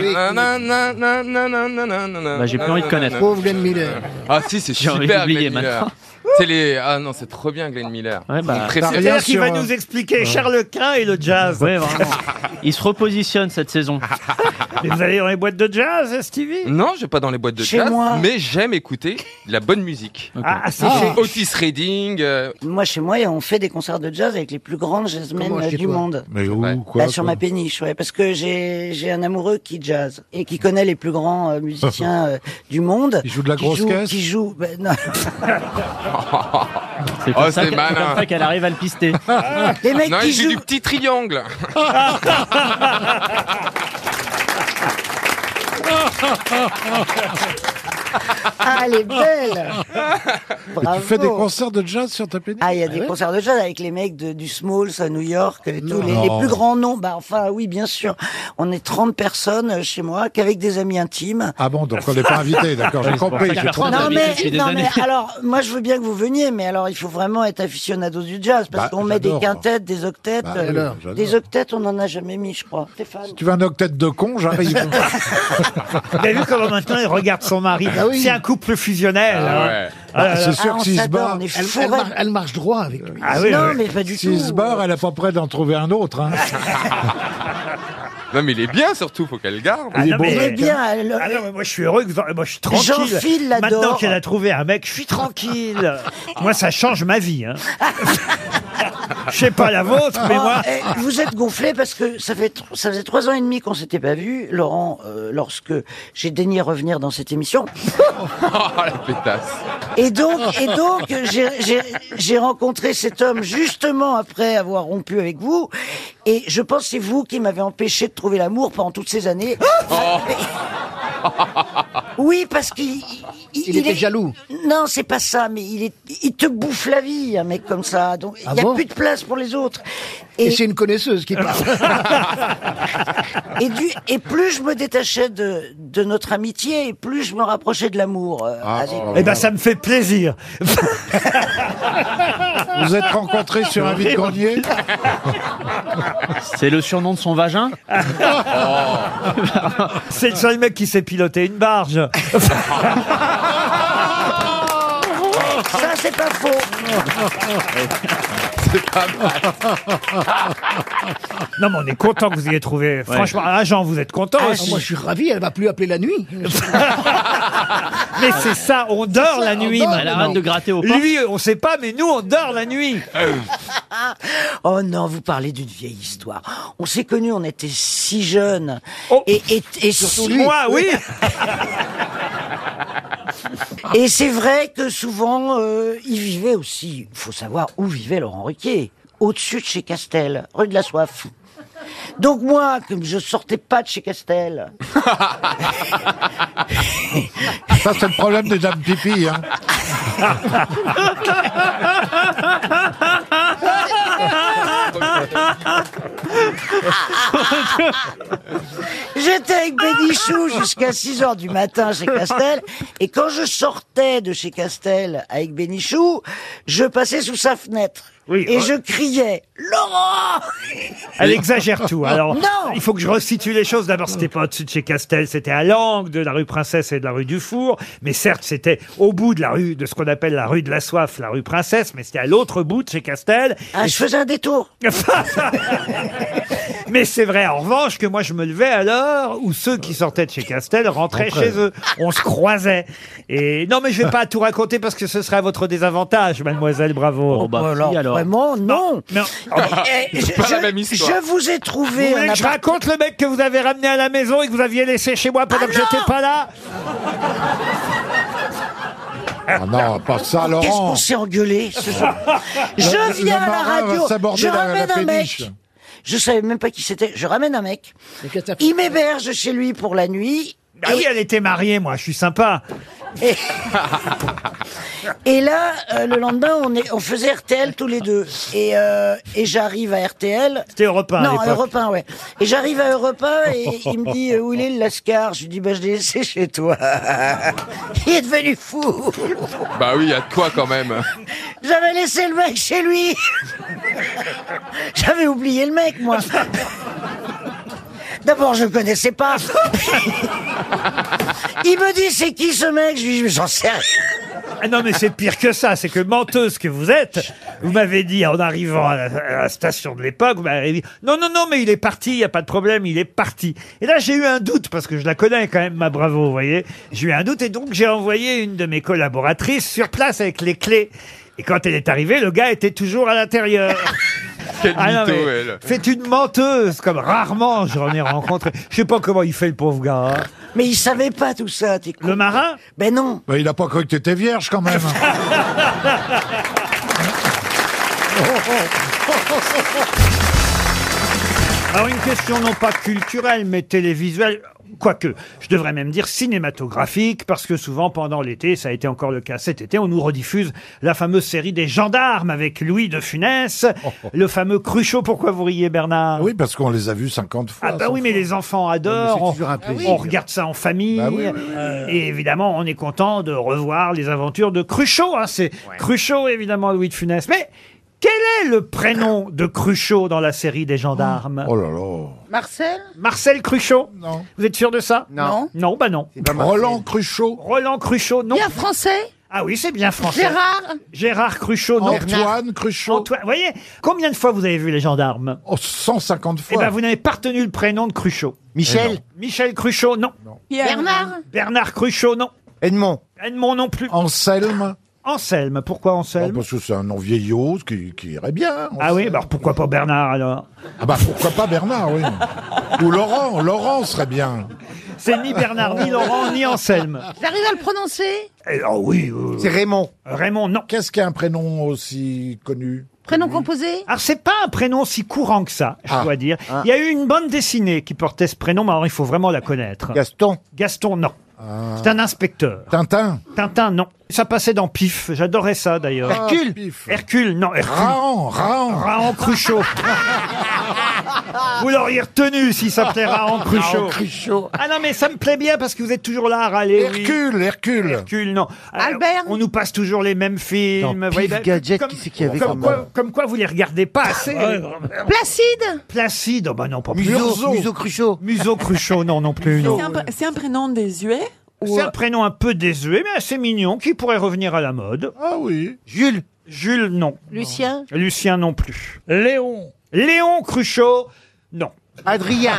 Speaker 9: j'ai plus envie de connaître.
Speaker 8: Pauvre Glenn Miller.
Speaker 2: Ah, si, c'est
Speaker 9: J'ai envie
Speaker 2: super,
Speaker 9: d'oublier
Speaker 2: Glenn Miller.
Speaker 9: maintenant.
Speaker 2: C'est les. Ah non, c'est trop bien, Glenn Miller.
Speaker 9: Ouais, bah,
Speaker 2: Mon
Speaker 9: t'as
Speaker 2: préféré.
Speaker 1: C'est-à-dire qu'il va
Speaker 8: euh,
Speaker 1: nous expliquer Charles Quint et le jazz. Ah,
Speaker 9: Ouais, vraiment. Il se repositionne cette saison.
Speaker 1: Mais vous allez dans les boîtes de jazz, Stevie
Speaker 2: Non, je vais pas dans les boîtes de
Speaker 1: Chez
Speaker 2: jazz,
Speaker 1: moi.
Speaker 2: mais j'aime écouter de la bonne musique.
Speaker 20: Ah, ah, c'est
Speaker 2: Ah.
Speaker 20: chez-
Speaker 2: Otis Redding. euh,
Speaker 20: Moi, chez moi, on fait des concerts de jazz avec les plus grandes jazzmen
Speaker 2: Comment,
Speaker 20: euh,
Speaker 2: chez
Speaker 20: du
Speaker 2: toi
Speaker 20: monde.
Speaker 11: Mais où, quoi
Speaker 20: Bah, sur ma péniche, ouais, parce que j'ai j'ai un amoureux qui jazz et qui connaît les plus grands euh, musiciens euh, du monde. Il joue de la
Speaker 11: grosse caisse
Speaker 20: Qui joue bah, non.
Speaker 9: C'est
Speaker 2: Oh,
Speaker 9: comme ça
Speaker 2: c'est
Speaker 9: que-
Speaker 2: malin.
Speaker 9: comme ça qu'elle arrive à le pister. Ah.
Speaker 20: Les mecs
Speaker 2: non,
Speaker 20: qui
Speaker 2: il joue
Speaker 20: jouent-
Speaker 2: du petit triangle.
Speaker 20: Ah, elle est belle.
Speaker 11: Mais
Speaker 20: Bravo.
Speaker 11: tu fais des concerts de jazz sur ta péniche
Speaker 20: Ah, il y a des concerts de jazz avec les mecs de- du Smalls à New York, euh, tous les, les
Speaker 11: Non.
Speaker 20: plus grands noms. Bah, enfin, oui, bien sûr. On est 30 personnes euh, chez moi, qu'avec des amis intimes.
Speaker 11: Ah bon, donc on n'est pas invité, d'accord, j'ai
Speaker 9: C'est pour
Speaker 11: compris.
Speaker 9: ça que
Speaker 11: j'ai
Speaker 9: personne
Speaker 11: compris.
Speaker 20: Non, mais,
Speaker 9: depuis des
Speaker 20: non,
Speaker 9: années.
Speaker 20: mais alors, moi, je veux bien que vous veniez, mais alors, il faut vraiment être aficionado du jazz, parce
Speaker 11: Bah,
Speaker 20: qu'on met des
Speaker 11: j'adore.
Speaker 20: quintettes, des octettes.
Speaker 11: Bah,
Speaker 20: euh,
Speaker 11: j'adore, j'adore.
Speaker 20: des octettes, on n'en a jamais mis, je crois. Stéphane.
Speaker 11: Si tu veux un octet de con, j'arrive.
Speaker 1: Vous avez vu comment maintenant il regarde son mari
Speaker 20: Ah
Speaker 1: C'est un couple fusionnel.
Speaker 11: Ah
Speaker 1: hein.
Speaker 11: ouais.
Speaker 1: Ah
Speaker 11: Bah,
Speaker 1: là
Speaker 11: c'est
Speaker 1: là.
Speaker 11: sûr que s'il se barre,
Speaker 8: Elle, elle mar- elle marche droit avec lui.
Speaker 1: Ah oui,
Speaker 20: non,
Speaker 1: oui.
Speaker 20: mais pas du
Speaker 11: s'il
Speaker 20: tout.
Speaker 11: se barre, elle a pas près d'en trouver un autre. hein.
Speaker 2: non, mais il est bien surtout, faut qu'elle le garde.
Speaker 1: Ah non, mais-
Speaker 20: Eh bien, elle-
Speaker 1: Ah non, mais moi je suis heureux, que vous- moi je suis tranquille.
Speaker 20: Jean-Phil l'adore.
Speaker 1: Maintenant qu'elle a trouvé un mec, je suis tranquille. moi ça change ma vie. hein. Je sais pas la vôtre, mais
Speaker 20: Oh,
Speaker 1: moi.
Speaker 20: eh, vous êtes gonflé parce que ça fait tr- ça faisait trois ans et demi qu'on s'était pas vu, Laurent. euh, lorsque j'ai daigné revenir dans cette émission,
Speaker 2: Oh, la pétasse.
Speaker 20: et donc et donc j'ai- j'ai- j'ai rencontré cet homme justement après avoir rompu avec vous, et je pense que c'est vous qui m'avez empêché de trouver l'amour pendant toutes ces années.
Speaker 8: Oh.
Speaker 20: Oui, parce qu'il il,
Speaker 8: Il était
Speaker 20: est-
Speaker 8: jaloux.
Speaker 20: Non, c'est pas ça, mais il est, il te bouffe la vie, un mec comme ça. Donc il
Speaker 8: Ah
Speaker 20: n'y a
Speaker 8: bon
Speaker 20: plus de place pour les autres.
Speaker 8: Et, c'est une connaisseuse qui parle.
Speaker 20: Et, du, et plus je me détachais de, de notre amitié, et plus je me rapprochais de l'amour.
Speaker 11: Ah, oh
Speaker 20: euh, avec-
Speaker 1: Eh ben ça me fait plaisir.
Speaker 11: Vous êtes rencontrés sur un vide-grenier
Speaker 9: C'est le surnom de son vagin
Speaker 1: C'est le seul mec qui sait piloter une barge.
Speaker 20: Ça, c'est pas
Speaker 1: faux. C'est pas mal. Non, mais on est content que vous ayez trouvé. Franchement, à Jean, vous êtes content
Speaker 8: Ah,
Speaker 1: aussi.
Speaker 8: moi, je suis ravi, elle va plus appeler la nuit.
Speaker 1: Mais c'est ça, on dort la nuit.
Speaker 8: dort,
Speaker 1: maintenant.
Speaker 8: Elle arrête de
Speaker 29: gratter
Speaker 20: aux portes.
Speaker 1: Lui, on sait pas, mais nous, on dort la nuit.
Speaker 20: Oh non, vous parlez d'une vieille histoire. On s'est connus, on était si jeunes. et, et, et
Speaker 1: Oh. Surtout
Speaker 20: si-
Speaker 1: lui. Moi, oui.
Speaker 20: Et c'est vrai que souvent, euh, il vivait aussi, il faut savoir où vivait Laurent Ruquier, au-dessus de chez Castel, rue de la Soif. Donc moi, comme je sortais pas de chez Castel,
Speaker 11: Ça, c'est le problème des dames pipi. Hein.
Speaker 20: j'étais avec Bénichou jusqu'à 6 heures du matin chez Castel. Et quand je sortais de chez Castel avec Bénichou, je passais sous sa fenêtre. et je criais, Laurent!
Speaker 1: oh. Elle exagère tout. Alors,
Speaker 20: Non
Speaker 1: il faut que je resitue les choses. D'abord, c'était pas au-dessus de chez Castel, c'était à l'angle de la rue Princesse et de la rue Dufour. Mais certes, c'était au bout de la rue, de ce qu'on appelle la rue de la soif, la rue Princesse, mais c'était à l'autre bout de chez Castel.
Speaker 20: Ah, je faisais un détour.
Speaker 1: Mais c'est vrai, en revanche, que moi je me levais à l'heure où ceux qui sortaient de chez Castel rentraient
Speaker 11: Rentraient.
Speaker 1: chez eux. On se croisait. Et non, mais je vais pas tout raconter parce que ce serait à votre désavantage, mademoiselle Bravo.
Speaker 20: Oh, bah, Alors, si, alors. vraiment, non. Eh, je,
Speaker 1: pas la
Speaker 20: je-
Speaker 1: même histoire.
Speaker 20: je vous ai trouvé
Speaker 1: bah. Vous voulez
Speaker 20: un
Speaker 1: que je raconte le mec que vous avez ramené à la maison et que vous aviez laissé chez moi pendant que j'étais pas là
Speaker 11: Ah non, pas ça, Laurent.
Speaker 20: Qu'est-ce qu'on s'est engueulé ce soir
Speaker 11: Le- le
Speaker 20: Je viens à
Speaker 11: marin
Speaker 20: la
Speaker 11: va
Speaker 20: radio,
Speaker 11: s'aborder
Speaker 20: je
Speaker 11: la- la
Speaker 20: ramène un
Speaker 11: péniche.
Speaker 20: mec. Je savais même pas qui c'était. Je ramène un mec. Il m'héberge chez lui pour la nuit.
Speaker 1: Ah oui, elle était mariée, moi, je suis sympa.
Speaker 20: Et, et là, euh, le lendemain, on, est, on faisait RTL tous les deux. Et, euh, et j'arrive à RTL.
Speaker 1: C'était Europe 1 à
Speaker 20: Non,
Speaker 1: l'époque.
Speaker 20: Europe 1, ouais. Et j'arrive à Europe 1 et il me dit euh, Où il est le Lascar Je lui dis bah, Je l'ai laissé chez toi. il est devenu fou.
Speaker 2: Bah oui, il y a de quoi quand même.
Speaker 20: J'avais laissé le mec chez lui. J'avais oublié le mec, moi. D'abord, je ne connaissais pas. Il me dit, c'est qui ce mec Je lui dis, j'en sais rien.
Speaker 1: Ah non, mais c'est pire que ça, c'est que menteuse que vous êtes, vous m'avez dit en arrivant à la, à la station de l'époque, vous m'avez dit non, non, non, mais il est parti, il n'y a pas de problème, il est parti. Et là, j'ai eu un doute, parce que je la connais quand même, ma bravo, vous voyez. J'ai eu un doute, et donc j'ai envoyé une de mes collaboratrices sur place avec les clés. Et quand elle est arrivée, le gars était toujours à l'intérieur. Ah
Speaker 2: Quel
Speaker 1: non,
Speaker 2: mytho,
Speaker 1: mais
Speaker 2: elle.
Speaker 1: C'est une menteuse, comme rarement j'en ai rencontré. Je sais pas comment il fait le pauvre gars. hein.
Speaker 20: Mais il savait pas tout ça, t'es
Speaker 1: Le marin
Speaker 20: Ben non.
Speaker 11: Bah, il a pas cru que t'étais vierge quand même.
Speaker 1: Alors une question non pas culturelle mais télévisuelle, quoique je devrais même dire cinématographique parce que souvent pendant l'été, ça a été encore le cas cet été, on nous rediffuse la fameuse série des gendarmes avec Louis de Funès, le fameux Cruchot. Pourquoi vous riez Bernard
Speaker 11: Oh, Ah Oui, parce qu'on les a vus 50 fois.
Speaker 1: Ah bah oui mais les enfants adorent,
Speaker 11: Mais c'est
Speaker 1: on,
Speaker 11: toujours un plaisir.
Speaker 1: on regarde ça en famille Euh,
Speaker 11: Bah oui, oui,
Speaker 1: et évidemment on est content de revoir les aventures de Cruchot. hein. C'est Cruchot évidemment Louis de Funès, mais quel est le prénom de Cruchot dans la série des gendarmes
Speaker 11: Oh là là.
Speaker 10: Marcel
Speaker 1: Marcel Cruchot
Speaker 10: Non.
Speaker 1: Vous êtes sûr de ça
Speaker 10: Non.
Speaker 1: Non, bah non.
Speaker 11: Roland Cruchot
Speaker 1: Roland Cruchot, non.
Speaker 10: Bien français
Speaker 1: Ah oui, c'est bien français.
Speaker 10: Gérard
Speaker 1: Gérard Cruchot, non.
Speaker 11: Antoine
Speaker 1: Cruchot. Antoine, voyez, combien de fois vous avez vu les gendarmes
Speaker 11: Oh, 150
Speaker 1: Eh
Speaker 11: fois.
Speaker 1: ben, vous n'avez pas retenu le prénom de Cruchot.
Speaker 11: Michel Eh non.
Speaker 1: Michel Cruchot, non.
Speaker 10: Bernard
Speaker 1: Bernard Cruchot, non.
Speaker 11: Edmond
Speaker 1: Edmond non plus.
Speaker 11: Anselme
Speaker 1: Anselme, pourquoi Anselme
Speaker 11: Ah, Parce que c'est un nom vieillot qui, qui irait bien.
Speaker 1: Ah oui, bah alors pourquoi pas Bernard alors
Speaker 11: Ah bah pourquoi pas Bernard, oui. Ou Laurent, Laurent serait bien.
Speaker 1: C'est ni Bernard, ni Laurent, ni Anselme.
Speaker 10: J'arrive à le prononcer
Speaker 1: Eh, Ah oui.
Speaker 11: C'est
Speaker 1: Raymond. Raymond, non.
Speaker 11: Qu'est-ce qu'un prénom aussi connu Ah.
Speaker 10: Prénom composé
Speaker 1: Alors, c'est pas un prénom si courant que ça, je dois dire. Il y a eu une bande dessinée qui portait ce prénom, mais alors il faut vraiment la connaître.
Speaker 11: Gaston Ah.
Speaker 1: Gaston, non. C'est un inspecteur.
Speaker 11: Tintin
Speaker 1: Tintin, non. Ça passait dans Pif. J'adorais ça, d'ailleurs.
Speaker 11: Hercule
Speaker 1: Hercule, non. Hercule.
Speaker 11: Raon, Raon.
Speaker 1: Raon Cruchot. vous l'auriez retenu si ça plaît Raon Cruchot.
Speaker 11: Raon Cruchot.
Speaker 1: Ah non, mais ça me plaît bien parce que vous êtes toujours là à râler. Ah, oui.
Speaker 11: Hercule, Hercule.
Speaker 1: Hercule, non. Albert On nous passe toujours les mêmes films.
Speaker 11: Dans
Speaker 1: vous voyez,
Speaker 11: Pif
Speaker 1: ben,
Speaker 11: Gadget,
Speaker 1: comme,
Speaker 11: qui c'est qu'il y avait
Speaker 1: comme
Speaker 11: comme Ah
Speaker 1: quoi,
Speaker 11: nom
Speaker 1: comme quoi vous les regardez pas assez.
Speaker 10: Placide
Speaker 1: Placide, oh bah non, pas
Speaker 11: Museau,
Speaker 1: Museau Cruchot. Museau Cruchot, non, non plus. non.
Speaker 30: C'est un, pr- c'est un prénom des Huées euh?
Speaker 1: C'est un prénom un peu désuet, mais assez mignon, qui pourrait revenir à la mode. Ah oui. Jules. Jules, non.
Speaker 10: Lucien
Speaker 1: Lucien non plus. Léon. Léon Cruchot, non.
Speaker 7: Adrien.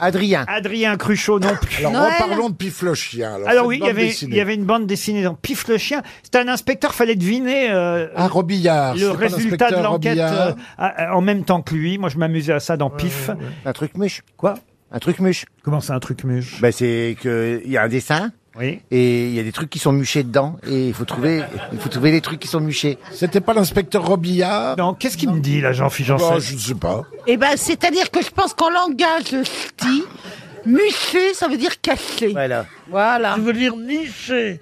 Speaker 1: Adrien. Adrien Cruchot non plus.
Speaker 11: Alors, reparlons de Piflochien. Alors,
Speaker 1: Alors
Speaker 11: cette
Speaker 1: oui, il y,
Speaker 11: bande
Speaker 1: avait,
Speaker 11: dessinée.
Speaker 1: il y avait une bande dessinée dans Pif le chien. C'était un inspecteur, fallait deviner euh,
Speaker 11: c'était
Speaker 1: le
Speaker 11: pas
Speaker 1: résultat de
Speaker 11: l'inspecteur
Speaker 1: l'enquête
Speaker 11: Robillard.
Speaker 1: euh, à- à- en même temps que lui. Moi, je m'amusais à ça dans Pif. Un truc mûche. Quoi
Speaker 7: Un truc mûche.
Speaker 1: Comment c'est un truc mûche
Speaker 7: Bah c'est que il y a un dessin.
Speaker 1: Oui.
Speaker 7: Et il y a des trucs qui sont muchés dedans et il faut trouver il faut trouver les trucs qui sont muchés.
Speaker 11: C'était pas l'inspecteur Robillard
Speaker 1: Non, qu'est-ce qu'il me dit là, Jean-Philippe
Speaker 11: Janssen
Speaker 7: Bah,
Speaker 11: je ne sais pas.
Speaker 10: Eh ben, c'est-à-dire que je pense qu'en langage ch'ti, mucher, ça veut dire casser.
Speaker 7: Voilà.
Speaker 10: Voilà.
Speaker 4: Ça veut dire nicher.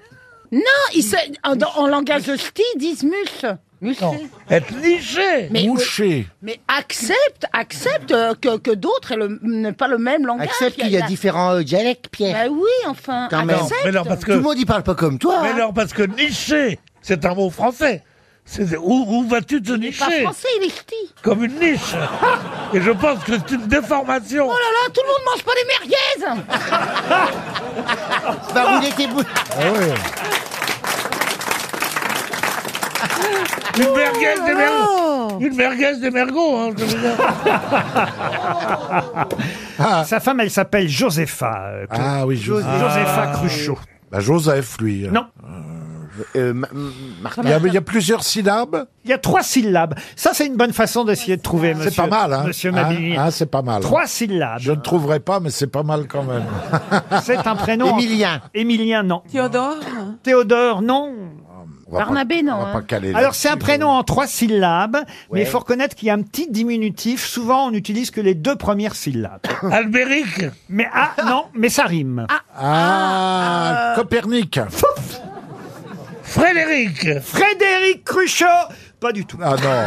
Speaker 10: Non, ils se- en, dans- en langage ch'ti, ils disent muche. Mucher.
Speaker 4: Être niché.
Speaker 10: Mais- Mouché. Mais accepte, accepte euh, que, que d'autres aient le- n'aient pas le même langage.
Speaker 7: Accepte qu'il y a différents euh, dialectes, Pierre.
Speaker 10: Bah oui, enfin.
Speaker 7: Quand même.
Speaker 10: accepte.
Speaker 4: Mais Ah, non, parce que...
Speaker 7: Tout le monde y parle pas comme toi.
Speaker 4: Mais
Speaker 7: hein.
Speaker 4: non, parce que nicher, c'est un mot français. C'est- Où, où vas-tu te
Speaker 10: Pas
Speaker 4: nicher
Speaker 10: français, il est ch'ti.
Speaker 4: Comme une niche. Et je pense que c'est une déformation.
Speaker 10: Oh là là, tout le monde mange pas des merguez
Speaker 7: Va rouler tes boules.
Speaker 4: Ah Une merguez des
Speaker 10: Oh.
Speaker 4: mergots. Une merguez des mergots, hein, je veux dire.
Speaker 1: Sa femme, elle s'appelle Josepha. euh,
Speaker 11: Ah oui, Joseph.
Speaker 1: Josepha
Speaker 11: Ah.
Speaker 1: Cruchot.
Speaker 11: Bah, Joseph, lui. Euh,
Speaker 1: Non.
Speaker 11: Il y a- il y a plusieurs syllabes
Speaker 1: Il y a trois syllabes. Ça, c'est une bonne façon d'essayer de trouver, monsieur.
Speaker 11: C'est pas mal, hein
Speaker 1: Monsieur
Speaker 11: Hein
Speaker 1: Mabini.
Speaker 11: Hein, c'est pas mal.
Speaker 1: Trois syllabes.
Speaker 11: Je ne trouverai pas, mais c'est pas mal quand même.
Speaker 1: C'est un prénom.
Speaker 11: Émilien.
Speaker 1: Émilien, non. Théodore Théodore, non.
Speaker 11: va pas-
Speaker 10: Barnabé, non, on va hein. pas
Speaker 11: caler
Speaker 1: Alors,
Speaker 11: là-dessus,
Speaker 1: c'est un prénom en trois syllabes, mais il
Speaker 11: Ouais.
Speaker 1: faut reconnaître qu'il y a un petit diminutif. Souvent, on n'utilise que les deux premières syllabes.
Speaker 4: Albéric
Speaker 1: Mais ah, non, mais ça rime.
Speaker 10: Ah.
Speaker 11: Ah, Copernic.
Speaker 4: Frédéric
Speaker 1: Frédéric Cruchot Pas du tout.
Speaker 11: Ah non.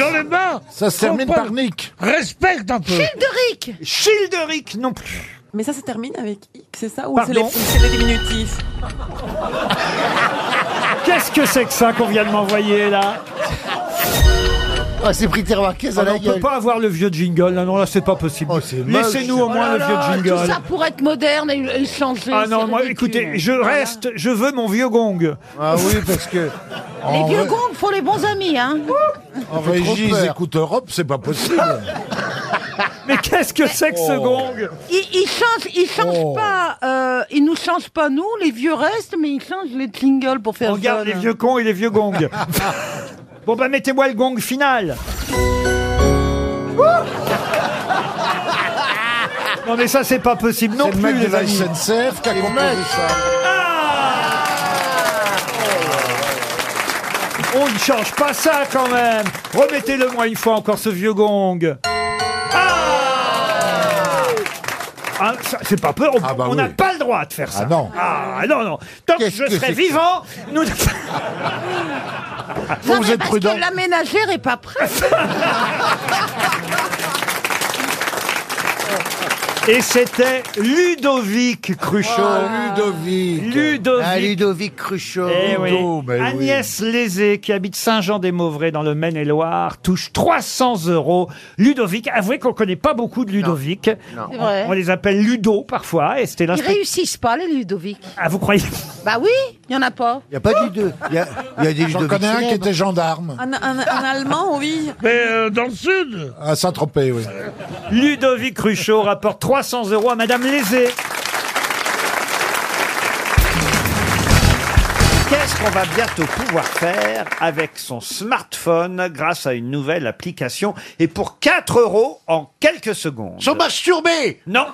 Speaker 4: Dans les bains
Speaker 11: Ça se termine par Nick.
Speaker 4: Respecte un peu
Speaker 10: Childeric
Speaker 1: Childeric non plus.
Speaker 22: Mais ça se termine avec X, c'est ça Ou
Speaker 1: Pardon
Speaker 22: c'est les, ou c'est les diminutifs
Speaker 1: Qu'est-ce que c'est que ça qu'on vient de m'envoyer, là
Speaker 7: Ah, c'est pris terroir caisse à
Speaker 1: Ah non,
Speaker 7: la
Speaker 1: on peut
Speaker 7: gueule. Oh,
Speaker 1: pas avoir le vieux jingle. là, non, là, c'est pas possible.
Speaker 7: moche.
Speaker 1: Laissez-nous au moins
Speaker 10: Oh là
Speaker 1: le vieux
Speaker 10: là,
Speaker 1: jingle.
Speaker 10: Tout ça pour être moderne et, et changer.
Speaker 1: Ah non,
Speaker 10: c'est
Speaker 1: moi,
Speaker 10: ridicule.
Speaker 1: écoutez, je reste, je veux mon vieux gong.
Speaker 11: Ah oui, parce que.
Speaker 10: Les
Speaker 11: en
Speaker 10: vieux
Speaker 11: ré-
Speaker 10: gongs font les bons amis, hein.
Speaker 11: En fait trop régie, ils peur. écoutent Europe, c'est pas possible.
Speaker 1: Mais qu'est-ce que c'est que ce
Speaker 11: Oh.
Speaker 1: gong
Speaker 10: Ils, ils changent, ils changent pas, euh, ils nous changent pas nous, les vieux restent, mais ils changent les jingles pour faire.
Speaker 1: On garde
Speaker 10: fun.
Speaker 1: les vieux cons et les vieux gongs. bon, bah, mettez-moi le gong final. non, mais ça, c'est pas possible non
Speaker 11: C'est le
Speaker 1: plus,
Speaker 11: mec de
Speaker 1: les
Speaker 11: la
Speaker 1: amis. Ah
Speaker 11: SNCF qui a composé ça.
Speaker 1: On ne Oh, change pas ça quand même. Remettez-le moi une fois encore ce vieux gong. Ah, ça, c'est pas peur, on
Speaker 11: bah
Speaker 1: on n'a
Speaker 11: oui.
Speaker 1: pas le droit de faire ça.
Speaker 11: Ah non.
Speaker 1: Ah non, non. Tant que je
Speaker 11: que
Speaker 1: serai
Speaker 11: c'est que
Speaker 1: vivant, nous...
Speaker 10: Non,
Speaker 11: vous
Speaker 10: mais
Speaker 11: êtes
Speaker 10: parce
Speaker 11: prudent.
Speaker 10: que la ménagère est pas prête.
Speaker 1: Et c'était Ludovic Cruchot.
Speaker 11: Ludovic.
Speaker 1: Ludovic.
Speaker 7: Ah, Ludovic Cruchot. Oh, bah
Speaker 1: Eh oui.
Speaker 11: Ludo,
Speaker 7: ben
Speaker 11: mais oui.
Speaker 1: Agnès Lézé, qui habite Saint-Jean-des-Mauvrais dans le Maine-et-Loire, touche 300 euros. Ludovic, avouez qu'on connaît pas beaucoup de Ludovic.
Speaker 10: C'est
Speaker 1: On,
Speaker 10: vrai.
Speaker 1: on les appelle Ludo parfois. Et c'était
Speaker 10: Ils
Speaker 1: l'inspecteur.
Speaker 10: réussissent pas les Ludovic.
Speaker 1: Ah, vous croyez
Speaker 10: Bah oui, il y en a pas.
Speaker 7: Il y a pas du deux. Il y a, il y a des
Speaker 11: J'en
Speaker 7: Ludovic
Speaker 11: connais un qui
Speaker 7: célèbres.
Speaker 11: était gendarme.
Speaker 22: un, un- un Allemand, oui.
Speaker 4: Mais euh, dans le sud
Speaker 11: À Saint-Tropez, oui.
Speaker 1: Ludovic Cruchot rapporte 300 euros à Madame Lézé. Qu'est-ce qu'on va bientôt pouvoir faire avec son smartphone grâce à une nouvelle application et pour 4 euros en quelques secondes
Speaker 20: Se masturber
Speaker 1: Non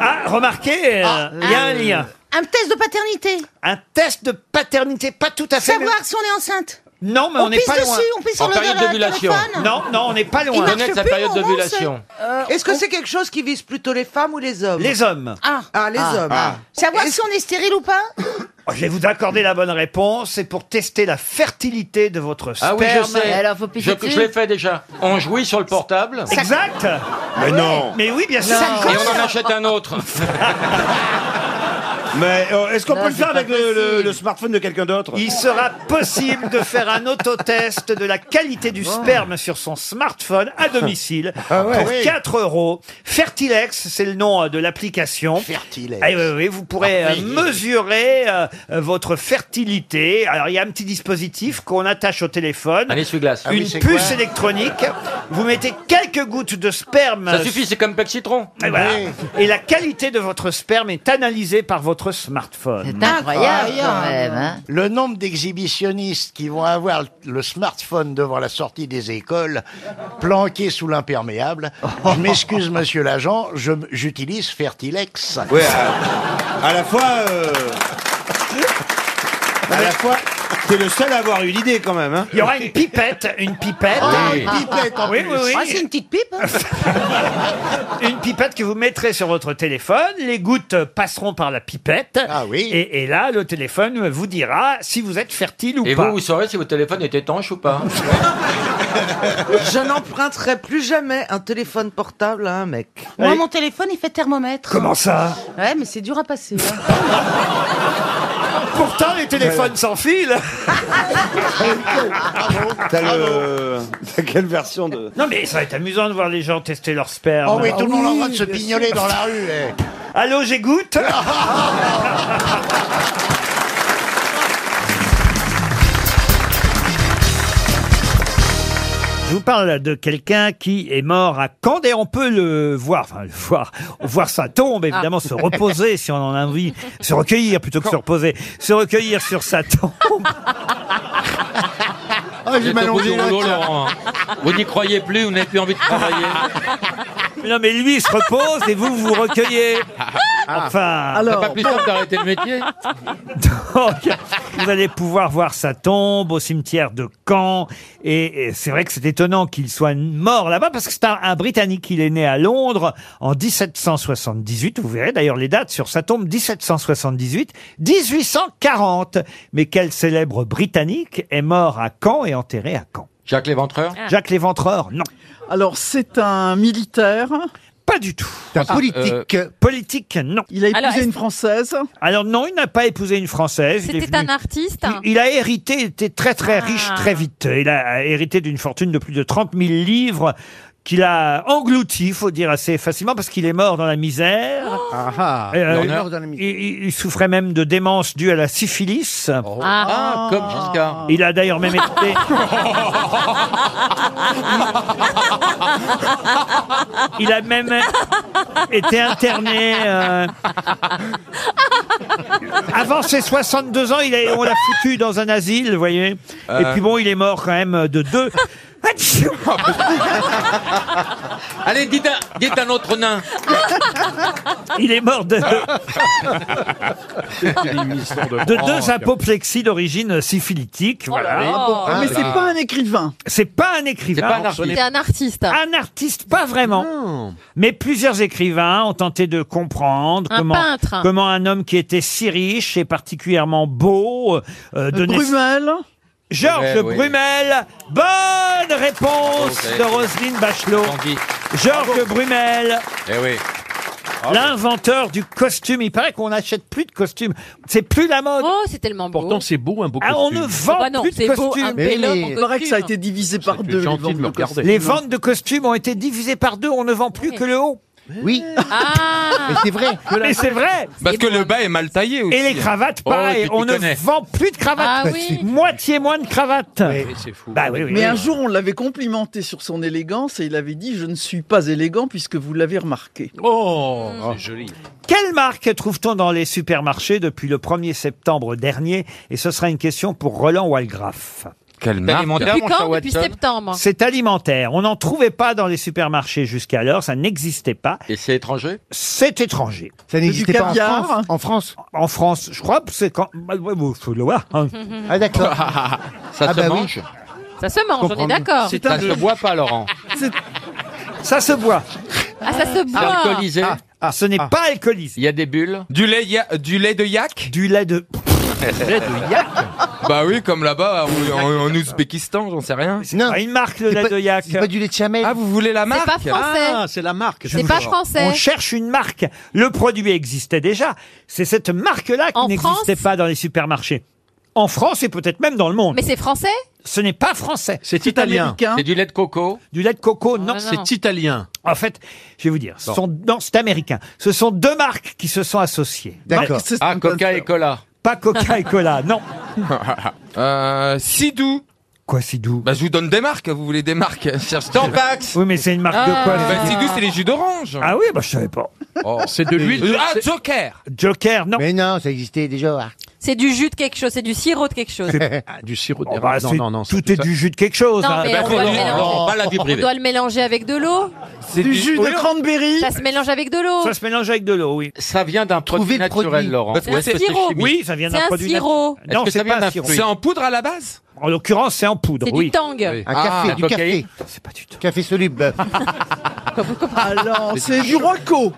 Speaker 1: Ah, remarquez, euh,
Speaker 17: Ah.
Speaker 1: il y a un lien.
Speaker 10: Un test de paternité.
Speaker 1: Un test de paternité, pas tout à fait.
Speaker 10: Savoir
Speaker 1: mais-
Speaker 10: si on est enceinte.
Speaker 1: Non, mais on
Speaker 10: on
Speaker 1: n'est
Speaker 10: pisse
Speaker 1: pas loin.
Speaker 10: dessus, on pisse sur
Speaker 3: En
Speaker 10: le
Speaker 3: période
Speaker 10: téléphone.
Speaker 3: d'ovulation.
Speaker 1: Non, non, on n'est pas
Speaker 10: Il
Speaker 1: loin.
Speaker 10: marche
Speaker 3: Connaître sa
Speaker 10: plus,
Speaker 3: période
Speaker 10: au moins,
Speaker 3: d'ovulation.
Speaker 10: c'est- Euh,
Speaker 13: Est-ce que
Speaker 10: on-
Speaker 13: c'est quelque chose qui vise plutôt les femmes ou les hommes
Speaker 1: Les hommes.
Speaker 10: Ah,
Speaker 13: Ah, les
Speaker 1: Ah.
Speaker 13: hommes.
Speaker 1: Ah.
Speaker 10: Savoir si on est stérile ou pas
Speaker 1: Oh, Je vais vous accorder la bonne réponse. C'est pour tester la fertilité de votre
Speaker 3: Ah
Speaker 1: sperme.
Speaker 3: oui, je sais. je,
Speaker 1: dessus.
Speaker 3: je l'ai fait déjà. On jouit sur le portable.
Speaker 1: Exact. Mais non. Mais oui, bien sûr.
Speaker 3: Et on en achète un autre.
Speaker 17: Mais euh, est-ce qu'on
Speaker 1: Non,
Speaker 17: peut le
Speaker 1: c'est
Speaker 17: faire
Speaker 1: pas
Speaker 17: avec le, le-
Speaker 1: possible.
Speaker 17: le smartphone de quelqu'un d'autre
Speaker 1: Il sera possible de faire un autotest de la qualité du sperme sur son smartphone à domicile
Speaker 17: Ah ouais.
Speaker 1: pour
Speaker 17: Oui.
Speaker 1: 4 euros. Fertilex, c'est le nom euh, de l'application.
Speaker 17: Fertilex.
Speaker 1: Ah oui, oui, oui, vous pourrez
Speaker 17: Ah
Speaker 1: euh,
Speaker 17: oui.
Speaker 1: mesurer euh, euh, votre fertilité. Alors, il y a un petit dispositif qu'on attache au téléphone.
Speaker 3: Un essuie-glace. Ah oui,
Speaker 1: Une
Speaker 3: c'est
Speaker 1: puce
Speaker 3: quoi
Speaker 1: électronique. Vous mettez quelques gouttes de sperme.
Speaker 3: Ça suffit, c'est comme Pexitron.
Speaker 1: Et, Eh voilà. Et la qualité de votre sperme est analysée par votre smartphone.
Speaker 19: C'est incroyable, quand même. hein. Le nombre d'exhibitionnistes qui vont avoir le smartphone devant la sortie des écoles, planqué sous l'imperméable. Je m'excuse, monsieur l'agent, je m- j'utilise Fertilex.
Speaker 17: Ouais, à, à la fois. euh, à la fois. T'es le seul à avoir eu l'idée quand même. Hein.
Speaker 1: Il y aura une pipette, une pipette.
Speaker 17: Ah,
Speaker 1: Oui.
Speaker 17: une pipette, en
Speaker 1: oui,
Speaker 17: plus.
Speaker 1: oui, oui.
Speaker 17: Ah, c'est une
Speaker 1: petite
Speaker 10: hein.
Speaker 1: pipe Une pipette que vous mettrez sur votre téléphone, les gouttes passeront par la pipette. Ah oui. Et, et là, le téléphone vous dira si vous êtes fertile ou
Speaker 3: Et
Speaker 1: pas.
Speaker 3: vous, vous saurez si votre téléphone est étanche ou pas.
Speaker 13: Je n'emprunterai plus jamais un téléphone portable à un mec.
Speaker 10: Moi, mon téléphone, il fait thermomètre.
Speaker 1: Comment ça
Speaker 10: Ouais, mais c'est dur à passer. hein.
Speaker 1: Pourtant, les téléphones sans fil
Speaker 17: T'as le- t'as quelle version de.
Speaker 1: Non mais ça va être amusant de voir les gens tester leur sperme.
Speaker 19: Oh oui, tout le monde en train de se pignoler dans la rue. eh.
Speaker 1: Ah Allô, j'égoutte Je vous parle de quelqu'un qui est mort à Candé. on peut le voir, enfin le voir, voir sa tombe, évidemment,
Speaker 17: Ah.
Speaker 1: se reposer si on en a envie, se recueillir plutôt que se reposer, se recueillir sur sa tombe.
Speaker 6: Ah,
Speaker 1: Ah,
Speaker 3: Vous êtes au bout du
Speaker 1: hein.
Speaker 3: rouleau, Laurent. Ah hein. Vous n'y croyez plus, vous n'avez plus envie de travailler.
Speaker 1: Non mais lui il se repose et vous vous recueillez. Enfin,
Speaker 3: Ah. C'est pas plus simple d'arrêter le métier
Speaker 1: Donc, vous allez pouvoir voir sa tombe au cimetière de Caen. Et, et c'est vrai que c'est étonnant qu'il soit mort là-bas parce que c'est un, un Britannique. Il est né à Londres en 1778. Vous verrez d'ailleurs les dates sur sa tombe 1778, 1840. Mais quel célèbre Britannique est mort à Caen et enterré à Caen
Speaker 3: Jacques Léventreur
Speaker 1: Jacques Léventreur, non.
Speaker 23: Alors, c'est un militaire
Speaker 1: Pas du tout.
Speaker 23: un Ah, politique. euh,
Speaker 1: Politique, non.
Speaker 23: Il a épousé
Speaker 1: Alors, est-ce-
Speaker 23: une Française
Speaker 1: Alors non, il n'a pas épousé une Française. Il est
Speaker 23: C'était
Speaker 1: venu-
Speaker 23: un artiste.
Speaker 1: Il a hérité, il était très très
Speaker 23: Ah.
Speaker 1: riche très vite. Il a hérité d'une fortune de plus de 30 000 livres qu'il a englouti, faut dire assez facilement, parce qu'il est mort dans la misère. Euh,
Speaker 19: ah. Il est mort dans la
Speaker 1: il, il- il souffrait même de démence due à la syphilis.
Speaker 19: Ah. Ah, comme Giscard.
Speaker 1: Il a d'ailleurs même été... il a même été interné... euh, Avant ses 62 ans, il a- on l'a foutu dans un asile, vous voyez. Et
Speaker 17: Euh.
Speaker 1: puis bon, il est mort quand même de deux... Atchou
Speaker 3: Allez, dites un, dites un autre nain.
Speaker 1: Il est mort de, de deux apoplexies d'origine syphilitique.
Speaker 8: Oh
Speaker 1: voilà.
Speaker 23: Ah, mais c'est pas un écrivain.
Speaker 1: Oh. C'est pas un écrivain.
Speaker 23: C'est un artiste.
Speaker 1: Un artiste, pas vraiment. Mais plusieurs écrivains ont tenté de comprendre
Speaker 23: Un
Speaker 1: comment,
Speaker 23: peintre.
Speaker 1: comment un homme qui était si riche et particulièrement beau euh, donnait...
Speaker 23: Brummel.
Speaker 1: Georges
Speaker 23: Brummel, oui.
Speaker 1: Brummel. Bonne réponse
Speaker 17: Ok.
Speaker 1: de Roselyne Bachelot. Georges Brummel.
Speaker 17: Eh oui.
Speaker 1: L'inventeur du costume. Il paraît qu'on n'achète plus de costumes. C'est plus la mode.
Speaker 23: Oh, c'est tellement beau. bah
Speaker 1: Pourtant,
Speaker 18: c'est beau, un beau
Speaker 1: Ah, on ne vend plus de costumes.
Speaker 23: Il paraît que ça a été divisé par
Speaker 18: deux, les gentil de ventes me de regarder. costumes.
Speaker 1: Les ventes de costumes ont été divisées par deux. On ne vend plus que le haut. Oui.
Speaker 23: Ah
Speaker 1: c'est vrai. Mais c'est vrai.
Speaker 2: Parce que le bas est mal taillé aussi.
Speaker 1: Et les cravates,
Speaker 2: Oh,
Speaker 1: pareil.
Speaker 2: tu t'y
Speaker 1: on ne
Speaker 2: connais.
Speaker 1: vend plus de cravates.
Speaker 23: Ah oui.
Speaker 1: Moitié moins de cravates. c'est fou. Bah, oui, oui,
Speaker 23: mais
Speaker 1: oui.
Speaker 23: un jour, on l'avait complimenté sur son élégance et il avait dit Je ne suis pas élégant puisque vous l'avez remarqué.
Speaker 18: Oh, c'est joli.
Speaker 1: Quelle marque trouve-t-on dans les supermarchés depuis le 1er septembre dernier Et ce sera une question pour Roland Walgraff. Quelle
Speaker 3: marque alimentaire, Depuis mon cher quand Depuis Watson septembre.
Speaker 1: C'est alimentaire. On n'en trouvait pas dans les supermarchés jusqu'alors, ça n'existait pas.
Speaker 3: Et c'est étranger
Speaker 1: C'est étranger. Ça
Speaker 3: n'existait pas en caviar France
Speaker 1: En France En France, je crois, c'est quand... bah, ouais, bon, faut le voir. hein.
Speaker 3: Ah, d'accord. Ça
Speaker 2: Ah,
Speaker 3: se
Speaker 2: bah
Speaker 3: mange
Speaker 23: Ça se mange, on est d'accord.
Speaker 3: Ça se boit pas, Laurent.
Speaker 1: Ça se boit.
Speaker 23: Ah, ça se
Speaker 3: C'est alcoolisé.
Speaker 1: Ce n'est pas alcoolisé.
Speaker 3: Il y a des bulles.
Speaker 2: Du lait, ya- du lait de yak
Speaker 1: Du lait de.
Speaker 2: yak Bah oui, comme là-bas, en, en- en Ouzbékistan, j'en sais rien.
Speaker 7: Non.
Speaker 1: Ah, une marque le
Speaker 2: lait de
Speaker 1: yak.
Speaker 7: C'est pas du lait de chamel.
Speaker 2: Ah, vous voulez la marque
Speaker 1: marque.
Speaker 2: Ah,
Speaker 1: c'est la marque.
Speaker 2: C'est pas français.
Speaker 1: On cherche une marque. Le produit existait déjà. C'est cette marque-là qui n'existait pas dans les supermarchés. En France et peut-être même dans le monde.
Speaker 14: Mais c'est français
Speaker 1: ce n'est pas français.
Speaker 14: C'est italien. américain.
Speaker 1: C'est du lait de coco. Du lait de coco, non.
Speaker 14: non. C'est
Speaker 1: italien. En fait, je vais vous dire, ce sont- non, c'est américain. Ce sont deux marques qui se sont associées. Bah,
Speaker 2: D'accord. Ah, Coca et Cola.
Speaker 1: Pas Coca et Cola, non.
Speaker 2: euh, Sidou.
Speaker 1: Quoi, Sidou
Speaker 2: Bah, je vous donne des marques, vous voulez des marques Cherche Tampax
Speaker 1: Oui, mais c'est une marque de quoi
Speaker 2: Bah,
Speaker 1: Sidou
Speaker 2: Sidou, c'est les jus d'orange Oh.
Speaker 1: Ah oui, bah, je savais pas.
Speaker 2: C'est de l'huile. Ah, Joker
Speaker 1: Joker, non.
Speaker 7: Mais non, ça existait déjà.
Speaker 14: C'est du jus de quelque chose, c'est du sirop de quelque chose.
Speaker 18: du sirop
Speaker 1: Oh, bah, c'est- tout est du jus de quelque chose.
Speaker 14: Non,
Speaker 2: Bah,
Speaker 1: hein.
Speaker 14: mais on doit, le mélanger. on doit le mélanger avec de l'eau.
Speaker 1: C'est Du du- jus de oui, on-
Speaker 14: cranberry. Ça se mélange avec de l'eau.
Speaker 1: Ça se mélange avec de l'eau, oui.
Speaker 2: Ça vient d'un
Speaker 1: produit
Speaker 2: naturel, Laurent.
Speaker 1: Parce
Speaker 2: Ou est-ce que c'est
Speaker 14: sirop. chimique
Speaker 1: Oui, ça vient d'un
Speaker 14: C'est un
Speaker 1: produit
Speaker 14: sirop.
Speaker 1: naturel. Non,
Speaker 2: Est-ce que
Speaker 1: c'est
Speaker 2: ça vient
Speaker 1: pas un
Speaker 2: d'un
Speaker 1: sirop.
Speaker 2: fruit C'est en poudre à la base
Speaker 1: En l'occurrence, c'est en poudre.
Speaker 14: C'est du
Speaker 1: oui.
Speaker 14: Tang. Oui.
Speaker 7: Un café,
Speaker 2: Ah,
Speaker 7: du
Speaker 2: cocaïne.
Speaker 7: café.
Speaker 1: C'est pas du tout.
Speaker 7: Café soluble.
Speaker 2: Ah,
Speaker 23: Alors, c'est du roco.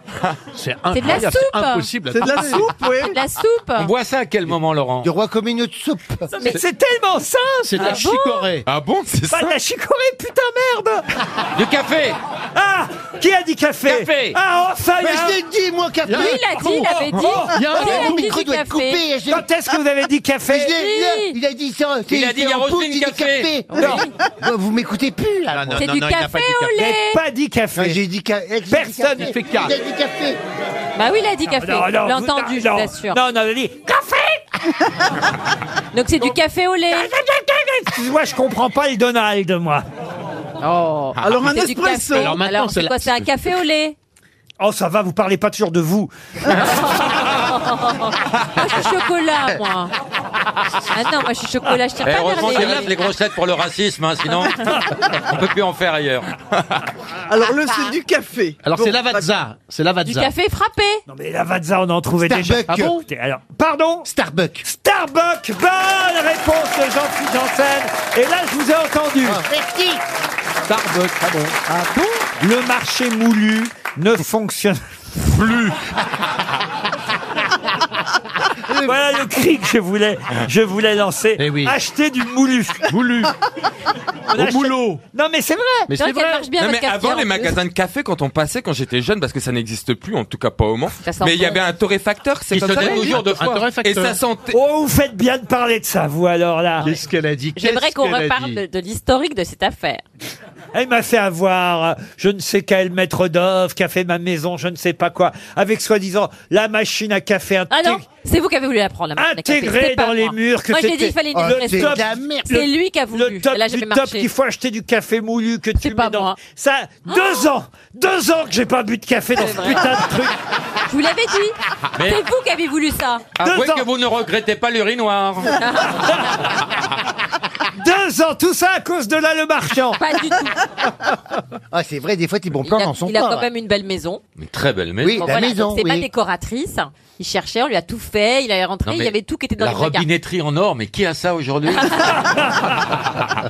Speaker 18: C'est
Speaker 14: C'est de la soupe.
Speaker 23: C'est de la soupe, oui.
Speaker 14: C'est de la soupe.
Speaker 2: Ah, On boit ça à quel moment, Laurent
Speaker 7: Du roi comme une autre soupe.
Speaker 1: Mais c'est tellement simple
Speaker 18: C'est de la chicorée.
Speaker 2: Ah bon, c'est
Speaker 1: Pas
Speaker 2: ça
Speaker 1: de la chicorée, putain, merde
Speaker 2: Du café
Speaker 1: Ah Qui a dit café
Speaker 2: Café.
Speaker 1: Ah, enfin, il y
Speaker 7: Mais
Speaker 1: a un-
Speaker 7: je t'ai dit, moi, café
Speaker 14: Lui, il a dit, il avait dit.
Speaker 7: Il y a
Speaker 14: Lui, il a
Speaker 7: un
Speaker 14: dit
Speaker 7: micro
Speaker 14: du
Speaker 7: doit être
Speaker 14: café.
Speaker 7: coupé. je-
Speaker 1: Quand est-ce que vous avez dit café
Speaker 7: je l'ai-
Speaker 14: Oui.
Speaker 7: Il a dit ça. c'est-
Speaker 2: Il a dit,
Speaker 7: c'est
Speaker 2: il y a
Speaker 7: en poudre,
Speaker 2: Roselyne
Speaker 7: il dit
Speaker 2: Café. Ah,
Speaker 7: Non, bah, vous m'écoutez plus, là. moi.
Speaker 14: C'est du café au
Speaker 1: J'ai
Speaker 14: lait.
Speaker 1: pas dit
Speaker 7: Non,
Speaker 1: café.
Speaker 7: J'ai dit ca- eh, j'ai dit café.
Speaker 1: Personne ne fait
Speaker 7: Il a
Speaker 1: café.
Speaker 7: dit café.
Speaker 14: Bah oui, il a dit café.
Speaker 1: Ah, Non, non,
Speaker 14: Je l'ai
Speaker 1: vous-
Speaker 14: entendu, je
Speaker 1: non,
Speaker 14: vous assure.
Speaker 1: Non, non, elle a dit café
Speaker 14: Donc c'est du café au lait.
Speaker 1: Excuse-moi, je comprends pas le Donald, moi.
Speaker 23: Alors un
Speaker 14: C'est du
Speaker 23: espresso.
Speaker 14: café. Alors c'est quoi C'est un café au lait.
Speaker 1: Oh, ça va, vous parlez pas toujours de vous.
Speaker 14: Moi, je suis chocolat, moi. Ah non, moi, je suis chocolat,
Speaker 2: Eh,
Speaker 14: je tire pas vers les-
Speaker 2: grossettes pour le racisme, hein, sinon on peut plus en faire ailleurs.
Speaker 23: Alors le c'est du café.
Speaker 18: Alors
Speaker 23: Bon,
Speaker 18: c'est Lavazza. C'est
Speaker 14: Ah, Du
Speaker 18: Lavazza.
Speaker 14: café frappé.
Speaker 1: Non, mais la Vazza, on en trouvait déjà.
Speaker 7: Starbucks. Ah bon
Speaker 1: Écoutez, alors, pardon
Speaker 7: Starbucks.
Speaker 1: Starbucks, bonne réponse de Jean-Philippe Janssen. Et là, je vous ai entendu.
Speaker 7: Ah. Merci.
Speaker 2: Starbucks, ah bon.
Speaker 1: Le marché moulu ne fonctionne plus.
Speaker 23: Eh
Speaker 1: voilà le cri que je voulais, je voulais lancer.
Speaker 18: Eh oui.
Speaker 1: Acheter du moulu.
Speaker 18: Voulu.
Speaker 1: On achète-
Speaker 18: boulot.
Speaker 1: Non, mais c'est vrai.
Speaker 2: Mais
Speaker 14: C'est vrai qu'elle marche bien,
Speaker 2: Non,
Speaker 14: votre
Speaker 2: mais
Speaker 14: café,
Speaker 2: avant
Speaker 14: en
Speaker 2: les
Speaker 14: plus.
Speaker 2: magasins de café, quand on passait, quand j'étais jeune, parce que ça n'existe plus, en tout cas pas au Mans.
Speaker 14: Ça sent
Speaker 2: Mais il y
Speaker 14: bon.
Speaker 2: avait un torréfacteur, c'est
Speaker 18: Il
Speaker 2: comme
Speaker 18: se
Speaker 2: ça.
Speaker 18: donne
Speaker 2: qu'on
Speaker 18: toujours
Speaker 2: dit.
Speaker 18: deux fois.
Speaker 2: Un torréfacteur. Et ça sentait.
Speaker 1: Oh, vous faites bien de parler de ça, vous, alors là.
Speaker 18: Qu'est-ce qu'elle a dit
Speaker 14: J'aimerais
Speaker 18: Qu'est-ce
Speaker 14: qu'on
Speaker 18: qu'elle a
Speaker 14: reparle
Speaker 18: dit
Speaker 14: de, de l'historique de cette affaire.
Speaker 1: Elle m'a fait avoir, euh, je ne sais quel maître d'œuvre qui a fait ma maison, je ne sais pas quoi, avec soi-disant la machine à café
Speaker 14: Ah
Speaker 1: intégrée.
Speaker 14: non, c'est vous qui avez voulu la prendre, la machine à café,
Speaker 1: intégré
Speaker 14: c'est pas
Speaker 1: dans les
Speaker 14: moi.
Speaker 1: murs que
Speaker 14: Moi, j'ai
Speaker 1: c'était Oh,
Speaker 14: dit, il fallait une
Speaker 7: Ah, c'est
Speaker 14: espresso.
Speaker 7: de la merde.
Speaker 14: C'est lui qui a voulu.
Speaker 1: le top
Speaker 14: Elle a
Speaker 1: du
Speaker 14: jamais
Speaker 1: top
Speaker 14: marché.
Speaker 1: qu'il faut acheter du café moulu que tu
Speaker 14: C'est
Speaker 1: mets
Speaker 14: pas
Speaker 1: dans
Speaker 14: moi.
Speaker 1: ça deux ans deux ans que j'ai pas bu de café dans ce
Speaker 14: vrai.
Speaker 1: putain de truc
Speaker 14: Je vous l'avais dit.
Speaker 2: Ah, Mais- Ah,
Speaker 14: C'est vous qui avez voulu ça.
Speaker 2: Avouez
Speaker 1: Deux ans.
Speaker 2: que vous ne regrettez pas l'urinoir.
Speaker 1: deux ans tout ça à cause de là le marchand
Speaker 14: Pas du tout.
Speaker 7: Ah, c'est vrai, des fois, t'es bon
Speaker 14: Il
Speaker 7: plan
Speaker 14: a,
Speaker 7: dans son
Speaker 14: il a
Speaker 7: pain,
Speaker 14: quand
Speaker 7: là.
Speaker 14: même une belle maison.
Speaker 2: Une très belle maison.
Speaker 7: Oui,
Speaker 14: Bon,
Speaker 7: la
Speaker 14: voilà,
Speaker 7: maison,
Speaker 14: donc c'est pas
Speaker 7: oui.
Speaker 14: décoratrice. Il cherchait, on lui a tout fait. Il est rentré,
Speaker 2: Non, mais
Speaker 14: il y avait tout qui était dans
Speaker 2: La
Speaker 14: les placards.
Speaker 2: robinetterie en or, mais qui a ça aujourd'hui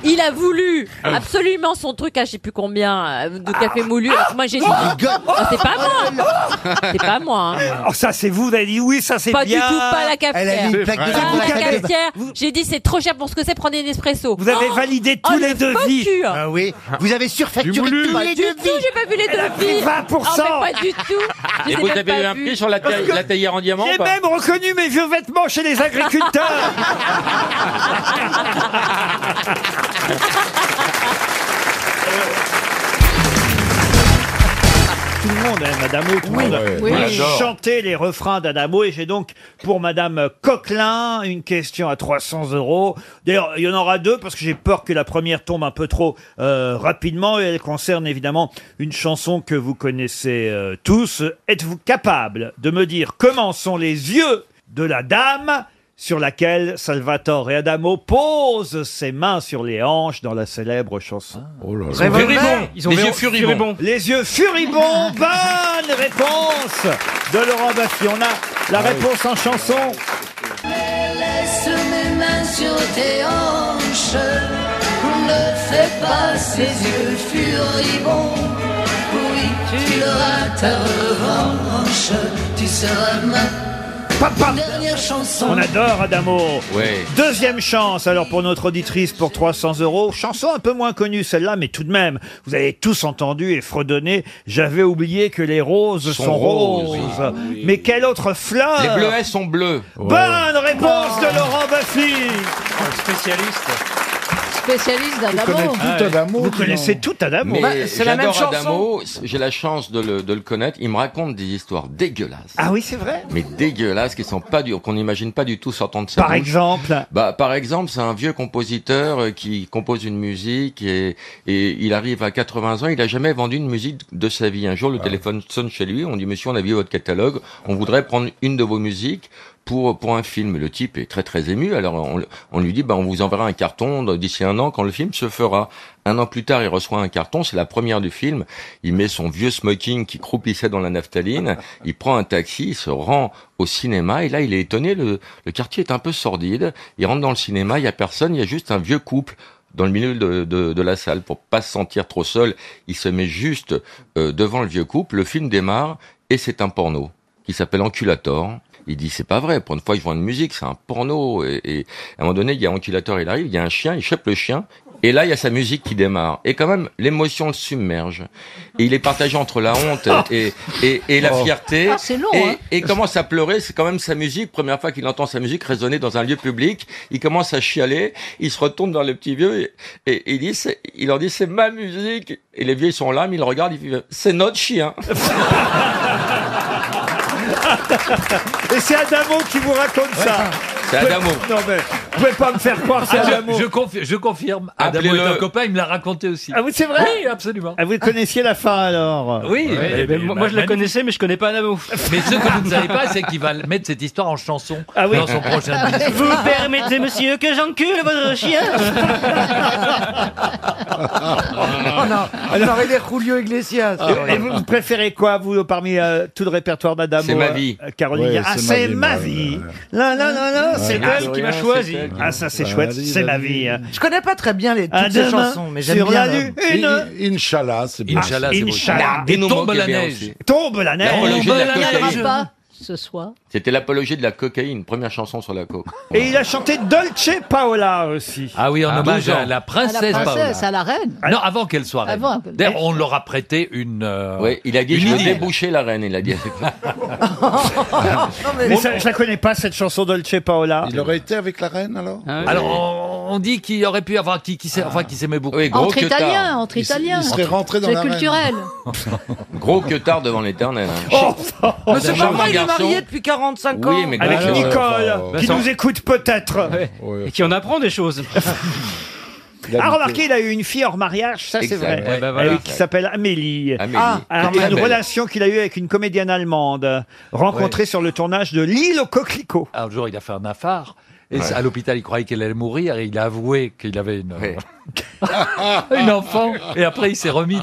Speaker 14: Il a voulu
Speaker 2: Ah
Speaker 14: absolument son truc à je sais plus combien euh, de café moulu.
Speaker 2: Ah.
Speaker 14: Alors que moi j'ai dit,
Speaker 7: God.
Speaker 14: Oh, c'est
Speaker 1: Ah,
Speaker 14: pas moi. C'est pas moi. hein.
Speaker 1: oh ça c'est vous vous avez dit oui ça c'est
Speaker 14: Pas
Speaker 1: bien
Speaker 14: du tout, pas la
Speaker 7: Elle a
Speaker 14: cafetière.
Speaker 7: mis une plaque de
Speaker 14: Pas
Speaker 7: dans la
Speaker 14: la
Speaker 7: tête.
Speaker 14: cafetière. J'ai dit c'est trop cher pour ce que c'est prendre un espresso.
Speaker 1: vous avez
Speaker 14: Oh,
Speaker 1: validé
Speaker 14: oh, le
Speaker 1: tous les
Speaker 14: faux
Speaker 1: devis
Speaker 14: cul.
Speaker 7: Ah oui. Vous avez surfacturé
Speaker 18: moulu.
Speaker 7: tous les
Speaker 14: Du tout,
Speaker 7: devis.
Speaker 14: j'ai pas vu les
Speaker 1: Elle a
Speaker 14: devis.
Speaker 1: pris
Speaker 3: Ah,
Speaker 1: 20%.
Speaker 14: Oh, mais pas du tout. Je
Speaker 1: Ah,
Speaker 2: Et
Speaker 14: les ai
Speaker 2: vous
Speaker 14: même
Speaker 2: avez
Speaker 14: pas
Speaker 2: eu un
Speaker 14: vus.
Speaker 2: prix sur la, taille- la taillère en diamant
Speaker 1: j'ai
Speaker 2: bah
Speaker 1: même reconnu mes vieux vêtements chez les agriculteurs Tout le monde aime Adamo, tout le monde aime
Speaker 14: Oui.
Speaker 1: chanter les refrains d'Adamo et j'ai donc pour Madame Coquelin une question à 300 euros. D'ailleurs, il y en aura deux parce que j'ai peur que la première tombe un peu trop euh, rapidement et elle concerne évidemment une chanson que vous connaissez euh, tous. Êtes-vous capable de me dire comment sont les yeux de la dame sur laquelle Salvatore et Adamo posent ses mains sur les hanches dans la célèbre chanson
Speaker 18: Furibond. Ils ont les yeux furibonds.
Speaker 1: les yeux furibonds, bonne réponse de Laurent Baffy. On a
Speaker 2: Ah
Speaker 1: la réponse en chanson.
Speaker 24: Laisse mes mains sur tes hanches, ne fais pas ces yeux furibonds. Oui, tu auras ta revanche, tu seras ma
Speaker 1: papa.
Speaker 24: Dernière chanson.
Speaker 1: On adore Adamo.
Speaker 2: Ouais.
Speaker 1: Deuxième chance, alors pour notre auditrice pour 300 euros. Chanson un peu moins connue celle-là, mais tout de même, vous avez tous entendu et fredonné. J'avais oublié que les roses sont, roses. Mais quelle autre fleur
Speaker 2: Ah Les bleuets sont bleus.
Speaker 1: Bonne réponse de
Speaker 18: Oh,
Speaker 1: Laurent
Speaker 18: bah,
Speaker 1: Baffy.
Speaker 2: spécialiste.
Speaker 14: Spécialiste d'un amour.
Speaker 1: Ah Vous connaissez tout Adamo.
Speaker 2: Mais
Speaker 1: Bah,
Speaker 2: j'adore Adamo, j'ai la chance de le, de le connaître. Il me raconte des histoires dégueulasses.
Speaker 1: Ah oui, c'est vrai.
Speaker 2: Mais dégueulasses, qui sont pas dures, qu'on n'imagine pas du tout sortant de sa
Speaker 1: Par
Speaker 2: bouche.
Speaker 1: exemple.
Speaker 2: Bah, par exemple, c'est un vieux compositeur euh, qui compose une musique et, et il arrive à 80 ans, il a jamais vendu une musique de sa vie. Un jour, le téléphone sonne chez lui, on dit Monsieur, on a vu votre catalogue, on voudrait prendre une de vos musiques pour pour un film. Le type est très très ému. Alors on, on lui dit bah on vous enverra un carton d'ici un an quand le film se fera. Un an plus tard, il reçoit un carton, c'est la première du film. Il met son vieux smoking qui croupissait dans la naphtaline, il prend un taxi, il se rend au cinéma, et là, il est étonné, le, le quartier est un peu sordide. Il rentre dans le cinéma, il y a personne, il y a juste un vieux couple dans le milieu de, de, de la salle pour pas se sentir trop seul. Il se met juste euh, devant le vieux couple, le film démarre, et c'est un porno qui s'appelle Enculator. Il dit c'est pas vrai. Pour une fois, je vois une musique, c'est un porno. Et, et à un moment donné, il y a Anquilator, il arrive, il y a un chien, il chope le chien. Et là, il y a sa musique qui démarre. Et quand même, l'émotion le submerge. Et il est partagé entre la honte et, et, et la
Speaker 5: Oh.
Speaker 2: fierté.
Speaker 5: Ah, c'est long,
Speaker 2: et,
Speaker 5: hein.
Speaker 2: et commence à pleurer. C'est quand même sa musique. Première fois qu'il entend sa musique résonner dans un lieu public. Il commence à chialer. Il se retourne vers le petit vieux et, et il dit, c'est- il leur dit, c'est ma musique. Et les vieux, ils sont en larmes. Ils le regardent. Ils disent, c'est notre chien.
Speaker 1: Et c'est Adamo qui vous raconte ça.
Speaker 2: C'est Adamo.
Speaker 1: Non mais, vous pouvez pas me faire croire que c'est
Speaker 5: Ah, je-
Speaker 1: Adamo.
Speaker 5: je, confi- je confirme. Adamo est
Speaker 2: Appelez-le.
Speaker 5: un copain, il me l'a raconté aussi.
Speaker 1: Ah oui, c'est vrai
Speaker 5: Oui, absolument.
Speaker 1: Ah, vous connaissiez la fin alors
Speaker 5: Oui,
Speaker 1: Ouais,
Speaker 5: mais-
Speaker 1: mais
Speaker 5: mais moi
Speaker 1: ma-
Speaker 5: je la
Speaker 1: Eh ben, magnifique.
Speaker 5: connaissais, mais je connais pas Adamo. Mais ce que vous ne savez pas, c'est qu'il va mettre cette histoire en chanson
Speaker 1: Ah oui.
Speaker 5: dans son prochain disque.
Speaker 16: Vous permettez, monsieur, que j'encule votre chien
Speaker 8: Ah.
Speaker 1: Oh non,
Speaker 16: on
Speaker 1: aurait des Julio Iglesias. Et vous, vous préférez quoi, vous, parmi euh, tout le répertoire d'Adamo
Speaker 2: C'est ma
Speaker 1: euh,
Speaker 2: vie.
Speaker 1: Caroline
Speaker 2: Ouais,
Speaker 1: Ah,
Speaker 2: c'est ma
Speaker 1: c'est
Speaker 2: vie,
Speaker 1: ma
Speaker 2: moi,
Speaker 1: vie. Non, non, non, non,
Speaker 2: Ouais,
Speaker 1: c'est
Speaker 2: ah,
Speaker 1: elle
Speaker 2: c'est
Speaker 1: qui m'a
Speaker 2: elle,
Speaker 1: choisi.
Speaker 2: c'est elle qui
Speaker 1: Ah,
Speaker 2: m'a
Speaker 1: ça, c'est
Speaker 2: choisi.
Speaker 1: chouette,
Speaker 2: Ma vie,
Speaker 1: c'est
Speaker 2: ma
Speaker 1: ma
Speaker 2: vie.
Speaker 1: vie.
Speaker 13: Je connais pas très bien les, toutes
Speaker 1: À
Speaker 13: ces
Speaker 1: demain,
Speaker 13: chansons, mais j'aime
Speaker 1: sur
Speaker 13: bien.
Speaker 1: la
Speaker 13: euh,
Speaker 1: lune. Une-
Speaker 11: Inch'Allah, c'est
Speaker 1: beau. Inch'Allah, c'est beau.
Speaker 16: Ah,
Speaker 1: Inch'Allah.
Speaker 5: Et
Speaker 1: Des
Speaker 5: tombe
Speaker 1: noms
Speaker 5: la
Speaker 1: qui est bien
Speaker 5: neige.
Speaker 1: aussi. Tombe la neige.
Speaker 2: L'apologie de la cocaïne.
Speaker 14: pas ce soir.
Speaker 2: C'était l'apologie de la cocaïne, première chanson sur la coke.
Speaker 1: Et il a chanté Dolce Paola aussi.
Speaker 5: Ah oui, en
Speaker 2: Ah,
Speaker 5: hommage
Speaker 2: 12 ans.
Speaker 5: à la princesse,
Speaker 16: à la princesse,
Speaker 5: Paola.
Speaker 16: à la reine.
Speaker 5: Non, avant qu'elle soit reine.
Speaker 16: Avant.
Speaker 5: D'ailleurs, on leur a prêté une. euh,
Speaker 2: Oui, il a dit
Speaker 5: une
Speaker 2: je veux
Speaker 5: idylle.
Speaker 2: déboucher la reine, il a dit.
Speaker 1: mais ça, je la connais pas cette chanson Dolce Paola. Il aurait été avec la reine alors
Speaker 8: Ah
Speaker 5: Alors, on- on dit qu'il aurait pu avoir qui, qui s'est- enfin, qui s'aimait beaucoup.
Speaker 16: entre italiens, hein. entre italiens. C'est culturel.
Speaker 2: Gros que tard devant l'éternel. hein.
Speaker 5: Oh
Speaker 13: Monsieur Barma, il est marié depuis 45 ans.
Speaker 2: Oui, mais
Speaker 1: Avec
Speaker 2: Ah, ouais,
Speaker 1: Nicole,
Speaker 2: enfin,
Speaker 1: qui
Speaker 2: Vincent.
Speaker 1: nous écoute peut-être.
Speaker 18: Et qui en apprend des choses.
Speaker 1: Ah, remarquez, il a eu une fille hors mariage, ça c'est
Speaker 18: Exact.
Speaker 1: vrai.
Speaker 18: Ouais, bah voilà.
Speaker 1: Elle, qui s'appelle Amélie.
Speaker 2: Amélie.
Speaker 1: Ah,
Speaker 2: Ah,
Speaker 1: une
Speaker 2: très belle.
Speaker 1: relation qu'il a eue avec une comédienne allemande, rencontrée sur le tournage de L'île aux coquelicots.
Speaker 5: Un jour, il a fait un affard. Et
Speaker 1: Ouais.
Speaker 5: à l'hôpital, il croyait qu'elle allait mourir et il a avoué qu'il avait une, une enfant. Et après, il s'est remis.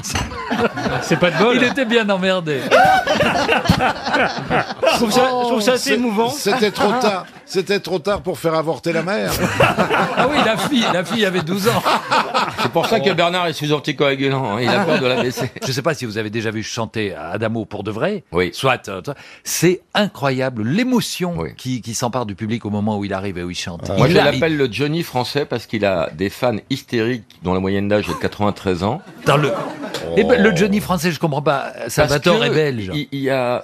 Speaker 5: C'est pas de bol. Il était bien emmerdé.
Speaker 16: Je trouve ça- je trouve ça assez
Speaker 11: C'est-
Speaker 16: émouvant.
Speaker 11: Oh. C'était trop tard. C'était trop tard pour faire avorter la mère.
Speaker 5: Ah oui, la fille, la fille avait 12 ans.
Speaker 2: C'est pour ça que Bernard est sous anticoagulant, hein, il a peur de la baisser.
Speaker 5: Oh. Je ne sais pas si vous avez déjà vu chanter Adamo pour de vrai. Oui. Soit. euh, soit. C'est incroyable l'émotion qui, qui s'empare du public au moment où il arrive et où il chante.
Speaker 2: Ah. Moi,
Speaker 5: Il
Speaker 2: je
Speaker 5: arrive
Speaker 2: l'appelle le Johnny français parce qu'il a des fans hystériques dont la moyenne d'âge est de 93 ans. Oh.
Speaker 5: Dans le, Eh ben, le Johnny français, je comprends pas. Salvatore est belge.
Speaker 2: Il, il y a.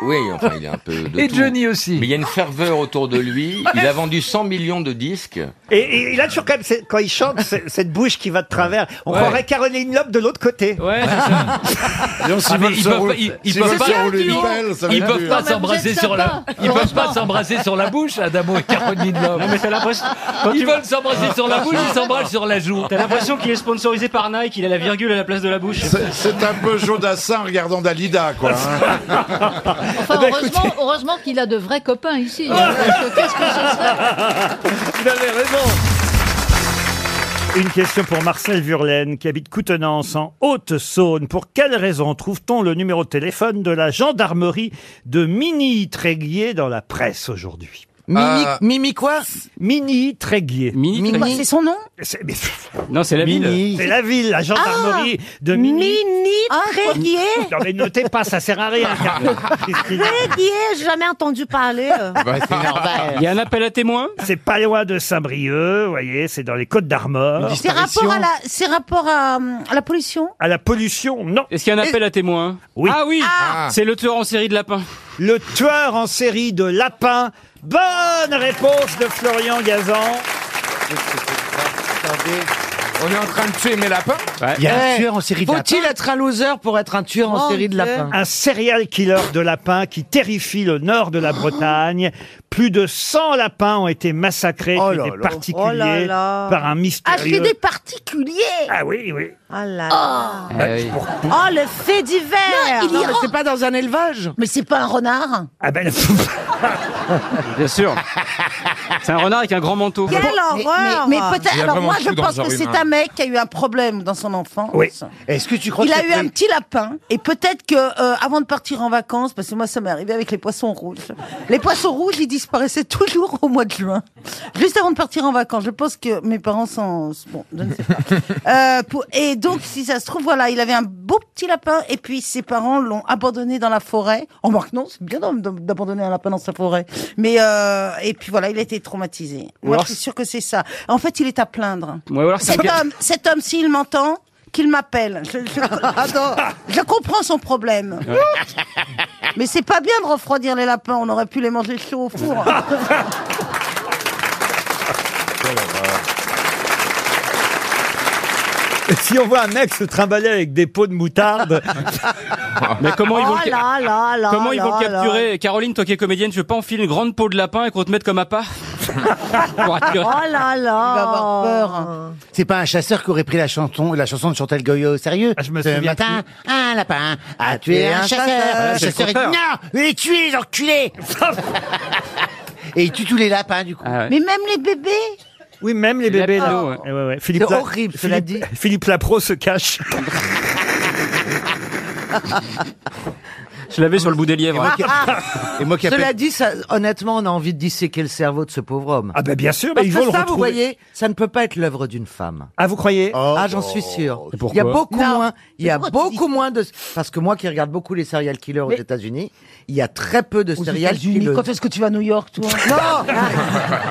Speaker 2: Oui, enfin, il est un peu de
Speaker 5: Et
Speaker 2: tout.
Speaker 5: Johnny aussi.
Speaker 2: Mais il y a une ferveur autour de lui. Il a vendu 100 millions de disques.
Speaker 1: Et, et il a toujours quand même, c'est- quand il chante, c'est- cette bouche qui va de travers. On
Speaker 2: Ouais.
Speaker 1: croirait Caroline Loeb de l'autre côté.
Speaker 18: Ouais,
Speaker 5: Ah, mais ils peuvent pas- ils- ils peuvent pas- ils peuvent pas s'embrasser sur la, ils peuvent pas s'embrasser sur la bouche, Adamo et Caroline Love. Ils veulent s'embrasser sur la bouche, ils s'embrassent sur la joue.
Speaker 16: T'as l'impression qu'il est sponsorisé par Nike, il a la virgule à la place de la bouche.
Speaker 11: C'est- C'est un peu Jodassin regardant Dalida, quoi. hein.
Speaker 1: Eh
Speaker 16: Enfin,
Speaker 1: ben,
Speaker 16: heureusement, heureusement qu'il a de vrais copains ici. hein, parce que Qu'est-ce que ce serait
Speaker 1: Vous avez raison. Une question pour Marcel Vurlaine, qui habite Coutenance, en Haute-Saône. Pour quelle raison trouve-t-on le numéro de téléphone de la gendarmerie de Mini Tréguier dans la presse aujourd'hui Mimi, Mimi quoi Mini Tréguier. Mini,
Speaker 10: Mini- Tréguier. C'est son nom
Speaker 1: Non, c'est
Speaker 18: la ville.
Speaker 1: C'est la ville, la gendarmerie de Mini.
Speaker 10: Ah, Tréguier
Speaker 1: Non mais notez pas, ça sert à rien. car-
Speaker 10: Tréguier, eh, j'ai jamais entendu parler. euh.
Speaker 16: Ah,
Speaker 18: Ah,
Speaker 16: bah.
Speaker 18: bah,
Speaker 1: Il y a un appel à témoins C'est pas loin de Saint-Brieuc, vous voyez, c'est dans les Côtes d'Armor.
Speaker 10: C'est rapport, à la, c'est rapport à, hum, à la pollution
Speaker 1: À la pollution, non.
Speaker 18: Est-ce qu'il y a un appel à témoins
Speaker 1: Oui.
Speaker 18: Ah oui
Speaker 1: Ah.
Speaker 18: C'est le tueur en série de lapins.
Speaker 1: Le tueur en série de lapins. Bonne réponse de Florian Gazan.
Speaker 2: On est en train de tuer mes lapins
Speaker 8: Il y a
Speaker 4: Eh,
Speaker 8: un tueur en série de
Speaker 13: Faut-il être un loser pour être un tueur en série de lapins
Speaker 1: Un serial killer de lapins qui terrifie le nord
Speaker 13: Oh.
Speaker 1: de la Bretagne. Plus de 100 lapins ont été massacrés par des particuliers
Speaker 10: Oh là là.
Speaker 1: par un
Speaker 10: Ah, c'est
Speaker 1: mystérieux.
Speaker 10: des particuliers
Speaker 1: Ah oui, oui.
Speaker 10: Oh là
Speaker 18: Eh
Speaker 10: là.
Speaker 1: Bah, pour-
Speaker 10: Oh, le fait divers
Speaker 1: il y
Speaker 10: mais c'est pas dans un élevage Mais c'est pas un renard
Speaker 1: Ah ben,
Speaker 18: Bien sûr. C'est un renard avec un grand manteau.
Speaker 10: Quelle horreur Mais, mais
Speaker 18: Il y
Speaker 10: peut-être.
Speaker 18: a
Speaker 10: Alors
Speaker 18: vraiment
Speaker 10: moi, je
Speaker 18: tout dans le
Speaker 10: pense
Speaker 18: genre
Speaker 10: que c'est
Speaker 18: humain.
Speaker 10: un mec qui a eu un problème dans son enfance.
Speaker 8: Est-ce que tu crois
Speaker 10: Il
Speaker 8: que
Speaker 10: a
Speaker 8: ça
Speaker 10: eu un
Speaker 8: peut-
Speaker 10: petit lapin et peut-être que euh, avant de partir en vacances, parce que moi ça m'est arrivé avec les poissons rouges. Les poissons rouges, ils disparaissaient toujours au mois de juin, juste avant de partir en vacances. Je pense que mes parents sont bon, je ne sais pas. Euh, pour- Et donc si ça se trouve, voilà, il avait un beau petit lapin et puis ses parents l'ont abandonné dans la forêt. En marque non, c'est bien d'ab- d'abandonner un lapin dans sa forêt. Mais euh, et puis voilà, il a été traumatisé.
Speaker 18: Ou
Speaker 10: Moi,
Speaker 18: alors-
Speaker 10: je suis sûr que c'est ça. En fait, il est à plaindre.
Speaker 18: Ouais, ou alors c'est un
Speaker 10: Cet
Speaker 18: gars-
Speaker 10: homme, cet homme, s'il m'entend, qu'il m'appelle. Je, je- Attends, je comprends son problème.
Speaker 18: Ouais.
Speaker 10: Mais c'est pas bien de refroidir les lapins, on aurait pu les manger chauds au four.
Speaker 1: Si on voit un mec se trimballer avec des pots de moutarde.
Speaker 18: Mais comment ils vont, le ca-
Speaker 10: Oh là là là
Speaker 18: comment ils vont
Speaker 10: là
Speaker 18: le
Speaker 10: là.
Speaker 18: capturer Caroline, toi qui es comédienne, tu veux pas enfiler une grande peau de lapin et qu'on te mette comme appât Pour attirer-
Speaker 10: Oh là là Il va avoir peur.
Speaker 8: C'est pas un chasseur qui aurait pris la chanson, la chanson de Chantal Goya au sérieux. je me
Speaker 1: Ah, souviens
Speaker 8: matin, un lapin a tué un chasseur.
Speaker 1: Voilà,
Speaker 8: le
Speaker 1: Ah, c'est le
Speaker 8: chasseur est dit,
Speaker 1: contraire.
Speaker 8: non, les tuez, les enculés. Et il tue tous les lapins, du coup.
Speaker 2: Ah
Speaker 10: Mais même les bébés
Speaker 1: Oui, même les
Speaker 8: Les
Speaker 1: bébés,
Speaker 8: lapins.
Speaker 18: hein
Speaker 1: non. Ah, eh Ouais, ouais, ouais. Philippe
Speaker 8: C'est
Speaker 1: La-
Speaker 8: horrible,
Speaker 1: Philippe-
Speaker 8: cela dit.
Speaker 1: Philippe Lapro se cache.
Speaker 18: Je l'avais sur le bout des lièvres.
Speaker 13: Et moi qui Cela dit, ça, honnêtement, on a envie de disséquer le cerveau de ce pauvre homme.
Speaker 1: Ah ben bien sûr,
Speaker 13: Parce
Speaker 1: mais ils
Speaker 13: que
Speaker 1: vont le
Speaker 13: ça, vous
Speaker 1: retrouver.
Speaker 13: voyez, ça ne peut pas être l'œuvre d'une femme.
Speaker 1: Ah, vous croyez
Speaker 8: Oh.
Speaker 13: Ah, j'en suis sûr.
Speaker 8: pourquoi
Speaker 13: Il y a beaucoup
Speaker 8: Non.
Speaker 13: moins. Il y a
Speaker 8: Mais pourquoi
Speaker 13: beaucoup moins de. Parce que moi, qui regarde beaucoup les serial killers aux
Speaker 10: Mais-
Speaker 13: États-Unis, il y a très peu de
Speaker 10: Aux
Speaker 13: serial
Speaker 10: États-Unis,
Speaker 13: killers.
Speaker 10: quand est-ce que tu vas à New York, toi
Speaker 13: Non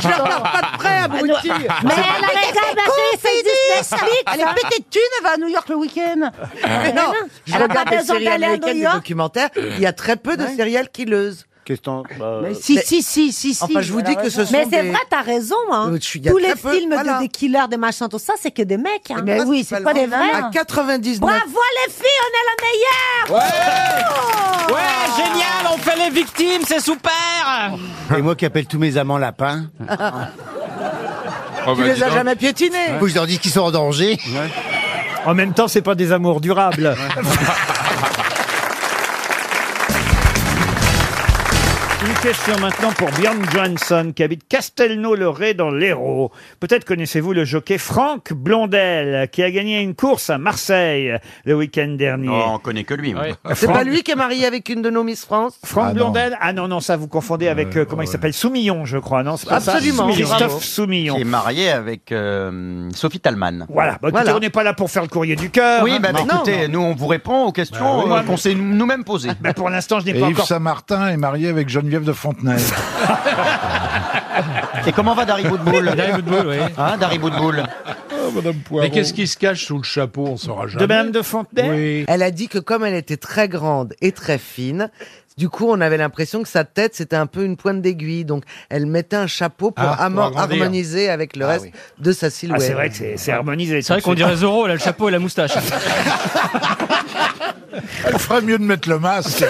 Speaker 13: Je la regarde pas de près, abruti
Speaker 10: Mais elle a raison, parce que c'est Disney Slick, Elle est pétée de thunes, elle va à New York le week-end
Speaker 13: Mais non, Ah. je
Speaker 10: Elle a pas
Speaker 13: regarde des
Speaker 10: besoin
Speaker 13: séries
Speaker 10: d'aller à New
Speaker 13: américaines, des
Speaker 10: York
Speaker 13: documentaires. Il y a très peu de serial killers.
Speaker 8: Question.
Speaker 1: bah, euh,
Speaker 10: Mais si, si, si, si, si.
Speaker 13: euh, Enfin, je vous
Speaker 10: elle a
Speaker 13: dis que ce
Speaker 10: raison.
Speaker 13: sont
Speaker 9: Mais c'est
Speaker 13: des-
Speaker 9: vrai, t'as raison. Hein.
Speaker 13: Euh, je suis- il y a
Speaker 9: Tous
Speaker 13: très
Speaker 9: les
Speaker 13: peu,
Speaker 9: films
Speaker 13: voilà.
Speaker 9: de des killers, des machins, tout ça, c'est que des mecs. Hein.
Speaker 10: Mais oui, c'est pas des vrais.
Speaker 13: À 99.
Speaker 9: Bravo les filles, on est la meilleure
Speaker 18: Ouais, génial, on fait les victimes, c'est super
Speaker 8: Et moi qui appelle tous mes amants lapins.
Speaker 2: Ah. Oh, bah,
Speaker 13: tu les as jamais piétinés.
Speaker 8: Faut que je leur dise qu'ils sont en danger.
Speaker 1: En même temps, c'est pas des amours durables. Une question maintenant pour Bjorn Johnson, qui habite Castelnau-le-Ré dans l'Hérault. Peut-être connaissez-vous le jockey Franck Blondel, qui a gagné une course à Marseille le week-end dernier. Ah,
Speaker 2: Non, on connaît que lui. moi.
Speaker 13: C'est
Speaker 1: Franck-
Speaker 13: pas lui qui est marié avec une de nos Miss France
Speaker 1: Franck Blondel Ah non, non, ça vous confondez avec, euh, comment il s'appelle Soumillon, je crois, non c'est pas ça
Speaker 13: Absolument, bravo.
Speaker 1: Christophe Soumillon.
Speaker 2: Qui est marié avec euh, Sophie Talman.
Speaker 1: Voilà, Bah, écoutez, on n'est pas là pour faire le courrier du cœur.
Speaker 2: Oui,
Speaker 1: hein.
Speaker 2: bah, bah,
Speaker 1: Non,
Speaker 2: écoutez,
Speaker 1: non.
Speaker 2: nous on vous répond aux questions
Speaker 1: Bah oui.
Speaker 2: euh, qu'on s'est nous-mêmes posées.
Speaker 1: Bah, pour l'instant, je n'ai
Speaker 11: Et
Speaker 1: pas
Speaker 11: Yves
Speaker 1: encore...
Speaker 11: Saint-Martin est marié avec Geneviève de Fontenay.
Speaker 2: Et comment va Dari Boudboul Hein, Dari Boudboul
Speaker 1: Ah,
Speaker 11: Poirot.
Speaker 31: qui se cache sous le chapeau On saura
Speaker 1: De Madame de Fontenay
Speaker 13: Elle a dit que comme elle était très grande et très fine, du coup, on avait l'impression que sa tête, c'était un peu une pointe d'aiguille. Donc, elle mettait un chapeau pour,
Speaker 11: Ah, pour
Speaker 13: amor-
Speaker 11: agrandir. Ah
Speaker 13: harmoniser avec le reste de sa silhouette.
Speaker 1: Ah, c'est vrai que c'est- c'est harmonisé.
Speaker 18: C'est vrai qu'on dirait Zorro, elle a le chapeau et la moustache.
Speaker 11: Elle ferait mieux de mettre le masque.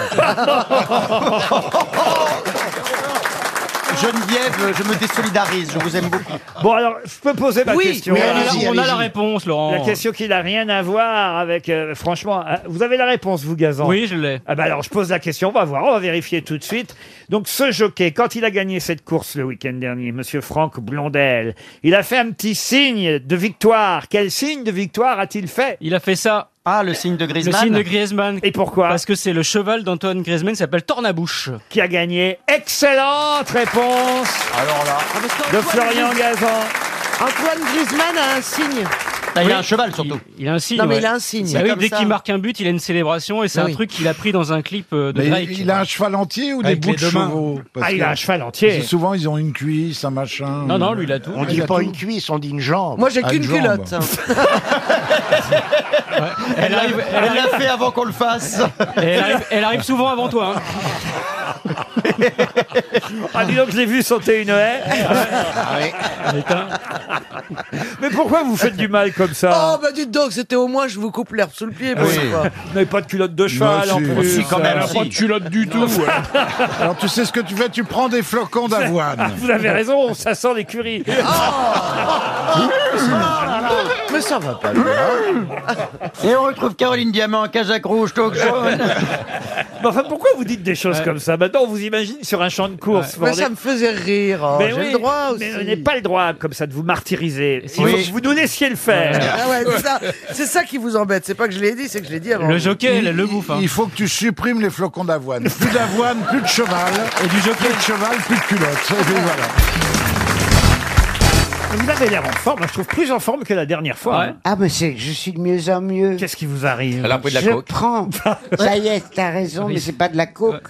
Speaker 2: Geneviève, euh, je me désolidarise, je vous aime beaucoup.
Speaker 1: Bon, alors, je peux poser ma
Speaker 2: Oui,
Speaker 1: question.
Speaker 2: mais
Speaker 1: Voilà.
Speaker 2: allez-y,
Speaker 18: Ah, on a la
Speaker 2: allez-y.
Speaker 18: réponse, Laurent.
Speaker 1: La question qui n'a rien à voir avec... euh, franchement, euh, vous avez la réponse, vous, Gazan
Speaker 18: Oui, je l'ai.
Speaker 1: Ah bah alors, je pose la question, on va voir, on va vérifier tout de suite. Donc, ce jockey, quand il a gagné cette course le week-end dernier, Monsieur Franck Blondel, il a fait un petit signe de victoire. Quel signe de victoire a-t-il fait
Speaker 18: Il a fait ça.
Speaker 8: Ah, le signe de
Speaker 4: Le
Speaker 8: Griezmann.
Speaker 4: signe de Griezmann.
Speaker 1: Et pourquoi
Speaker 4: Parce que c'est le cheval d'Antoine Griezmann qui s'appelle Tornabouche.
Speaker 1: Qui a gagné. Excellente réponse
Speaker 4: Alors là.
Speaker 1: de Florian Gazan.
Speaker 13: Antoine Griezmann a un signe.
Speaker 4: il
Speaker 8: a un cheval surtout.
Speaker 4: Il a un signe.
Speaker 13: Non, mais
Speaker 4: ouais.
Speaker 13: il a un signe.
Speaker 4: Bah
Speaker 13: C'est
Speaker 4: oui,
Speaker 13: comme
Speaker 4: dès
Speaker 13: ça.
Speaker 4: qu'il marque un but, il a une célébration et c'est
Speaker 13: Oui.
Speaker 4: un truc qu'il a pris dans un clip euh, de
Speaker 11: Mais
Speaker 4: Drake.
Speaker 11: il a un cheval entier ou
Speaker 4: Avec
Speaker 11: des bouts
Speaker 4: les
Speaker 11: de
Speaker 4: deux mains.
Speaker 11: chevaux Parce
Speaker 4: Ah, il
Speaker 11: que
Speaker 4: a un cheval entier.
Speaker 11: ils- Souvent, ils ont une cuisse, un machin.
Speaker 4: Non, non, lui, il a tout.
Speaker 19: On
Speaker 11: Il
Speaker 19: dit
Speaker 11: a
Speaker 19: pas
Speaker 11: tout.
Speaker 19: une cuisse, on dit une
Speaker 8: Oh,
Speaker 19: jambe.
Speaker 11: Moi, j'ai
Speaker 8: bah,
Speaker 19: Ah,
Speaker 11: qu'une
Speaker 19: une jambe.
Speaker 11: culotte.
Speaker 13: hein.
Speaker 8: Elle arrive- elle l'a fait avant qu'on le fasse.
Speaker 4: Et elle, arrive, elle arrive souvent avant toi. hein.
Speaker 1: Ah, dis donc, je l'ai vu sauter une haie.
Speaker 8: Ah
Speaker 1: Mais pourquoi vous faites du mal comme ça
Speaker 13: Oh, bah dites donc, c'était au moins je vous coupe l'herbe sous le pied. pour une fois.
Speaker 1: Vous n'avez pas de culotte de cheval en
Speaker 11: si.
Speaker 1: plus.
Speaker 11: Si, quand même, Elle a si. pas de
Speaker 1: culotte du tout. hein.
Speaker 11: Alors, tu sais ce que tu fais Tu prends des flocons d'avoine.
Speaker 1: Vous avez raison, ça sent l'écurie.
Speaker 13: Oh.
Speaker 8: Mais ça va pas
Speaker 13: hein.
Speaker 8: Et on retrouve Caroline Diamant, Cajac Rouge, Talk Show.
Speaker 1: Mais enfin, pourquoi vous dites des choses comme ça Maintenant, on Ah, bah, vous imagine sur un champ de course.
Speaker 13: Moi,
Speaker 1: vous
Speaker 13: ça me
Speaker 1: rendez-
Speaker 13: faisait rire. Oh,
Speaker 1: Mais
Speaker 13: J'ai
Speaker 1: oui,
Speaker 13: le droit aussi.
Speaker 1: mais vous n'avez pas le droit comme ça de vous martyriser. Si
Speaker 4: Oui.
Speaker 1: vous, vous nous laissiez le faire.
Speaker 13: Ah ouais, c'est ça, c'est ça qui vous embête. C'est pas que je l'ai dit, c'est que je l'ai dit avant.
Speaker 4: Le jockey, elle, le bouffe. hein.
Speaker 11: Il faut que tu supprimes les flocons d'avoine. Plus d'avoine, plus de cheval.
Speaker 4: Et du jockey.
Speaker 11: Plus de cheval, plus de culotte. Et puis voilà.
Speaker 1: Vous avez l'air en forme. Je trouve plus en forme que la dernière fois.
Speaker 4: Ouais.
Speaker 1: hein.
Speaker 6: Ah, mais c'est, je suis de mieux en mieux.
Speaker 1: Qu'est-ce qui vous arrive
Speaker 2: Elle a pris de la
Speaker 6: je
Speaker 2: coke.
Speaker 6: prends. Ça y est, t'as raison, mais c'est pas de la coke.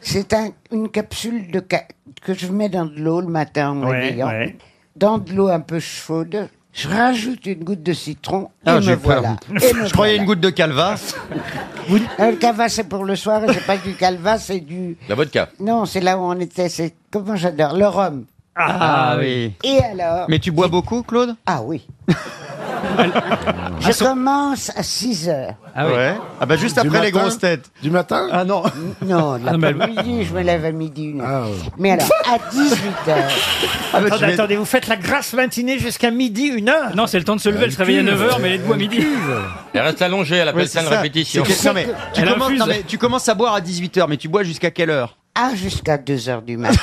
Speaker 6: C'est un- une capsule de ca- que je mets dans de l'eau le matin en me
Speaker 1: Ouais,
Speaker 6: réveillant.
Speaker 1: ouais.
Speaker 6: Dans de l'eau un peu chaude, je rajoute une goutte de citron
Speaker 8: Ah,
Speaker 6: et
Speaker 8: j'ai
Speaker 6: me
Speaker 8: peur.
Speaker 6: voilà. Et me
Speaker 8: Je croyais une goutte de calvas.
Speaker 6: voilà. Euh, Le cava, c'est pour le soir, et c'est pas du calva, c'est du...
Speaker 2: La vodka.
Speaker 6: Non, c'est là où on était, c'est... Comment j'adore Le rhum.
Speaker 8: Ah oui.
Speaker 6: Et alors
Speaker 8: Mais tu bois beaucoup, Claude
Speaker 6: Ah oui. je commence à 6 heures.
Speaker 8: Ah ouais. Ah bah juste
Speaker 11: Du
Speaker 8: après les
Speaker 11: matin
Speaker 8: grosses têtes.
Speaker 11: Du matin
Speaker 8: Ah non.
Speaker 6: Non,
Speaker 9: Ah
Speaker 4: Non, mais elle-
Speaker 6: l'après-midi, je me lève à midi une heure.
Speaker 11: Ah ouais.
Speaker 6: Mais alors, à 18h,
Speaker 8: Ah, bah, tu
Speaker 1: Attendez,
Speaker 8: mets-
Speaker 1: attendez, vous faites la grasse matinée jusqu'à midi, une heure
Speaker 4: Non, c'est le temps de se lever. Elle se réveille
Speaker 8: Ah,
Speaker 4: à 9h, mais elle est debout à midi.
Speaker 2: Elle reste allongée, elle appelle
Speaker 8: Euh, Ouais,
Speaker 2: ça
Speaker 8: c'est
Speaker 2: une
Speaker 8: ça.
Speaker 2: répétition.
Speaker 8: C'est que- non, mais tu,
Speaker 4: Elle
Speaker 8: commences, non,
Speaker 4: infuse.
Speaker 8: mais tu commences à boire à 18h, mais tu bois jusqu'à quelle heure Ah, bah
Speaker 6: ah, jusqu'à 2h du matin.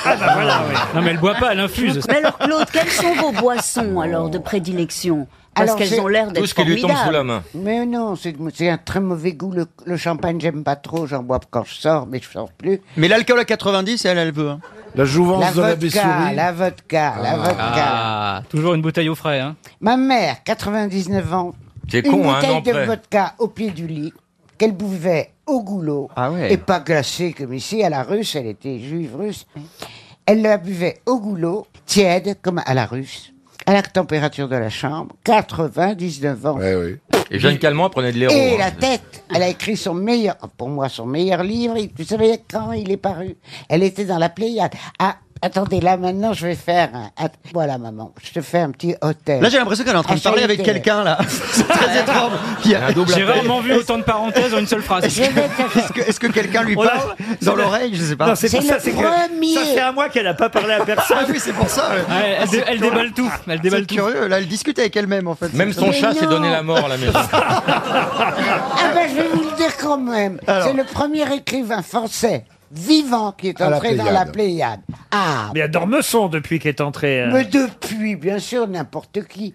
Speaker 4: Non, mais elle boit pas, elle infuse.
Speaker 9: Mais alors, Claude, quelles sont vos boissons, alors, de prédilection Parce
Speaker 6: Alors,
Speaker 9: qu'elles
Speaker 6: c'est-
Speaker 9: ont l'air
Speaker 2: Tout
Speaker 9: d'être
Speaker 2: ce qui lui tombe sous la
Speaker 9: formidables.
Speaker 2: main.
Speaker 6: Mais non, c'est c'est un très mauvais goût. Le, le champagne, j'aime pas trop. J'en bois quand je sors, mais je sors plus.
Speaker 8: Mais l'alcool à 90, elle, elle veut. hein.
Speaker 11: La jouvence
Speaker 6: La
Speaker 11: de la
Speaker 6: vodka,
Speaker 11: Bessourie.
Speaker 6: la vodka, la vodka.
Speaker 4: Ah, toujours une bouteille au frais. Hein.
Speaker 6: Ma mère, 99 ans,
Speaker 2: T'es
Speaker 6: une
Speaker 2: con, hein,
Speaker 6: bouteille
Speaker 2: non
Speaker 6: de
Speaker 2: près.
Speaker 6: vodka au pied du lit qu'elle buvait au goulot
Speaker 8: Ah ouais.
Speaker 6: et pas glacée comme ici à la russe. Elle était juive russe. Elle la buvait au goulot, tiède comme à la russe, à la température de la chambre, 99 ans.
Speaker 11: Ouais, oui.
Speaker 2: Et Jeanne Calment prenait de l'héros.
Speaker 6: Et
Speaker 2: hein.
Speaker 6: la tête, elle a écrit son meilleur, pour moi, son meilleur livre. Il- Vous savez quand il est paru Elle était dans la Pléiade. Ah, attendez, là maintenant, je vais faire. un- att- Voilà, maman, je te fais un petit hôtel. Ah,
Speaker 8: Là, j'ai l'impression qu'elle est en train de parler avec
Speaker 6: Insolitaire.
Speaker 8: quelqu'un, là. C'est très étrange. Il y a-
Speaker 2: Un double
Speaker 4: J'ai
Speaker 2: appel.
Speaker 4: rarement vu autant de parenthèses en une seule phrase.
Speaker 6: Je vais te faire-
Speaker 8: Est-ce que, est-ce que quelqu'un lui
Speaker 1: Oh là,
Speaker 8: parle dans l'oreille Je sais pas.
Speaker 1: Non, c'est pour
Speaker 6: C'est
Speaker 1: ça,
Speaker 6: le
Speaker 1: c'est que-
Speaker 6: premier.
Speaker 1: Ça fait un mois qu'elle n'a pas parlé à
Speaker 8: Ah
Speaker 1: personne.
Speaker 8: oui, c'est pour ça. ouais.
Speaker 4: Ouais, elle, dé- elle déballe tout. Elle déballe
Speaker 8: C'est
Speaker 4: tout.
Speaker 8: curieux. Là, elle discute avec elle-même, en fait.
Speaker 2: Même son
Speaker 6: Mais
Speaker 2: chat s'est
Speaker 6: non.
Speaker 2: donné la mort à la maison.
Speaker 6: Ah ben, je vais vous le dire quand même. C'est le premier écrivain français vivant qui est
Speaker 11: À la
Speaker 6: entré dans la
Speaker 11: Pléiade.
Speaker 6: Pléiade. Ah,
Speaker 1: Mais elle dort meçon depuis qu'elle est entrée. euh.
Speaker 6: mais depuis, bien sûr, n'importe qui.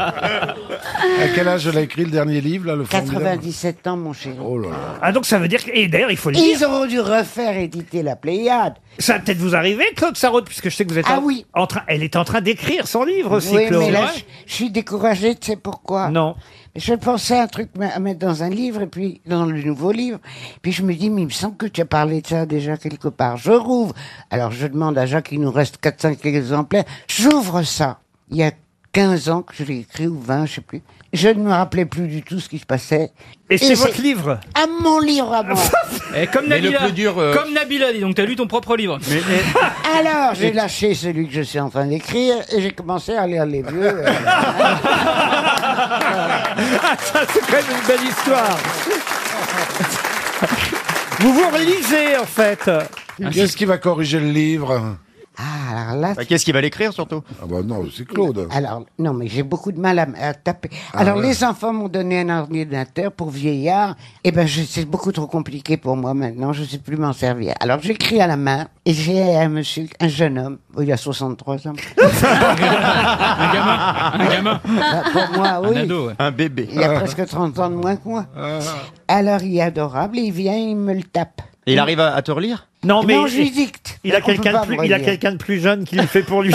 Speaker 11: À quel âge elle a écrit le dernier livre, là, le formidable
Speaker 6: 97 ans, mon chéri.
Speaker 11: Oh là là.
Speaker 1: Ah, donc ça veut dire. que- Et d'ailleurs, il faut le dire.
Speaker 6: Ils auront dû refaire éditer la Pléiade.
Speaker 1: Ça va peut-être vous arriver, Claude Sarraute, puisque je sais que vous êtes
Speaker 6: Ah
Speaker 1: en,
Speaker 6: oui.
Speaker 1: en train. Elle est en train d'écrire son livre aussi,
Speaker 6: Oui,
Speaker 1: Claude.
Speaker 6: mais là, je, je suis découragée, tu sais pourquoi
Speaker 1: Non.
Speaker 6: Je pensais à un truc m- à mettre dans un livre, et puis dans le nouveau livre. Puis je me dis, mais il me semble que tu as parlé de ça déjà quelque part. Je rouvre. Alors je demande à Jacques, il nous reste 4-5 exemplaires. J'ouvre ça. Il y a 15 ans que je l'ai écrit, ou 20, je sais plus. Je ne me rappelais plus du tout ce qui se passait.
Speaker 1: Et c'est
Speaker 6: Et
Speaker 1: votre
Speaker 6: c'est-
Speaker 1: livre
Speaker 6: À mon livre à moi.
Speaker 4: Et Eh, comme
Speaker 2: Mais le
Speaker 4: Nabila.
Speaker 2: plus dur, euh,
Speaker 4: Comme Nabila, dis donc, t'as lu ton propre livre.
Speaker 6: Alors, j'ai lâché celui que je suis en train d'écrire, et j'ai commencé à lire les vieux. euh.
Speaker 1: Ah, ça, c'est quand même une belle histoire. vous vous relisez, en fait.
Speaker 11: Qu'est-ce qui va corriger le livre
Speaker 6: Ah, alors là.
Speaker 10: Bah, Qu'est-ce qu'il va l'écrire surtout
Speaker 6: Ah bah non, c'est Claude. Alors, non, mais j'ai beaucoup de mal à, m- à taper.
Speaker 10: Ah
Speaker 6: alors,
Speaker 10: ouais.
Speaker 6: les enfants m'ont donné un ordinateur pour vieillard. Eh ben, je- c'est beaucoup trop compliqué pour moi maintenant. Je sais plus m'en servir. Alors, j'écris à la main et j'ai un monsieur, un jeune homme. Oh, il a 63 ans.
Speaker 4: Un gamin. Un gamin.
Speaker 6: Bah, pour moi, oui.
Speaker 10: Un bébé.
Speaker 6: Il a
Speaker 11: Ah.
Speaker 6: presque 30 ans de moins que moi. Alors, il est adorable. Il vient, il me le tape.
Speaker 10: Et il arrive à, à te relire
Speaker 1: Non, mais
Speaker 6: je lui dicte.
Speaker 1: Il a
Speaker 6: On peut
Speaker 1: quelqu'un
Speaker 6: pas
Speaker 1: de, plus-
Speaker 6: me
Speaker 1: il a
Speaker 6: relire.
Speaker 1: quelqu'un de plus jeune qui le fait pour lui.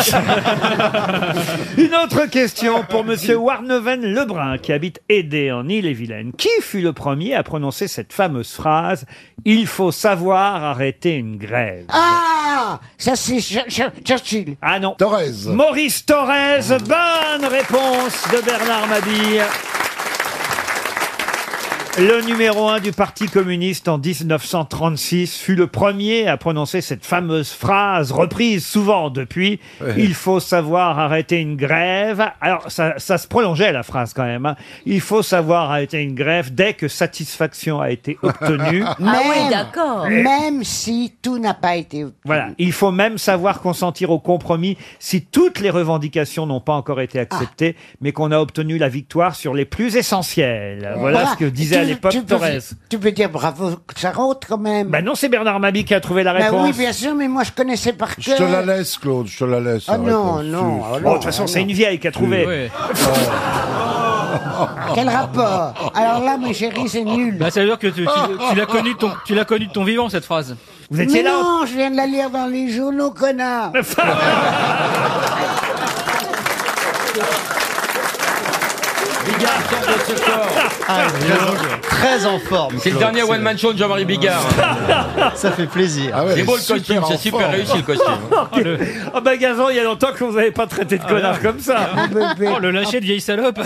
Speaker 1: Une autre question pour Monsieur Warneven Lebrun, qui habite Aidé en Île-et-Vilaine. Qui fut le premier à prononcer cette fameuse phrase « Il faut savoir arrêter une grève ».
Speaker 6: Ah Ça, c'est Ch- Ch- Churchill.
Speaker 1: Ah non. Thorez. Maurice Thorez. Bonne réponse de Bernard Mabille. Le numéro un du Parti communiste en 1936 fut le premier à prononcer cette fameuse phrase reprise souvent depuis
Speaker 26: Ouais.
Speaker 1: Il faut savoir arrêter une grève. Alors ça, ça se prolongeait la phrase quand même. hein. Il faut savoir arrêter une grève dès que satisfaction a été obtenue.
Speaker 6: Même- Même si tout n'a pas été.
Speaker 1: Voilà, il faut même savoir consentir au compromis si toutes les revendications n'ont pas encore été acceptées,
Speaker 6: Ah.
Speaker 1: mais qu'on a obtenu la victoire sur les plus essentielles. Voilà, ce que disait à
Speaker 6: Tu-
Speaker 1: l'époque
Speaker 6: tu peux-
Speaker 1: Thorez.
Speaker 6: Tu peux dire bravo, ça rentre quand même.
Speaker 1: Ben non, c'est Bernard Mabi qui a trouvé la
Speaker 6: Bah
Speaker 1: réponse.
Speaker 6: oui, bien sûr, mais moi je connaissais par
Speaker 11: Je
Speaker 6: cœur.
Speaker 11: te la laisse, Claude, je te la laisse.
Speaker 6: Ah
Speaker 11: la
Speaker 6: non,
Speaker 11: réponse.
Speaker 6: non,
Speaker 11: Si,
Speaker 6: ah
Speaker 11: si.
Speaker 1: Bon, de toute façon, c'est une vieille qui a trouvé.
Speaker 11: Oh,
Speaker 6: Quel rapport Alors là, mon chéri, c'est nul.
Speaker 4: Bah, ça veut dire que tu, tu-
Speaker 18: Oh.
Speaker 4: tu l'as connu de ton, tu l'as connu de ton vivant cette phrase.
Speaker 6: mais non, je viens de la lire dans les journaux, connard.
Speaker 10: Bigard sort de ce corps.
Speaker 8: Très en forme.
Speaker 10: C'est le
Speaker 8: Claude.
Speaker 10: dernier one Ah man show de Jean-Marie Bigard.
Speaker 8: Ça fait plaisir.
Speaker 10: C'est beau le costume, c'est super réussi le costume.
Speaker 1: Ah bah Gazan, il y a longtemps que vous n'avez pas traité
Speaker 6: Ah,
Speaker 1: de connard comme ça.
Speaker 4: Oh, le lâcher de vieille salope.